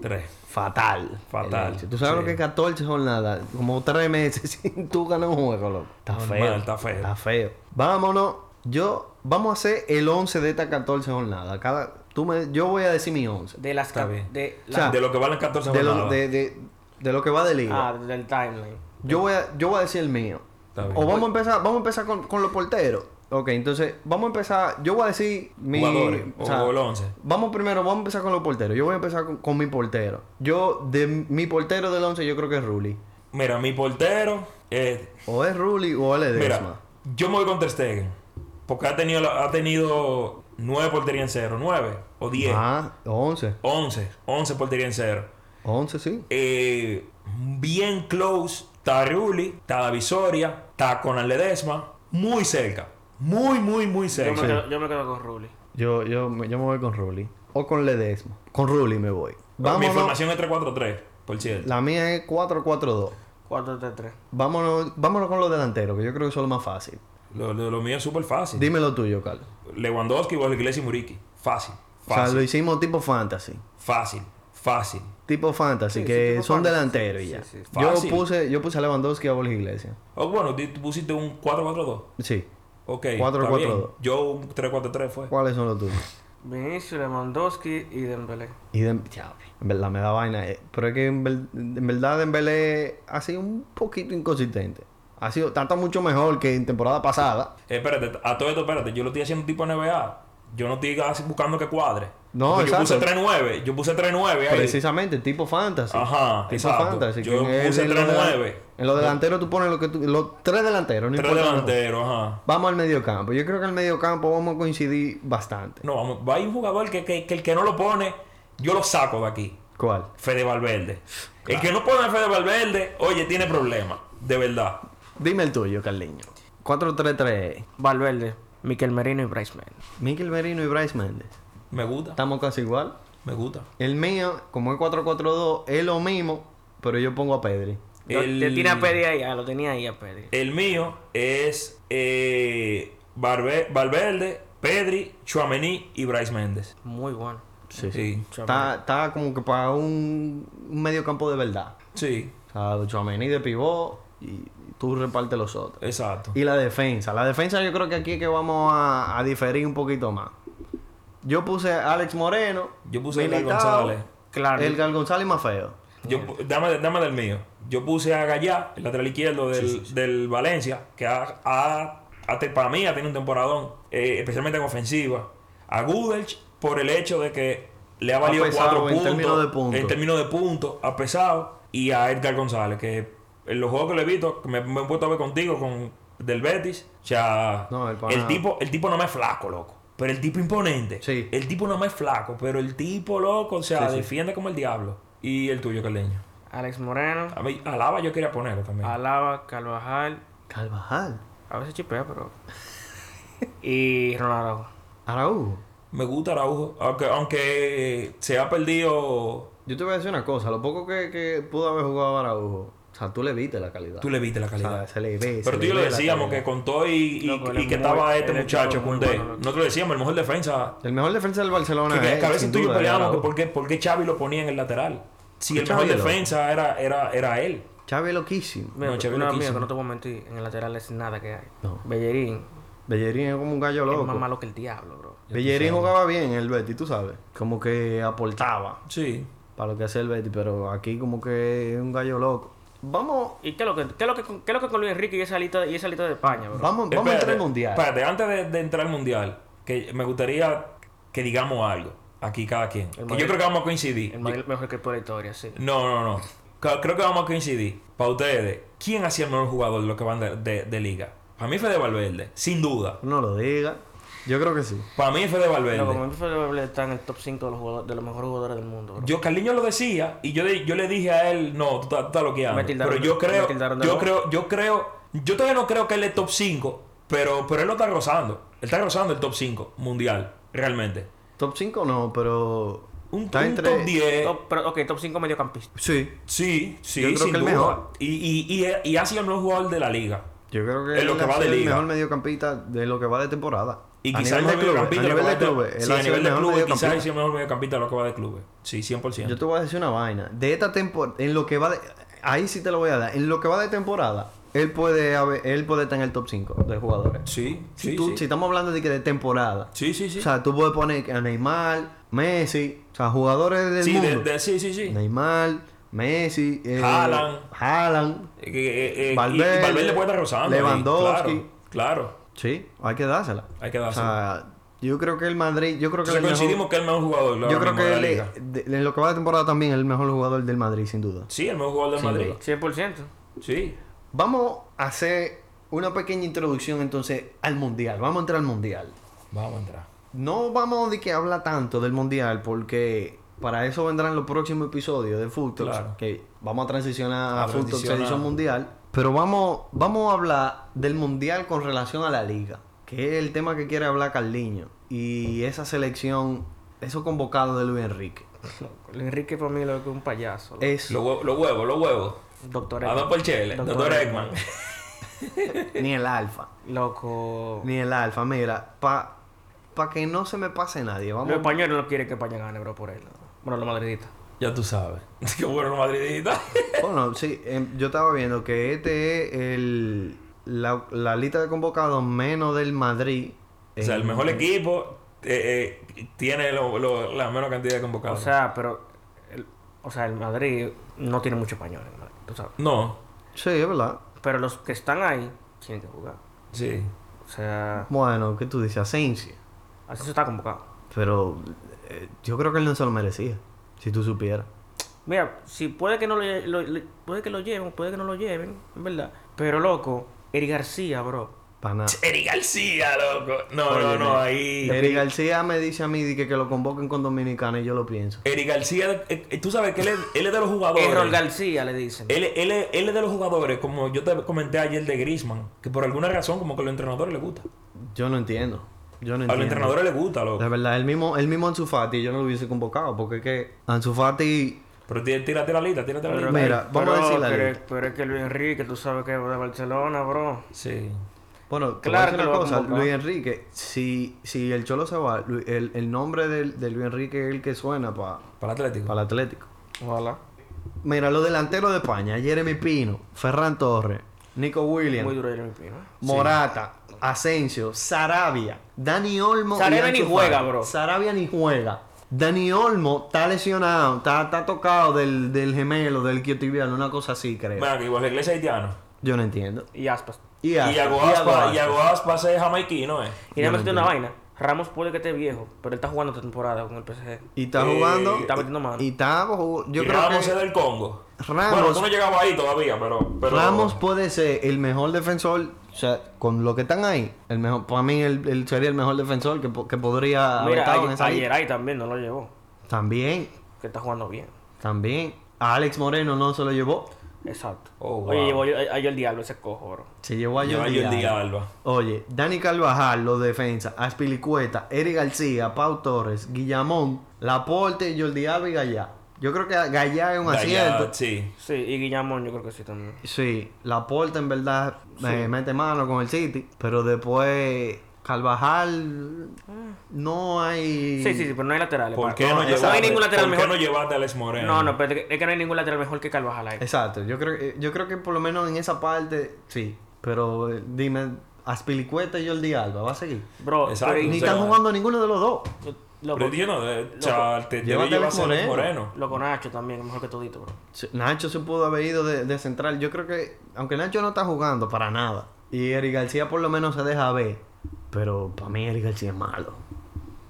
[SPEAKER 2] Tres.
[SPEAKER 1] Fatal.
[SPEAKER 2] Fatal,
[SPEAKER 1] El Elche. Tú sabes
[SPEAKER 2] sí.
[SPEAKER 1] lo que es 14 jornadas. Como 3 meses [laughs] sin tú ganar un juego, loco. Está
[SPEAKER 2] Normal,
[SPEAKER 1] feo.
[SPEAKER 2] está feo.
[SPEAKER 1] Está feo. Vámonos. Yo... Vamos a hacer el 11 de estas 14 jornadas. Cada... Tú me... Yo voy a decir mi 11.
[SPEAKER 3] De las.
[SPEAKER 2] Está
[SPEAKER 3] ca-
[SPEAKER 2] bien.
[SPEAKER 3] De,
[SPEAKER 1] O sea,
[SPEAKER 3] la,
[SPEAKER 2] De lo que valen 14
[SPEAKER 1] de lo,
[SPEAKER 2] jornadas.
[SPEAKER 1] de, de- de lo que va de liga.
[SPEAKER 3] ah, del timeline.
[SPEAKER 1] Yo voy a, yo voy a decir el mío.
[SPEAKER 2] Está bien.
[SPEAKER 1] O vamos a empezar, vamos a empezar con, con los porteros. Ok, entonces vamos a empezar. Yo voy a decir mi.
[SPEAKER 2] Jugadores,
[SPEAKER 1] o sea,
[SPEAKER 2] o el once.
[SPEAKER 1] Vamos primero, vamos a empezar con los porteros. Yo voy a empezar con, con mi portero. Yo, de mi portero del 11, yo creo que es Ruli.
[SPEAKER 2] Mira, mi portero. eh,
[SPEAKER 1] O es Ruli o es Ledesma.
[SPEAKER 2] mira, yo me voy con Ter Stegen. Porque ha tenido, la- ha tenido nueve porterías en cero. Nueve o diez.
[SPEAKER 1] Ah, 11.
[SPEAKER 2] Once. Once porterías en cero.
[SPEAKER 1] 11, sí.
[SPEAKER 2] Eh, bien close. Está Rulli, está David Soria, está Conan Ledesma. Muy cerca. Muy, muy, muy
[SPEAKER 3] Yo,
[SPEAKER 2] cerca.
[SPEAKER 3] me quedo, yo me quedo con Rulli.
[SPEAKER 1] Yo, yo, me- yo me voy con Ruli. O con Ledesma. Con Ruli me voy.
[SPEAKER 2] Mi
[SPEAKER 1] Vámonos.
[SPEAKER 2] formación es 3-4-3, por cierto.
[SPEAKER 1] La mía es 4-4-2.
[SPEAKER 3] 4-3-3.
[SPEAKER 1] Vámonos, vámonos con los delanteros, que yo creo que son los más fácil.
[SPEAKER 2] Lo, lo- lo mío es súper fácil.
[SPEAKER 1] Dime lo tuyo, Carlos.
[SPEAKER 2] Lewandowski, Iglesias y Muriqui. Fácil.
[SPEAKER 1] O sea, lo
[SPEAKER 2] Fácil.
[SPEAKER 1] hicimos tipo fantasy.
[SPEAKER 2] Fácil. Fácil.
[SPEAKER 1] Tipo fantasy,
[SPEAKER 3] Sí,
[SPEAKER 1] que
[SPEAKER 3] sí, tipo
[SPEAKER 1] son
[SPEAKER 3] fantasy.
[SPEAKER 1] delanteros y
[SPEAKER 3] Sí,
[SPEAKER 1] ya.
[SPEAKER 3] sí, sí.
[SPEAKER 1] Yo
[SPEAKER 2] Fácil.
[SPEAKER 1] puse, yo puse a Lewandowski y a Borja Iglesias.
[SPEAKER 2] Oh, bueno, di- tú pusiste un 4-4-2.
[SPEAKER 1] Sí.
[SPEAKER 2] Ok.
[SPEAKER 1] 4-4-2.
[SPEAKER 2] 4-4-2. Yo un 3-4-3 fue.
[SPEAKER 1] ¿Cuáles son los tuyos?
[SPEAKER 3] Vinicius, Lewandowski y Dembélé.
[SPEAKER 1] Y Dem- ya, en verdad me da vaina. eh. Pero es que en, ver- en verdad Dembélé ha sido un poquito inconsistente. Ha sido tanto mucho mejor que en temporada pasada.
[SPEAKER 2] Eh, espérate, a todo esto, espérate. Yo lo estoy haciendo tipo NBA. Yo no estoy así buscando que cuadre.
[SPEAKER 1] No,
[SPEAKER 2] Porque
[SPEAKER 1] exacto.
[SPEAKER 2] Yo puse 3-9. Yo puse 3-9 ahí.
[SPEAKER 1] Precisamente, tipo fantasy.
[SPEAKER 2] Ajá,
[SPEAKER 1] tipo
[SPEAKER 2] exacto.
[SPEAKER 1] fantasy.
[SPEAKER 2] Yo
[SPEAKER 1] que en-
[SPEAKER 2] puse
[SPEAKER 1] en los delan-
[SPEAKER 2] 3-9.
[SPEAKER 1] En los delanteros tú pones lo que tú- los tres delanteros, no
[SPEAKER 2] Tres
[SPEAKER 1] importa.
[SPEAKER 2] delanteros, ajá.
[SPEAKER 1] Vamos al mediocampo. Yo creo que al mediocampo vamos a coincidir bastante.
[SPEAKER 2] No, vamos. Va a ir un jugador que, que- que el que no lo pone, yo lo saco de aquí.
[SPEAKER 1] ¿Cuál?
[SPEAKER 2] Fede Valverde. El que no pone a Fede Valverde, oye, tiene problemas. De verdad.
[SPEAKER 1] Dime el tuyo, Carliño. 4-3-3.
[SPEAKER 3] Valverde, Miquel Merino y Bryce Mann.
[SPEAKER 1] Miquel Merino y Bryce Méndez.
[SPEAKER 2] Me gusta.
[SPEAKER 1] Estamos casi igual.
[SPEAKER 2] Me gusta.
[SPEAKER 1] El mío, como es 4-4-2, es lo mismo, pero yo pongo a Pedri.
[SPEAKER 3] Yo-
[SPEAKER 2] El- Eh.
[SPEAKER 3] Te tiene a Pedri ahí, ah, lo tenía ahí a Pedri.
[SPEAKER 2] El mío es eh, Barbe- Valverde, Pedri, Chuamení y Bryce Méndez.
[SPEAKER 3] Muy bueno.
[SPEAKER 1] Sí,
[SPEAKER 2] Sí.
[SPEAKER 1] Está, está como que para un, un medio campo de verdad.
[SPEAKER 2] Sí,
[SPEAKER 1] O sea, Chouameni de pivot y tú reparte los otros.
[SPEAKER 2] exacto.
[SPEAKER 1] Y la defensa. La defensa yo creo que aquí es que vamos a, a diferir un poquito más. Yo puse a Alex Moreno.
[SPEAKER 2] Yo puse a Edgar
[SPEAKER 1] Militao,
[SPEAKER 2] González.
[SPEAKER 3] Claro.
[SPEAKER 1] Edgar González y Mafeo.
[SPEAKER 2] Yo, pu- dame, dame del mío. Yo puse a Gallá, el lateral izquierdo del, del Valencia, que ha, ha- ha te- para mí ha tenido un temporadón, eh, especialmente en ofensiva. A Gudelch por el hecho de que le ha valido
[SPEAKER 1] pesado
[SPEAKER 2] cuatro
[SPEAKER 1] en
[SPEAKER 2] puntos.
[SPEAKER 1] términos de puntos.
[SPEAKER 2] En términos de puntos, ha pesado. Y a Edgar González, que en los juegos que le he visto, que me, me he puesto a ver contigo con del Betis, o sea,
[SPEAKER 1] No, el pana-
[SPEAKER 2] el tipo, el tipo no me es flaco, loco. Pero el tipo imponente.
[SPEAKER 1] Sí.
[SPEAKER 2] El tipo no me es flaco, pero el tipo, loco, o sea, defiende como el diablo. Y el tuyo, Carleño.
[SPEAKER 3] Alex Moreno,
[SPEAKER 2] A mí, Alaba yo quería ponerlo también.
[SPEAKER 3] Alaba, Carvajal.
[SPEAKER 1] Carvajal.
[SPEAKER 3] A veces chipea, pero. y Ronaldo.
[SPEAKER 1] Araújo.
[SPEAKER 2] Me gusta Araujo, aunque, aunque eh, se ha perdido...
[SPEAKER 1] Yo te voy a decir una cosa, lo poco que, que pudo haber jugado Araujo O sea, tú le viste la calidad.
[SPEAKER 2] Tú le viste la
[SPEAKER 1] O sea,
[SPEAKER 2] calidad.
[SPEAKER 1] se le ve. se
[SPEAKER 2] Pero tú
[SPEAKER 1] le
[SPEAKER 2] y yo lo
[SPEAKER 1] ve la
[SPEAKER 2] decíamos que
[SPEAKER 1] calidad.
[SPEAKER 2] contó y, y-
[SPEAKER 3] Loco, él
[SPEAKER 2] y que
[SPEAKER 3] es
[SPEAKER 2] estaba
[SPEAKER 3] muy-
[SPEAKER 2] este
[SPEAKER 3] él es
[SPEAKER 2] muchacho,
[SPEAKER 3] muy
[SPEAKER 2] Cundé.
[SPEAKER 3] bueno, loco.
[SPEAKER 2] Nosotros decíamos, el mejor defensa.
[SPEAKER 1] El mejor defensa del Barcelona
[SPEAKER 2] Que, que
[SPEAKER 1] es.
[SPEAKER 2] a veces
[SPEAKER 1] eh, sin
[SPEAKER 2] tú y yo
[SPEAKER 1] duda,
[SPEAKER 2] peleábamos que
[SPEAKER 1] Araújo.
[SPEAKER 2] por qué, por qué Xavi lo ponía en el lateral. Si
[SPEAKER 1] Que
[SPEAKER 2] el mejor
[SPEAKER 1] Xavi lo-
[SPEAKER 2] defensa era, era, era él.
[SPEAKER 1] Xavi es loquísimo.
[SPEAKER 3] Mira,
[SPEAKER 2] No, Xavi
[SPEAKER 3] una
[SPEAKER 2] loquísimo.
[SPEAKER 3] mía que no te voy a mentir, en el lateral es nada que hay.
[SPEAKER 1] No.
[SPEAKER 3] Bellerín
[SPEAKER 1] Bellerín es como un gallo
[SPEAKER 3] es más
[SPEAKER 1] loco.
[SPEAKER 3] malo que el diablo, bro.
[SPEAKER 1] Bellerín jugaba bien en el Betis, tú sabes. Como que aportaba
[SPEAKER 2] Sí.
[SPEAKER 1] para lo que hace el Betis, pero aquí como que es un gallo loco. Vamos,
[SPEAKER 3] ¿Y qué es lo que, qué es lo que, qué es lo que con Luis Enrique y esa lista, y esa lista de España, bro?
[SPEAKER 1] vamos, vamos a entrar al mundial.
[SPEAKER 2] Espérate, antes de, de entrar al mundial, que me gustaría que digamos algo aquí cada quien. Que
[SPEAKER 3] Madrid-
[SPEAKER 2] yo creo que vamos a coincidir.
[SPEAKER 3] El Madrid mejor que por la historia, sí.
[SPEAKER 2] No, no, no. Ca- Creo que vamos a coincidir. Para ustedes, ¿quién ha sido el mejor jugador de los que van de, de- de liga? Para mí Fede Valverde, sin duda.
[SPEAKER 1] No lo diga. Yo creo que sí.
[SPEAKER 2] Para mí Fede
[SPEAKER 3] No, como
[SPEAKER 2] Valverde.
[SPEAKER 3] mí Fede Valverde está en el top 5 de los, jugadores- de los mejores jugadores del mundo, bro.
[SPEAKER 2] Yo, Carliño lo decía y yo, le- yo le dije a él, no, tú estás- tú estás loqueando.
[SPEAKER 3] Me tildaron
[SPEAKER 2] Pero
[SPEAKER 3] de-
[SPEAKER 2] yo creo,
[SPEAKER 3] me tildaron de
[SPEAKER 2] yo
[SPEAKER 3] loco.
[SPEAKER 2] creo, yo creo, yo todavía no creo que él es top 5, pero, pero él lo está rozando. Él está rozando el top 5 mundial, realmente.
[SPEAKER 1] Top 5 no, pero.
[SPEAKER 2] Un,
[SPEAKER 1] está
[SPEAKER 2] un
[SPEAKER 1] entre-
[SPEAKER 2] top 10.
[SPEAKER 3] Top- pero, ok, top 5 mediocampista.
[SPEAKER 1] Sí.
[SPEAKER 2] Sí, sí,
[SPEAKER 1] Yo creo
[SPEAKER 2] sin
[SPEAKER 1] que el
[SPEAKER 2] duda.
[SPEAKER 1] mejor.
[SPEAKER 2] Y, y, y, y ha sido el mejor jugador de la liga.
[SPEAKER 1] Yo creo que
[SPEAKER 2] En lo
[SPEAKER 1] él
[SPEAKER 2] que
[SPEAKER 1] ha
[SPEAKER 2] va de
[SPEAKER 1] sido el
[SPEAKER 2] liga.
[SPEAKER 1] mejor mediocampista de lo que va de temporada.
[SPEAKER 2] Y
[SPEAKER 1] a
[SPEAKER 2] quizás el
[SPEAKER 1] nivel de
[SPEAKER 2] mejor
[SPEAKER 1] clubes.
[SPEAKER 2] mediocampista
[SPEAKER 1] A
[SPEAKER 2] de lo
[SPEAKER 1] nivel
[SPEAKER 2] que
[SPEAKER 1] de
[SPEAKER 2] va de-
[SPEAKER 1] clubes. él
[SPEAKER 2] Sí,
[SPEAKER 1] ha
[SPEAKER 2] a
[SPEAKER 1] sido
[SPEAKER 2] nivel de
[SPEAKER 1] mejor
[SPEAKER 2] clubes, quizás
[SPEAKER 1] mediocampista.
[SPEAKER 2] es el mejor mediocampista de lo que va de clubes. Sí, 100%.
[SPEAKER 1] Yo te voy a decir una vaina. De esta temporada, en lo que va de. Ahí sí te lo voy a dar. En lo que va de temporada, él puede, haber- él puede estar en el top 5 de jugadores.
[SPEAKER 2] Sí,
[SPEAKER 1] Si,
[SPEAKER 2] sí,
[SPEAKER 1] tú-
[SPEAKER 2] sí.
[SPEAKER 1] si estamos hablando de que de temporada.
[SPEAKER 2] Sí, sí, sí.
[SPEAKER 1] O sea, tú puedes poner a Neymar, Messi, o sea, jugadores del
[SPEAKER 2] Sí, de-
[SPEAKER 1] mundo.
[SPEAKER 2] de- sí, sí, sí.
[SPEAKER 1] Neymar, Messi, eh,
[SPEAKER 2] Haaland.
[SPEAKER 1] Haaland.
[SPEAKER 2] Eh, eh, eh, y- y
[SPEAKER 1] Valverde,
[SPEAKER 2] Valverde, puede estar rozando. ahí,
[SPEAKER 1] Lewandowski.
[SPEAKER 2] Claro, claro.
[SPEAKER 1] Sí, hay que dársela.
[SPEAKER 2] Hay que
[SPEAKER 1] O
[SPEAKER 2] dárselo.
[SPEAKER 1] sea, yo creo que el Madrid, yo creo que
[SPEAKER 2] Entonces
[SPEAKER 1] el mejor-
[SPEAKER 2] coincidimos que es el mejor jugador. ahora
[SPEAKER 1] yo creo
[SPEAKER 2] mismo de
[SPEAKER 1] que
[SPEAKER 2] la
[SPEAKER 1] él
[SPEAKER 2] liga.
[SPEAKER 1] es- de- en lo que va de temporada también el mejor jugador del Madrid, sin duda.
[SPEAKER 2] Sí, el mejor jugador del
[SPEAKER 1] Sin
[SPEAKER 2] Madrid.
[SPEAKER 1] duda.
[SPEAKER 3] 100%.
[SPEAKER 2] Sí.
[SPEAKER 1] Vamos a hacer una pequeña introducción entonces al Mundial. Vamos a entrar al Mundial.
[SPEAKER 2] Vamos a entrar.
[SPEAKER 1] No vamos de que habla tanto del Mundial porque para eso vendrán los próximos episodios de Futox.
[SPEAKER 2] Claro.
[SPEAKER 1] Que vamos a transicionar a,
[SPEAKER 2] A
[SPEAKER 1] Futox
[SPEAKER 2] transicionar.
[SPEAKER 1] Edición Mundial. Pero vamos, vamos a hablar del Mundial con relación a la Liga. Que es el tema que quiere hablar Carliño. Y esa selección, esos convocados de Luis Enrique.
[SPEAKER 3] Loco, [laughs] Luis Enrique para mí lo que es un payaso. loco.
[SPEAKER 1] Es
[SPEAKER 2] Los huevos, los huevos. los huevos.
[SPEAKER 3] Doctor
[SPEAKER 2] A
[SPEAKER 3] Eggman.
[SPEAKER 2] Don Porchele,
[SPEAKER 3] Doctor
[SPEAKER 2] Doctor
[SPEAKER 3] Eggman.
[SPEAKER 2] Eggman.
[SPEAKER 1] ni el alfa.
[SPEAKER 3] Loco.
[SPEAKER 1] Ni el alfa. Mira, para pa que no se me pase nadie. Vamos
[SPEAKER 3] Los españoles no quieren que España gane, bro, por él. Bueno, los madridistas.
[SPEAKER 2] Ya tú sabes. [laughs] Qué bueno, madridita.
[SPEAKER 1] Bueno, sí, em, yo estaba viendo que este es el, la, la lista de convocados menos del Madrid.
[SPEAKER 2] O sea, el
[SPEAKER 1] en-
[SPEAKER 2] mejor equipo eh, eh, tiene lo- lo- la menor cantidad de
[SPEAKER 3] O
[SPEAKER 2] convocados.
[SPEAKER 3] sea, pero. el- o sea, el Madrid no tiene muchos españoles, ¿no? tú sabes.
[SPEAKER 2] no.
[SPEAKER 1] Sí, es verdad.
[SPEAKER 3] Pero los que están ahí tienen que jugar.
[SPEAKER 2] Sí.
[SPEAKER 3] O sea,
[SPEAKER 1] Bueno, ¿qué tú dices? Asensio.
[SPEAKER 3] así se está convocado.
[SPEAKER 1] Pero eh, yo creo que él no se lo merecía, si tú supieras.
[SPEAKER 3] Mira, si puede que no lo, lle- lo- lo- puede que lo lleven, puede que no lo lleven, en verdad. Pero loco, Eric García, bro.
[SPEAKER 1] Para nada.
[SPEAKER 2] Eric García, loco. No, no,
[SPEAKER 1] Oye,
[SPEAKER 2] no. Ahí.
[SPEAKER 1] Eric García me dice a mí di que, que lo convoquen con Dominicana y yo lo pienso.
[SPEAKER 2] Eric García, eh, eh, tú sabes que él es, él es de los jugadores.
[SPEAKER 3] Errol García le dicen.
[SPEAKER 1] Eh,
[SPEAKER 2] Él, es- él es- él es de los jugadores, como yo te comenté ayer de Griezmann, que por alguna razón como que a los entrenadores les gusta.
[SPEAKER 1] Yo no entiendo. Yo no
[SPEAKER 2] A los
[SPEAKER 1] entiendo.
[SPEAKER 2] entrenadores les gusta,
[SPEAKER 1] La
[SPEAKER 2] loco.
[SPEAKER 1] verdad, el mismo, el mismo Ansu Fati yo no lo hubiese convocado porque es que Ansu Fati...
[SPEAKER 2] Pero tí- tírate la lista, tírate la
[SPEAKER 3] Pero-
[SPEAKER 2] lista.
[SPEAKER 1] Mira, vamos a
[SPEAKER 3] pero-
[SPEAKER 1] decir la
[SPEAKER 3] pero,
[SPEAKER 1] lista.
[SPEAKER 3] pero es que Luis Enrique, tú sabes que es de Barcelona, bro.
[SPEAKER 2] Sí.
[SPEAKER 1] Bueno,
[SPEAKER 3] Claro
[SPEAKER 1] claro
[SPEAKER 3] que
[SPEAKER 1] una
[SPEAKER 3] lo va a
[SPEAKER 1] cosa,
[SPEAKER 3] convocar.
[SPEAKER 1] Luis Enrique, si, si el Cholo se va, Lu- el, el nombre del- de Luis Enrique es el que suena para
[SPEAKER 2] Para el Atlético.
[SPEAKER 1] el Atlético.
[SPEAKER 3] Ojalá.
[SPEAKER 1] Mira, los delanteros de España, Jeremy Pino, Ferran Torres, Nico
[SPEAKER 3] Muy
[SPEAKER 1] Williams,
[SPEAKER 3] duro Jeremy Pino.
[SPEAKER 1] Morata, Asensio, Sarabia, Dani Olmo. y
[SPEAKER 3] Sarabia
[SPEAKER 1] Ansu
[SPEAKER 3] ni juega,
[SPEAKER 1] Fati.
[SPEAKER 3] bro.
[SPEAKER 1] Sarabia ni juega. Dani Olmo está lesionado, está, está tocado del, del gemelo, del quiotibial, una cosa así, creo.
[SPEAKER 2] Mira, que igual la iglesia haitiana.
[SPEAKER 1] Yo no entiendo.
[SPEAKER 3] Y aspas.
[SPEAKER 1] Y
[SPEAKER 2] Y Yago Aspas- Yago Aspas es jamaiquino, eh.
[SPEAKER 3] Y nada más tiene una vaina. Ramos puede que esté viejo, pero él está jugando esta temporada con el PSG.
[SPEAKER 1] Y está
[SPEAKER 2] Eh,
[SPEAKER 1] jugando.
[SPEAKER 3] está metiendo mano.
[SPEAKER 1] Y está. ju- Yo
[SPEAKER 2] Y
[SPEAKER 1] creo
[SPEAKER 2] Ramos
[SPEAKER 1] que
[SPEAKER 2] es del Congo.
[SPEAKER 1] Ramos-
[SPEAKER 2] Bueno, tú no llegabas ahí todavía, pero... pero-
[SPEAKER 1] Ramos puede ser el mejor defensor. O sea, con lo que están ahí, el mejor, para mí el, el- sería el mejor defensor que, po- que podría haber
[SPEAKER 3] Mira,
[SPEAKER 1] estado en
[SPEAKER 3] ayer,
[SPEAKER 1] esa
[SPEAKER 3] ayer
[SPEAKER 1] lista.
[SPEAKER 3] ahí también no lo llevó.
[SPEAKER 1] También,
[SPEAKER 3] Que está jugando bien.
[SPEAKER 1] también. A Alex Moreno no se lo llevó.
[SPEAKER 3] Exacto.
[SPEAKER 2] Oh,
[SPEAKER 3] Oye,
[SPEAKER 2] wow.
[SPEAKER 3] llevó a, a- yo el diablo ese cojo, bro.
[SPEAKER 1] Se llevó a
[SPEAKER 2] Lleva
[SPEAKER 1] Jordi
[SPEAKER 2] Jordi
[SPEAKER 1] Alba.
[SPEAKER 2] Alba.
[SPEAKER 1] Oye, Dani Carvajal, los defensa, Aspilicueta, Eric García, Pau Torres, Guillamón, Laporte, Jordi Alba y Gallá. Yo creo que Gallá es un acierto.
[SPEAKER 2] Gallá, sí.
[SPEAKER 3] Sí, y Guillamón yo creo que sí también.
[SPEAKER 1] Sí, la Porta en verdad eh, mete mano con el City, pero después Carvajal no hay...
[SPEAKER 3] Ah. Sí, sí, sí, pero no hay laterales.
[SPEAKER 2] ¿Por
[SPEAKER 3] pa-
[SPEAKER 2] qué
[SPEAKER 3] no,
[SPEAKER 2] no,
[SPEAKER 3] no hay
[SPEAKER 2] llevaste-
[SPEAKER 3] ningún lateral
[SPEAKER 2] ¿por qué
[SPEAKER 3] mejor.
[SPEAKER 2] no llevaste a Alex Moreno?
[SPEAKER 3] No, no, pero es que no hay ningún lateral mejor que Carvajal ahí.
[SPEAKER 1] Exacto, yo creo, eh, yo creo que por lo menos en esa parte, sí, pero eh, dime, Aspilicueta y Jordi Alba, ¿va a seguir?
[SPEAKER 3] Bro,
[SPEAKER 2] Exacto.
[SPEAKER 3] pero-
[SPEAKER 1] Ni
[SPEAKER 2] Sí,
[SPEAKER 1] están
[SPEAKER 2] va.
[SPEAKER 1] jugando ninguno de los dos.
[SPEAKER 3] Loco,
[SPEAKER 2] Pero yo no, eh, chaval, te debe
[SPEAKER 1] Llévate a Alex
[SPEAKER 2] llevarse a Alex
[SPEAKER 1] Moreno.
[SPEAKER 2] Moreno.
[SPEAKER 3] loco Nacho también, mejor que todito, bro.
[SPEAKER 1] Sí, Nacho se pudo haber ido de, de central. Yo creo que, aunque Nacho no está jugando para nada, y Eric García por lo menos se deja ver, pero para mí Eric García es malo.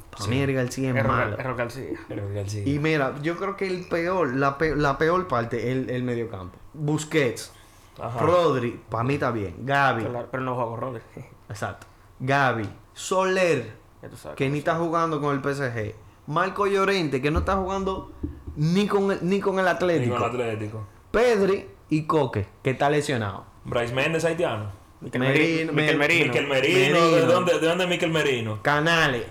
[SPEAKER 1] Para mí Eric García es malo.
[SPEAKER 3] Error, error García.
[SPEAKER 2] Pero que él sí.
[SPEAKER 1] Y mira, yo creo que el peor, la, pe- la peor parte es el, el mediocampo. Busquets,
[SPEAKER 2] Ajá.
[SPEAKER 1] Rodri, para mí está bien. Gaby,
[SPEAKER 3] Claro, Pero no juego Rodri.
[SPEAKER 1] exacto. Gaby, Soler,
[SPEAKER 3] [laughs] ya tú sabes.
[SPEAKER 1] que ni está jugando con el PSG. Marco Llorente, que no está jugando ni con el, ni con el
[SPEAKER 2] Digo, el
[SPEAKER 1] Atlético.
[SPEAKER 2] Atlético.
[SPEAKER 1] Pedri y Coque, que está lesionado.
[SPEAKER 2] Bryce Méndez, haitiano.
[SPEAKER 3] Miquel
[SPEAKER 1] Merino,
[SPEAKER 3] Merino. Miquel
[SPEAKER 1] Mer-
[SPEAKER 3] Merino.
[SPEAKER 2] Miquel Merino. ¿De
[SPEAKER 1] Merino.
[SPEAKER 2] dónde, ¿De dónde es Miquel Merino?
[SPEAKER 1] Canales,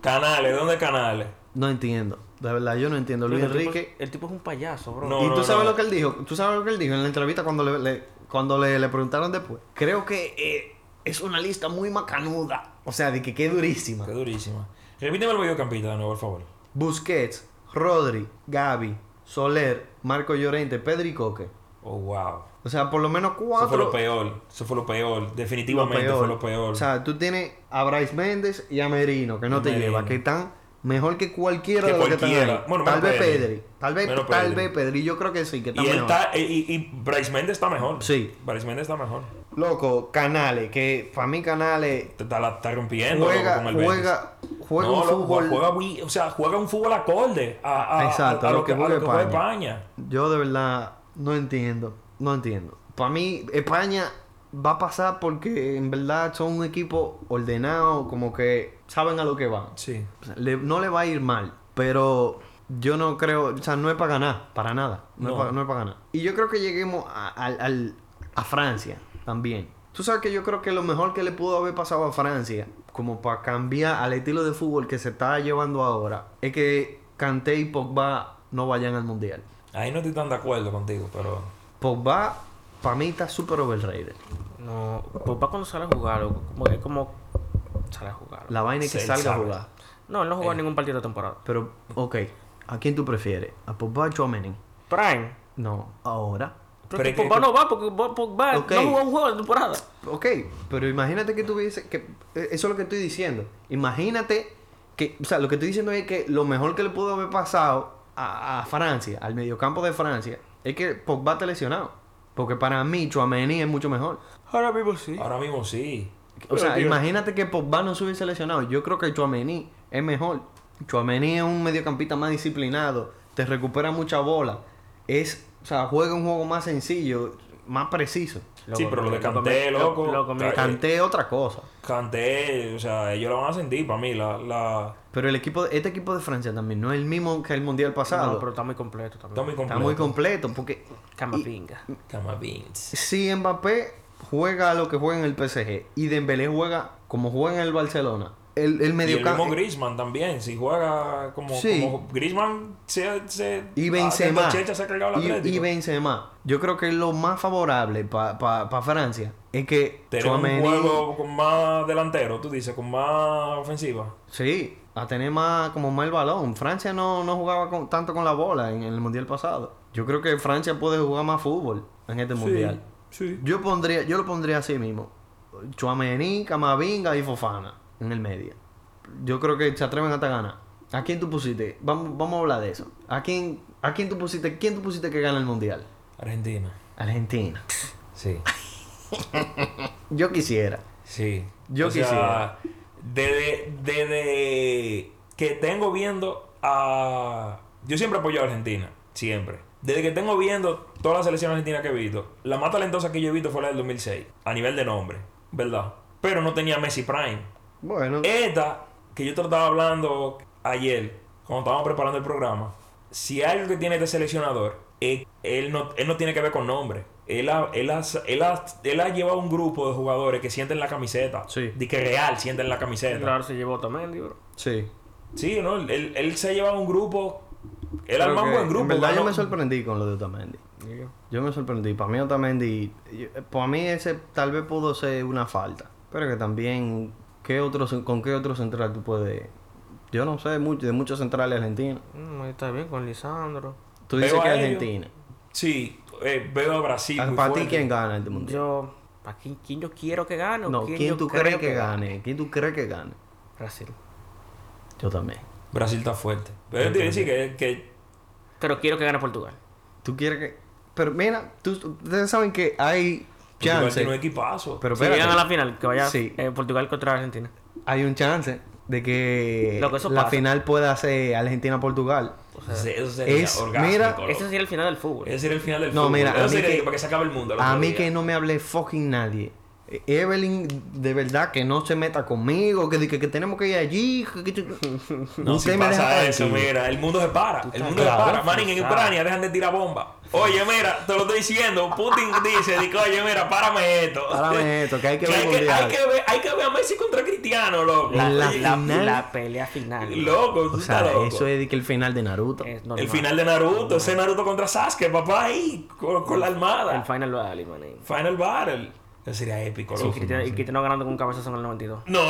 [SPEAKER 2] Canales, ¿de dónde es Canales?
[SPEAKER 1] no entiendo. De verdad, yo no entiendo. Luis
[SPEAKER 3] Loco, el tipo-
[SPEAKER 1] Enrique.
[SPEAKER 3] El tipo es un payaso, bro.
[SPEAKER 2] No,
[SPEAKER 1] y tú sabes lo que él dijo. Tú sabes lo que él dijo en la entrevista cuando le, le- cuando le, le preguntaron después. Creo que eh, es una lista muy macanuda. O sea, de que qué durísima.
[SPEAKER 2] Qué durísima. Repíteme el videocampista de nuevo, por favor.
[SPEAKER 1] Busquets, Rodri, Gaby, Soler, Marco Llorente, Pedri y Coque.
[SPEAKER 2] Oh, wow.
[SPEAKER 1] O sea, por lo menos
[SPEAKER 2] Eso fue
[SPEAKER 1] cuatro.
[SPEAKER 2] lo peor. Eso fue lo peor. Definitivamente fue lo peor.
[SPEAKER 1] O sea, tú tienes a Bryce Méndez y a Merino, que no te
[SPEAKER 2] Merino.
[SPEAKER 1] lleva, que están mejor que cualquiera
[SPEAKER 2] Que
[SPEAKER 1] de los que están
[SPEAKER 2] cualquiera.
[SPEAKER 1] ahí.
[SPEAKER 2] Bueno,
[SPEAKER 1] tal
[SPEAKER 2] menos
[SPEAKER 1] vez
[SPEAKER 2] Pedri.
[SPEAKER 1] Pedri. Tal vez,
[SPEAKER 2] Menos
[SPEAKER 1] tal
[SPEAKER 2] Pedri.
[SPEAKER 1] vez Pedri. Yo creo que sí, que está
[SPEAKER 2] y él
[SPEAKER 1] mejor.
[SPEAKER 2] está. Y, y, y Bryce Méndez está mejor.
[SPEAKER 1] Sí.
[SPEAKER 2] Bryce Méndez está mejor.
[SPEAKER 1] Loco, Canales, que para mí Canales
[SPEAKER 2] Te está, la está rompiendo loco,
[SPEAKER 1] juega,
[SPEAKER 2] con el Betis.
[SPEAKER 1] juega, juega
[SPEAKER 2] No,
[SPEAKER 1] un
[SPEAKER 2] loco,
[SPEAKER 1] fútbol.
[SPEAKER 2] Juega, muy- o sea, juega un fútbol acorde a, a,
[SPEAKER 1] Exacto,
[SPEAKER 2] a,
[SPEAKER 1] a
[SPEAKER 2] lo que, a lo que juega España.
[SPEAKER 1] Yo de verdad no entiendo, no entiendo. Para mí España va a pasar porque en verdad son un equipo ordenado, como que saben a lo que van.
[SPEAKER 2] Sí.
[SPEAKER 1] O sea, le- no le va a ir mal, pero yo no creo, o sea, no es para ganar, para nada. No,
[SPEAKER 2] No.
[SPEAKER 1] Es, para, ganar. Y yo creo que lleguemos a, al- al- a Francia también. Tú sabes que yo creo que lo mejor que le pudo haber pasado a Francia, como para cambiar al estilo de fútbol que se está llevando ahora, es que Kanté y Pogba no vayan al Mundial.
[SPEAKER 2] Ahí no estoy tan de acuerdo contigo, pero.
[SPEAKER 1] Pogba, para mí, está súper overrated.
[SPEAKER 3] No, Pogba cuando sale a jugar, loco, como, es como sale a jugar. loco.
[SPEAKER 1] La vaina es que
[SPEAKER 2] Sí, él
[SPEAKER 1] salga a
[SPEAKER 2] sabe.
[SPEAKER 1] jugar.
[SPEAKER 3] No, él no
[SPEAKER 1] Eh.
[SPEAKER 3] jugó ningún partido de temporada.
[SPEAKER 1] Pero, ok, ¿a quién tú prefieres? ¿A Pogba o a Tchouaméni?
[SPEAKER 3] Prime.
[SPEAKER 1] No, ahora.
[SPEAKER 2] Pero
[SPEAKER 3] Pero es que
[SPEAKER 2] es que-
[SPEAKER 3] Pogba no va porque Pogba- Pogba
[SPEAKER 1] Ok.
[SPEAKER 3] no jugó un juego de temporada.
[SPEAKER 1] Ok, pero imagínate que tuviese que eh, eso es lo que estoy diciendo. Imagínate que, o sea, lo que estoy diciendo es que lo mejor que le pudo haber pasado a, a Francia, al mediocampo de Francia, es que Pogba está lesionado, porque para mí Chouameni es mucho mejor.
[SPEAKER 3] Ahora mismo sí.
[SPEAKER 2] Ahora mismo sí.
[SPEAKER 1] O sea, imagínate que Pogba no se hubiese lesionado. Yo creo que Chouameni es mejor. Chouameni es un mediocampista más disciplinado, te recupera mucha bola, es, o sea, juega un juego más sencillo, más preciso.
[SPEAKER 2] sí, pero lo de
[SPEAKER 3] loco,
[SPEAKER 2] Canté,
[SPEAKER 3] me-
[SPEAKER 2] loco.
[SPEAKER 3] loco, me
[SPEAKER 2] eh,
[SPEAKER 1] Canté otra cosa.
[SPEAKER 2] Canté, o sea, ellos lo van a sentir para mí. La, la...
[SPEAKER 1] Pero el equipo, este equipo de Francia también no es el mismo que el mundial pasado.
[SPEAKER 3] No, pero está muy completo
[SPEAKER 2] Está
[SPEAKER 3] también.
[SPEAKER 2] muy
[SPEAKER 1] Está
[SPEAKER 2] completo.
[SPEAKER 1] muy completo porque
[SPEAKER 3] Camavinga.
[SPEAKER 2] Cama Beans.
[SPEAKER 1] si Mbappé juega a lo que juega en el PSG y Dembélé juega como juega en el Barcelona, el, el
[SPEAKER 2] Y el mismo
[SPEAKER 1] mediocampo
[SPEAKER 2] Griezmann también, si juega como,
[SPEAKER 1] Sí.
[SPEAKER 2] como Griezmann se, se
[SPEAKER 1] y
[SPEAKER 2] ah,
[SPEAKER 1] Benzema
[SPEAKER 2] de Checha se ha cargado el
[SPEAKER 1] y,
[SPEAKER 2] Atlético.
[SPEAKER 1] y Benzema, yo creo que lo más favorable para Francia es que
[SPEAKER 2] Tener un
[SPEAKER 1] Tchouaméni-
[SPEAKER 2] juego con más delantero, tú dices, con más ofensiva.
[SPEAKER 1] sí, a tener más como más el balón. Francia no, no jugaba con- tanto con la bola en, el mundial pasado. Yo creo que Francia puede jugar más fútbol en este mundial.
[SPEAKER 2] Sí.
[SPEAKER 1] Yo pondría, yo lo pondría así mismo. Chuamení, Camavinga y Fofana en el medio. Yo creo que se atreven hasta ganar. ¿A quién tú pusiste? Vamos, vamos a hablar de eso. ¿A quién, a quién tú pusiste? ¿Quién tú pusiste que gana el mundial?
[SPEAKER 2] Argentina.
[SPEAKER 1] Argentina.
[SPEAKER 2] Sí.
[SPEAKER 1] Yo quisiera.
[SPEAKER 2] Sí.
[SPEAKER 1] Yo quisiera.
[SPEAKER 2] Sea, desde, desde que tengo viendo a... Yo siempre he apoyado a Argentina, siempre. Desde que tengo viendo toda la selección argentina que he visto, la más talentosa que yo he visto fue la del 2006, a nivel de nombre, ¿verdad? Pero no tenía Messi Prime.
[SPEAKER 1] Bueno,
[SPEAKER 2] Esta, que yo te lo estaba hablando ayer, cuando estábamos preparando el programa, si hay algo que tiene este seleccionador, es- él, no, él no tiene que ver con nombre. Él ha, él, ha, él, ha, él ha llevado un grupo de jugadores que sienten la camiseta.
[SPEAKER 1] Sí.
[SPEAKER 2] De que real sienten la camiseta.
[SPEAKER 3] Claro, se llevó también, bro.
[SPEAKER 1] sí.
[SPEAKER 2] Sí, ¿no? Él, él se ha llevado un grupo Él
[SPEAKER 1] Creo
[SPEAKER 2] armó un
[SPEAKER 1] que,
[SPEAKER 2] buen grupo.
[SPEAKER 1] En verdad, yo
[SPEAKER 2] ganó-
[SPEAKER 1] me sorprendí con lo de Otamendi. Yo me sorprendí. Para mí, Otamendi. yo- Para mí, ese tal vez pudo ser una falta. Pero que también. ¿qué otro, cen- ¿Con qué otro central tú puedes.? Yo no sé mucho, de muchos centrales argentinos.
[SPEAKER 4] Mm, ahí está bien con Lisandro.
[SPEAKER 1] Tú dices
[SPEAKER 2] Veo
[SPEAKER 1] que
[SPEAKER 2] a ellos.
[SPEAKER 1] Argentina.
[SPEAKER 2] Sí, eh, veo a Brasil.
[SPEAKER 1] Ah,
[SPEAKER 2] muy
[SPEAKER 1] ¿Para ti
[SPEAKER 2] fuerte.
[SPEAKER 1] quién gana este mundial?
[SPEAKER 4] Yo,
[SPEAKER 3] ¿Para quién, quién yo quiero que gane? o
[SPEAKER 1] no,
[SPEAKER 3] quién
[SPEAKER 1] ¿quién,
[SPEAKER 3] yo
[SPEAKER 1] tú
[SPEAKER 3] creo
[SPEAKER 1] crees que,
[SPEAKER 3] gane?
[SPEAKER 1] gane? ¿Quién tú crees que gane?
[SPEAKER 4] Brasil.
[SPEAKER 1] Yo también.
[SPEAKER 2] Brasil está fuerte. Pero yo te iba a decir que, que
[SPEAKER 3] Pero quiero que gane Portugal.
[SPEAKER 1] ¿Tú quieres que.? Pero mira, tú- ustedes saben que hay
[SPEAKER 2] Portugal
[SPEAKER 1] chance.
[SPEAKER 2] tiene un equipazo.
[SPEAKER 1] Pero
[SPEAKER 3] si llegan a
[SPEAKER 1] espérate.
[SPEAKER 3] la final, que vaya
[SPEAKER 1] Sí.
[SPEAKER 3] eh, Portugal contra Argentina.
[SPEAKER 1] hay un chance de que
[SPEAKER 3] Loco, eso
[SPEAKER 1] la
[SPEAKER 3] pasa.
[SPEAKER 1] final pueda ser Argentina-Portugal.
[SPEAKER 2] Ese- eso sería
[SPEAKER 1] es-
[SPEAKER 2] orgásmico,
[SPEAKER 1] mira-
[SPEAKER 2] loco.
[SPEAKER 3] Ese sería el final del fútbol.
[SPEAKER 2] Ese sería el final del
[SPEAKER 1] No,
[SPEAKER 2] fútbol.
[SPEAKER 1] mira, a
[SPEAKER 2] Eso
[SPEAKER 1] mí
[SPEAKER 2] sería
[SPEAKER 1] que-
[SPEAKER 2] para que se acabe el mundo. al
[SPEAKER 1] A
[SPEAKER 2] otro
[SPEAKER 1] mí
[SPEAKER 2] día.
[SPEAKER 1] que no me hable fucking nadie. E- Evelyn, de verdad que no se meta conmigo, que, que, que tenemos que ir allí. que- que-
[SPEAKER 2] No, si
[SPEAKER 1] Usted me
[SPEAKER 2] pasa
[SPEAKER 1] deja
[SPEAKER 2] eso,
[SPEAKER 1] tranquilo.
[SPEAKER 2] mira, el mundo se para. El mundo se
[SPEAKER 1] claro,
[SPEAKER 2] para. Manning, en
[SPEAKER 3] forzado.
[SPEAKER 2] Ucrania dejan de tirar bombas. Oye, mira, te lo estoy diciendo. Putin dice, dice, oye, mira, párame esto.
[SPEAKER 1] Párame esto, que hay que ver
[SPEAKER 2] hay, [laughs] que,
[SPEAKER 1] mundial.
[SPEAKER 2] hay que ver, hay que ver a Messi contra Cristiano, loco.
[SPEAKER 1] La- la-
[SPEAKER 2] Oye,
[SPEAKER 3] La,
[SPEAKER 1] Final.
[SPEAKER 3] la pelea final.
[SPEAKER 2] Loco, tú
[SPEAKER 1] O
[SPEAKER 2] estás
[SPEAKER 1] sea,
[SPEAKER 2] loco.
[SPEAKER 1] eso es de que el final de Naruto.
[SPEAKER 3] Es
[SPEAKER 2] El
[SPEAKER 3] normal.
[SPEAKER 2] final de Naruto, ese Naruto contra Sasuke, papá, ahí, con, con la
[SPEAKER 3] El
[SPEAKER 2] armada.
[SPEAKER 3] final Valley, manín.
[SPEAKER 2] Final Battle. Eso sería épico,
[SPEAKER 3] Y
[SPEAKER 2] loco.
[SPEAKER 3] Cristiano, y Cristiano ganando con un cabezazo en el 92.
[SPEAKER 2] No,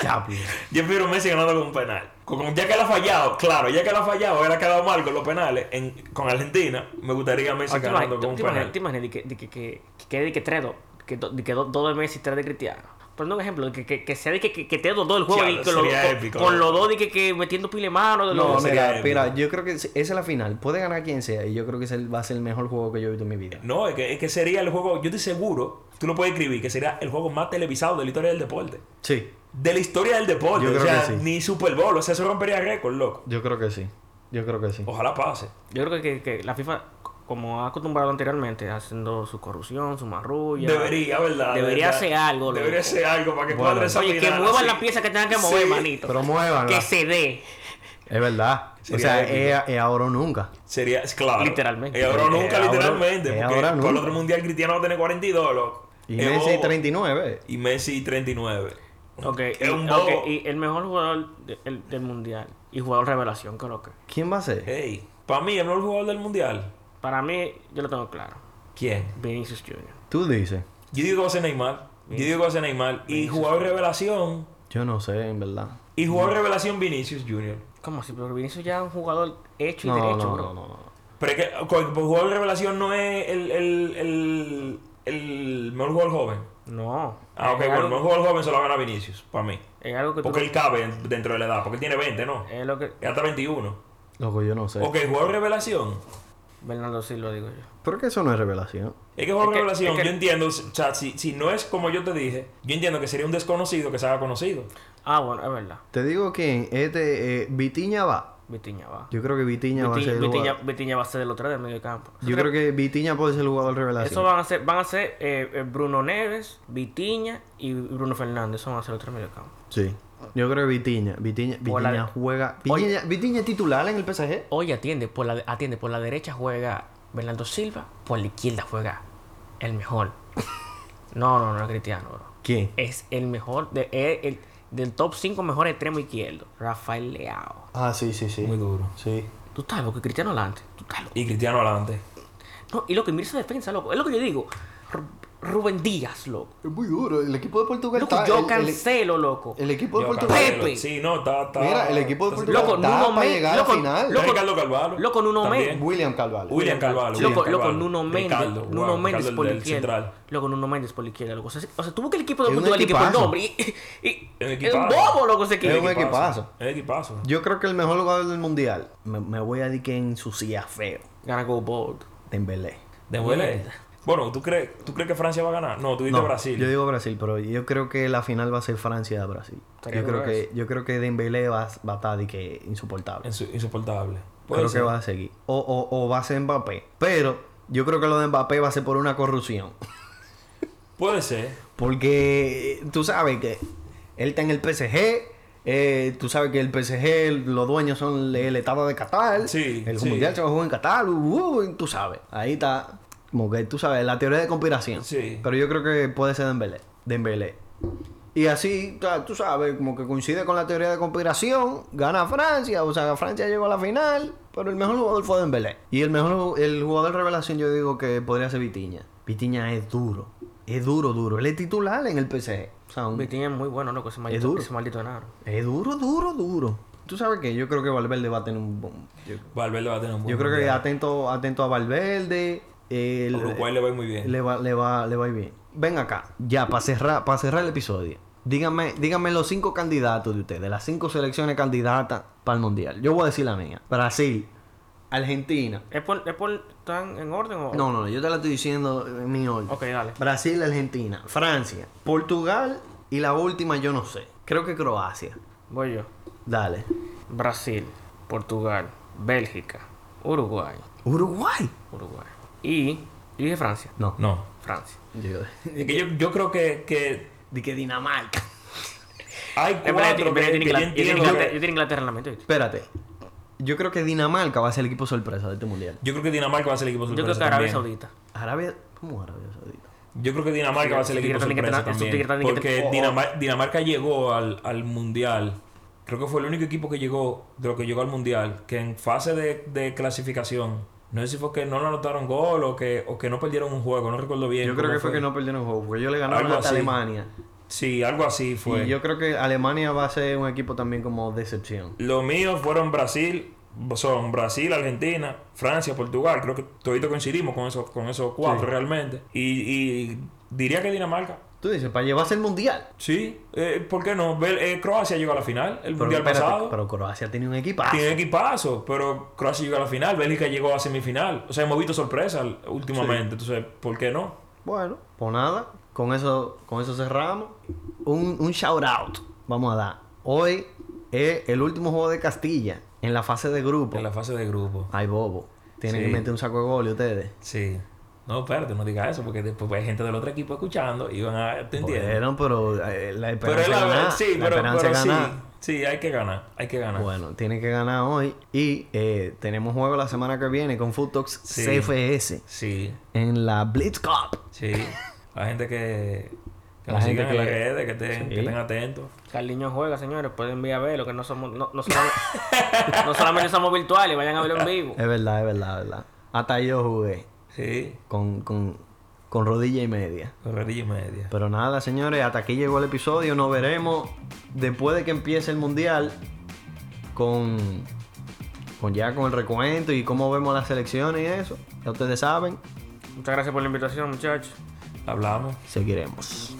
[SPEAKER 1] Chaplin.
[SPEAKER 2] yo prefiero Messi ganando con un penal. Con, con- ya que él ha fallado, claro, ya que él ha fallado, él ha quedado mal con los penales en, con Argentina. Me gustaría Messi
[SPEAKER 3] Ah, ¿Te
[SPEAKER 2] ganando
[SPEAKER 3] imaginas-
[SPEAKER 2] con un
[SPEAKER 3] te imaginas-
[SPEAKER 2] penal.
[SPEAKER 3] te imaginas de que- de que- que que quede de que 3-2? Que do- de que 2 de Messi y 3 de Cristiano. Poniendo un ejemplo, de que, que, que sea de que, que, que te dos el juego
[SPEAKER 2] Diablo,
[SPEAKER 3] y que los-
[SPEAKER 2] sería
[SPEAKER 3] con,
[SPEAKER 2] épico,
[SPEAKER 3] con los
[SPEAKER 2] loco.
[SPEAKER 3] dos de que, que metiendo pile mano. De
[SPEAKER 1] No,
[SPEAKER 3] los,
[SPEAKER 2] sería
[SPEAKER 1] mira,
[SPEAKER 2] épico.
[SPEAKER 1] mira, yo creo que esa es la final. Puede ganar quien sea y yo creo que ese va a ser el mejor juego que yo he visto en mi vida.
[SPEAKER 2] No, es que, es que sería el juego, yo te seguro, tú lo puedes escribir, que sería el juego más televisado de la historia del deporte.
[SPEAKER 1] Sí,
[SPEAKER 2] De la historia del deporte,
[SPEAKER 1] Yo
[SPEAKER 2] o
[SPEAKER 1] creo
[SPEAKER 2] sea,
[SPEAKER 1] que sí.
[SPEAKER 2] ni Super Bowl, o sea, eso rompería récord, loco.
[SPEAKER 1] yo creo que sí. Yo creo que sí.
[SPEAKER 2] Ojalá pase.
[SPEAKER 3] Yo creo que, que la FIFA, como ha acostumbrado anteriormente, haciendo su corrupción, su marrulla.
[SPEAKER 2] Debería, ¿verdad?
[SPEAKER 3] Debería
[SPEAKER 2] ¿verdad?
[SPEAKER 3] ser algo, loco.
[SPEAKER 2] Debería ser algo para que
[SPEAKER 1] Bueno.
[SPEAKER 2] cuadre esa
[SPEAKER 3] Oye, que
[SPEAKER 2] final,
[SPEAKER 3] muevan
[SPEAKER 2] así.
[SPEAKER 3] la pieza que tengan que mover,
[SPEAKER 2] Sí.
[SPEAKER 3] manito.
[SPEAKER 1] Promuévanla.
[SPEAKER 3] Que se dé.
[SPEAKER 1] Es verdad.
[SPEAKER 2] Sería
[SPEAKER 1] o sea,
[SPEAKER 2] épico.
[SPEAKER 1] es, es ahora o nunca.
[SPEAKER 2] Sería, es claro.
[SPEAKER 3] Literalmente.
[SPEAKER 2] Y ahora
[SPEAKER 1] Eh,
[SPEAKER 2] nunca,
[SPEAKER 1] ahora-
[SPEAKER 2] literalmente.
[SPEAKER 1] eh,
[SPEAKER 2] porque
[SPEAKER 1] ahora
[SPEAKER 2] Para el
[SPEAKER 1] nunca.
[SPEAKER 2] otro mundial cristiano va a tener 42, loco.
[SPEAKER 1] Y
[SPEAKER 2] Es
[SPEAKER 1] Messi
[SPEAKER 2] bobo.
[SPEAKER 1] 39.
[SPEAKER 2] Y Messi 39.
[SPEAKER 3] Ok,
[SPEAKER 2] Es
[SPEAKER 3] y,
[SPEAKER 2] un
[SPEAKER 3] ok,
[SPEAKER 2] bobo.
[SPEAKER 3] y el mejor jugador de- el- del mundial y jugador revelación, creo que.
[SPEAKER 1] ¿Quién va a ser?
[SPEAKER 2] Ey, para mí, el mejor jugador del mundial.
[SPEAKER 3] Para mí, yo lo tengo claro.
[SPEAKER 2] ¿Quién?
[SPEAKER 3] Vinicius Jr.
[SPEAKER 1] Tú dices.
[SPEAKER 2] Yo digo que va a ser Neymar. Yo digo que va a ser Neymar. Y jugador revelación.
[SPEAKER 1] Yo no sé, en verdad.
[SPEAKER 2] Y jugador revelación Vinicius Jr.
[SPEAKER 3] ¿Cómo así? Pero Vinicius ya es un jugador hecho y
[SPEAKER 1] No,
[SPEAKER 3] derecho,
[SPEAKER 1] no,
[SPEAKER 3] bro.
[SPEAKER 1] no, no, no.
[SPEAKER 2] Pero es que co- jugador revelación no es el, el, el, el mejor jugador joven.
[SPEAKER 3] No.
[SPEAKER 2] Ah, ok,
[SPEAKER 3] es,
[SPEAKER 2] bueno, el
[SPEAKER 3] algo,
[SPEAKER 2] mejor jugador joven se lo gana Vinicius, para mí.
[SPEAKER 3] es algo que Pues tú Eh.
[SPEAKER 2] Porque él cabe dentro de la edad, porque él tiene 20, ¿no?
[SPEAKER 3] Es lo que.
[SPEAKER 2] Es hasta 21.
[SPEAKER 1] Loco, yo no sé.
[SPEAKER 2] Ok, jugador revelación.
[SPEAKER 3] Bernardo Silva, digo yo.
[SPEAKER 1] Pero que eso no es revelación.
[SPEAKER 2] Es que jugador
[SPEAKER 3] Es que-
[SPEAKER 2] revelación,
[SPEAKER 3] es que-
[SPEAKER 2] yo entiendo, o sea, si, si no es como yo te dije, yo entiendo que sería un desconocido que se haga conocido.
[SPEAKER 3] Ah, bueno, es verdad.
[SPEAKER 1] Te digo quién. Este, eh, Vitiña va.
[SPEAKER 3] Vitiña va.
[SPEAKER 1] Yo creo que Vitiña va a
[SPEAKER 3] Viti-
[SPEAKER 1] ser el
[SPEAKER 3] Vitiña,
[SPEAKER 1] jugador.
[SPEAKER 3] Vitiña va a ser del otro del medio campo.
[SPEAKER 1] Yo creo que Vitiña puede ser el jugador revelación.
[SPEAKER 3] Eso van a ser, van a ser eh, eh, Bruno Neves, Vitiña y Bruno Fernández. Eso van a ser el otro medio campo.
[SPEAKER 1] Sí. Yo creo que Vitiña. Vitiña,
[SPEAKER 3] O la
[SPEAKER 1] Vitiña
[SPEAKER 3] de-
[SPEAKER 1] juega.
[SPEAKER 3] Oye.
[SPEAKER 1] Vitiña, Vitiña es titular en el PSG.
[SPEAKER 3] Hoy atiende por la, atiende por la derecha juega Bernardo Silva, por la izquierda juega el mejor. [laughs] No, no, no es Cristiano, bro.
[SPEAKER 1] ¿Quién?
[SPEAKER 3] Es el mejor, de, es el- del top 5 mejor extremo izquierdo, Rafael Leao.
[SPEAKER 1] Ah, sí, sí, sí.
[SPEAKER 2] duro.
[SPEAKER 1] Sí.
[SPEAKER 3] Tú estás loco, Cristiano adelante. Tú estás loco.
[SPEAKER 2] Y Cristiano adelante.
[SPEAKER 3] No, y lo que mira esa defensa, loco. Es lo que yo digo. Ru- Rubén Díaz, loco.
[SPEAKER 1] Es muy duro. El equipo de Portugal
[SPEAKER 3] Loco,
[SPEAKER 1] está-
[SPEAKER 3] yo
[SPEAKER 1] el- el-
[SPEAKER 3] cancelo, loco.
[SPEAKER 1] El equipo de
[SPEAKER 2] Yo,
[SPEAKER 1] Portugal.
[SPEAKER 2] Carvalho.
[SPEAKER 3] Pepe.
[SPEAKER 2] Sí, no, está... está
[SPEAKER 1] Mira, el equipo de
[SPEAKER 2] está-
[SPEAKER 1] Portugal
[SPEAKER 3] Loco,
[SPEAKER 1] está
[SPEAKER 3] Nuno
[SPEAKER 1] para
[SPEAKER 3] Mendes,
[SPEAKER 1] llegar
[SPEAKER 3] loco,
[SPEAKER 1] a la final.
[SPEAKER 3] loco,
[SPEAKER 2] Ricardo Carvalho.
[SPEAKER 3] loco, Nuno
[SPEAKER 2] También.
[SPEAKER 3] Mendes.
[SPEAKER 1] William Calvalho.
[SPEAKER 2] William Carvalho.
[SPEAKER 3] Loco,
[SPEAKER 2] William
[SPEAKER 3] loco,
[SPEAKER 2] Carvalho.
[SPEAKER 3] Nuno Méndez,
[SPEAKER 2] Ricardo, wow,
[SPEAKER 3] Nuno Méndez
[SPEAKER 2] Ricardo
[SPEAKER 3] por la
[SPEAKER 2] del
[SPEAKER 3] izquierda.
[SPEAKER 2] central.
[SPEAKER 3] Loco, Nuno Méndez por la izquierda, loco. O sea, o sea, tuvo que el equipo de
[SPEAKER 1] Es un
[SPEAKER 3] Portugal equipo el
[SPEAKER 1] equipazo.
[SPEAKER 3] nombre. y- y- y-
[SPEAKER 2] Un
[SPEAKER 3] es un
[SPEAKER 2] equipazo.
[SPEAKER 3] bobo, loco, ese
[SPEAKER 1] Es un
[SPEAKER 3] equipo.
[SPEAKER 1] equipazo.
[SPEAKER 2] Es equipazo.
[SPEAKER 1] Yo creo que el mejor jugador del mundial. Me, me voy a decir que ensucia feo.
[SPEAKER 3] Gana Go Bold.
[SPEAKER 1] Dembélé.
[SPEAKER 2] De Bueno, ¿tú crees, ¿tú crees que Francia va a ganar? No, tú dices
[SPEAKER 1] No,
[SPEAKER 2] Brasil.
[SPEAKER 1] Yo digo Brasil, pero yo creo que la final va a ser Francia-Brasil.
[SPEAKER 3] Estaría
[SPEAKER 1] Yo creo
[SPEAKER 3] duro
[SPEAKER 1] que yo creo que Dembélé va, va a estar de que insoportable.
[SPEAKER 2] Insu- insoportable. Puede
[SPEAKER 1] Creo
[SPEAKER 2] ser.
[SPEAKER 1] que va a seguir. O, o, o va a ser Mbappé. Pero yo creo que lo de Mbappé va a ser por una corrupción. [laughs]
[SPEAKER 2] Puede ser.
[SPEAKER 1] Porque eh, tú sabes que él está en el PSG. eh, tú sabes que el PSG, los dueños son el, el Estado de Qatar.
[SPEAKER 2] Sí,
[SPEAKER 1] el
[SPEAKER 2] sí.
[SPEAKER 1] Mundial se va a jugar en Qatar. uh, uh, tú sabes. Ahí está. Como que tú sabes, la teoría de conspiración.
[SPEAKER 2] Sí.
[SPEAKER 1] Pero yo creo que puede ser Dembélé. Dembélé. Y así, ta- tú sabes, como que coincide con la teoría de conspiración, gana Francia, o sea, Francia llegó a la final, pero el mejor jugador fue Dembélé. Y el mejor ju- el jugador revelación yo digo que podría ser Vitiña. Vitiña es duro, es duro, duro. Él es titular en el PSG. O sea, un-
[SPEAKER 3] Vitinha es muy bueno, loco, ese maldito,
[SPEAKER 1] duro.
[SPEAKER 3] ese maldito enano.
[SPEAKER 1] es duro, duro, duro. Tú sabes que yo creo que Valverde va a tener un... bom- Yo,
[SPEAKER 2] Valverde va a tener un buen
[SPEAKER 1] yo creo que
[SPEAKER 2] mundial.
[SPEAKER 1] atento, atento a Valverde. el-
[SPEAKER 2] A Uruguay le va a ir muy bien.
[SPEAKER 1] le va, le va, le va a ir bien. Ven acá, ya para cerrar, para cerrar el episodio. Díganme, díganme los cinco candidatos de ustedes, las cinco selecciones candidatas para el mundial. Yo voy a decir la mía. Brasil, Argentina.
[SPEAKER 3] ¿Es por, es por- están en orden o...?
[SPEAKER 1] No, no, no, yo te la estoy diciendo en mi orden.
[SPEAKER 3] Ok, dale.
[SPEAKER 1] Brasil, Argentina, Francia, Portugal y la última yo no sé. Creo que Croacia.
[SPEAKER 3] Voy yo.
[SPEAKER 1] Dale.
[SPEAKER 3] Brasil, Portugal, Bélgica, Uruguay,
[SPEAKER 1] Uruguay.
[SPEAKER 3] Uruguay. Y... Y dije Francia.
[SPEAKER 1] No.
[SPEAKER 2] No.
[SPEAKER 3] Francia.
[SPEAKER 1] Yo, [laughs]
[SPEAKER 2] Es que yo, yo creo que, que
[SPEAKER 1] di que Dinamarca.
[SPEAKER 2] hay
[SPEAKER 3] En verdad, yo
[SPEAKER 2] cuatro que, que
[SPEAKER 3] tengo- yo
[SPEAKER 2] yo
[SPEAKER 3] tengo Inglaterra- yo tengo
[SPEAKER 2] entiendo
[SPEAKER 3] Inglaterra- yo
[SPEAKER 2] que-
[SPEAKER 3] tengo Inglaterra en la mente. ¿viste?
[SPEAKER 1] Espérate. Yo creo que Dinamarca va a ser el equipo sorpresa de este mundial.
[SPEAKER 2] Yo creo que Dinamarca va a ser el equipo
[SPEAKER 3] Yo
[SPEAKER 2] sorpresa
[SPEAKER 3] creo que Arabia
[SPEAKER 2] también.
[SPEAKER 3] Saudita.
[SPEAKER 1] Arabia. ¿Cómo Arabia Saudita?
[SPEAKER 2] Yo creo que Dinamarca va a ser el
[SPEAKER 3] Tigre
[SPEAKER 2] equipo
[SPEAKER 3] también que
[SPEAKER 2] sorpresa
[SPEAKER 3] tenga- esos
[SPEAKER 2] también.
[SPEAKER 3] tigres también que
[SPEAKER 2] Porque
[SPEAKER 3] tenga-
[SPEAKER 2] Dinamar- Dinamarca llegó al, al Mundial. Creo que fue el único equipo que llegó, de lo que llegó al Mundial, que en fase de, de clasificación, no sé si fue que no le anotaron gol o que, o que no perdieron un juego, no recuerdo bien.
[SPEAKER 1] Yo creo
[SPEAKER 2] cómo
[SPEAKER 1] que fue que no perdieron el juego, porque ellos le ganaron
[SPEAKER 2] Algo
[SPEAKER 1] hasta
[SPEAKER 2] así.
[SPEAKER 1] Alemania.
[SPEAKER 2] Sí, algo así fue.
[SPEAKER 1] Y yo creo que Alemania va a ser un equipo también como decepción.
[SPEAKER 2] Los míos fueron Brasil, son Brasil, Argentina, Francia, Portugal. Creo que todito coincidimos con, eso, con esos cuatro realmente. Y, y diría que Dinamarca.
[SPEAKER 1] Tú dices, para llevarse el mundial.
[SPEAKER 2] Sí, eh, ¿por qué no? Bel- eh, Croacia llegó a la final, el mundial
[SPEAKER 1] espérate,
[SPEAKER 2] pasado.
[SPEAKER 1] pero Croacia tiene un equipazo.
[SPEAKER 2] Tiene equipazo, pero Croacia llegó a la final, Bélgica llegó a semifinal. O sea, hemos visto sorpresas últimamente, entonces, ¿por qué no?
[SPEAKER 1] Bueno, pues nada, con eso, con eso cerramos. Un, un shout out vamos a dar. Hoy es el último juego de Castilla en la fase de grupo.
[SPEAKER 2] En la fase de grupo.
[SPEAKER 1] Ay, bobo. Tienen
[SPEAKER 2] Sí.
[SPEAKER 1] que meter un saco de goles ustedes.
[SPEAKER 2] Sí. No, espérate, no digas eso, porque después hay gente del otro equipo escuchando y van a... ¿Te entiendes?
[SPEAKER 1] Bueno, pero eh, la
[SPEAKER 2] Pero
[SPEAKER 1] esperanza
[SPEAKER 2] es la
[SPEAKER 1] es ganar.
[SPEAKER 2] verdad, sí,
[SPEAKER 1] la
[SPEAKER 2] pero,
[SPEAKER 1] esperanza
[SPEAKER 2] pero
[SPEAKER 1] es
[SPEAKER 2] sí,
[SPEAKER 1] ganar.
[SPEAKER 2] sí, hay que ganar, hay que ganar.
[SPEAKER 1] Bueno, tiene que ganar hoy. Y eh, tenemos juego la semana que viene con Futox
[SPEAKER 2] Sí.
[SPEAKER 1] CFS
[SPEAKER 2] Sí,
[SPEAKER 1] en la Blitz Cup. [laughs]
[SPEAKER 2] sí. La gente que, que
[SPEAKER 1] La
[SPEAKER 2] nos
[SPEAKER 1] gente
[SPEAKER 2] sigan en las
[SPEAKER 1] que-
[SPEAKER 2] redes, que
[SPEAKER 1] sí.
[SPEAKER 2] estén, que estén atentos.
[SPEAKER 3] Carliño juega, señores. Pueden ir a verlo, que no somos... No, no, solamente, [laughs] no solamente somos virtuales, vayan a verlo en vivo.
[SPEAKER 1] Es verdad, es verdad, es verdad. Hasta yo jugué
[SPEAKER 2] Sí,
[SPEAKER 1] con, con, con rodilla y media.
[SPEAKER 2] con rodilla y media.
[SPEAKER 1] Pero nada, señores, hasta aquí llegó el episodio. Nos veremos después de que empiece el mundial con, con ya con el recuento y cómo vemos las selecciones y eso. Ya ustedes saben,
[SPEAKER 3] Muchas gracias por la invitación, muchachos.
[SPEAKER 2] Hablamos.
[SPEAKER 1] seguiremos.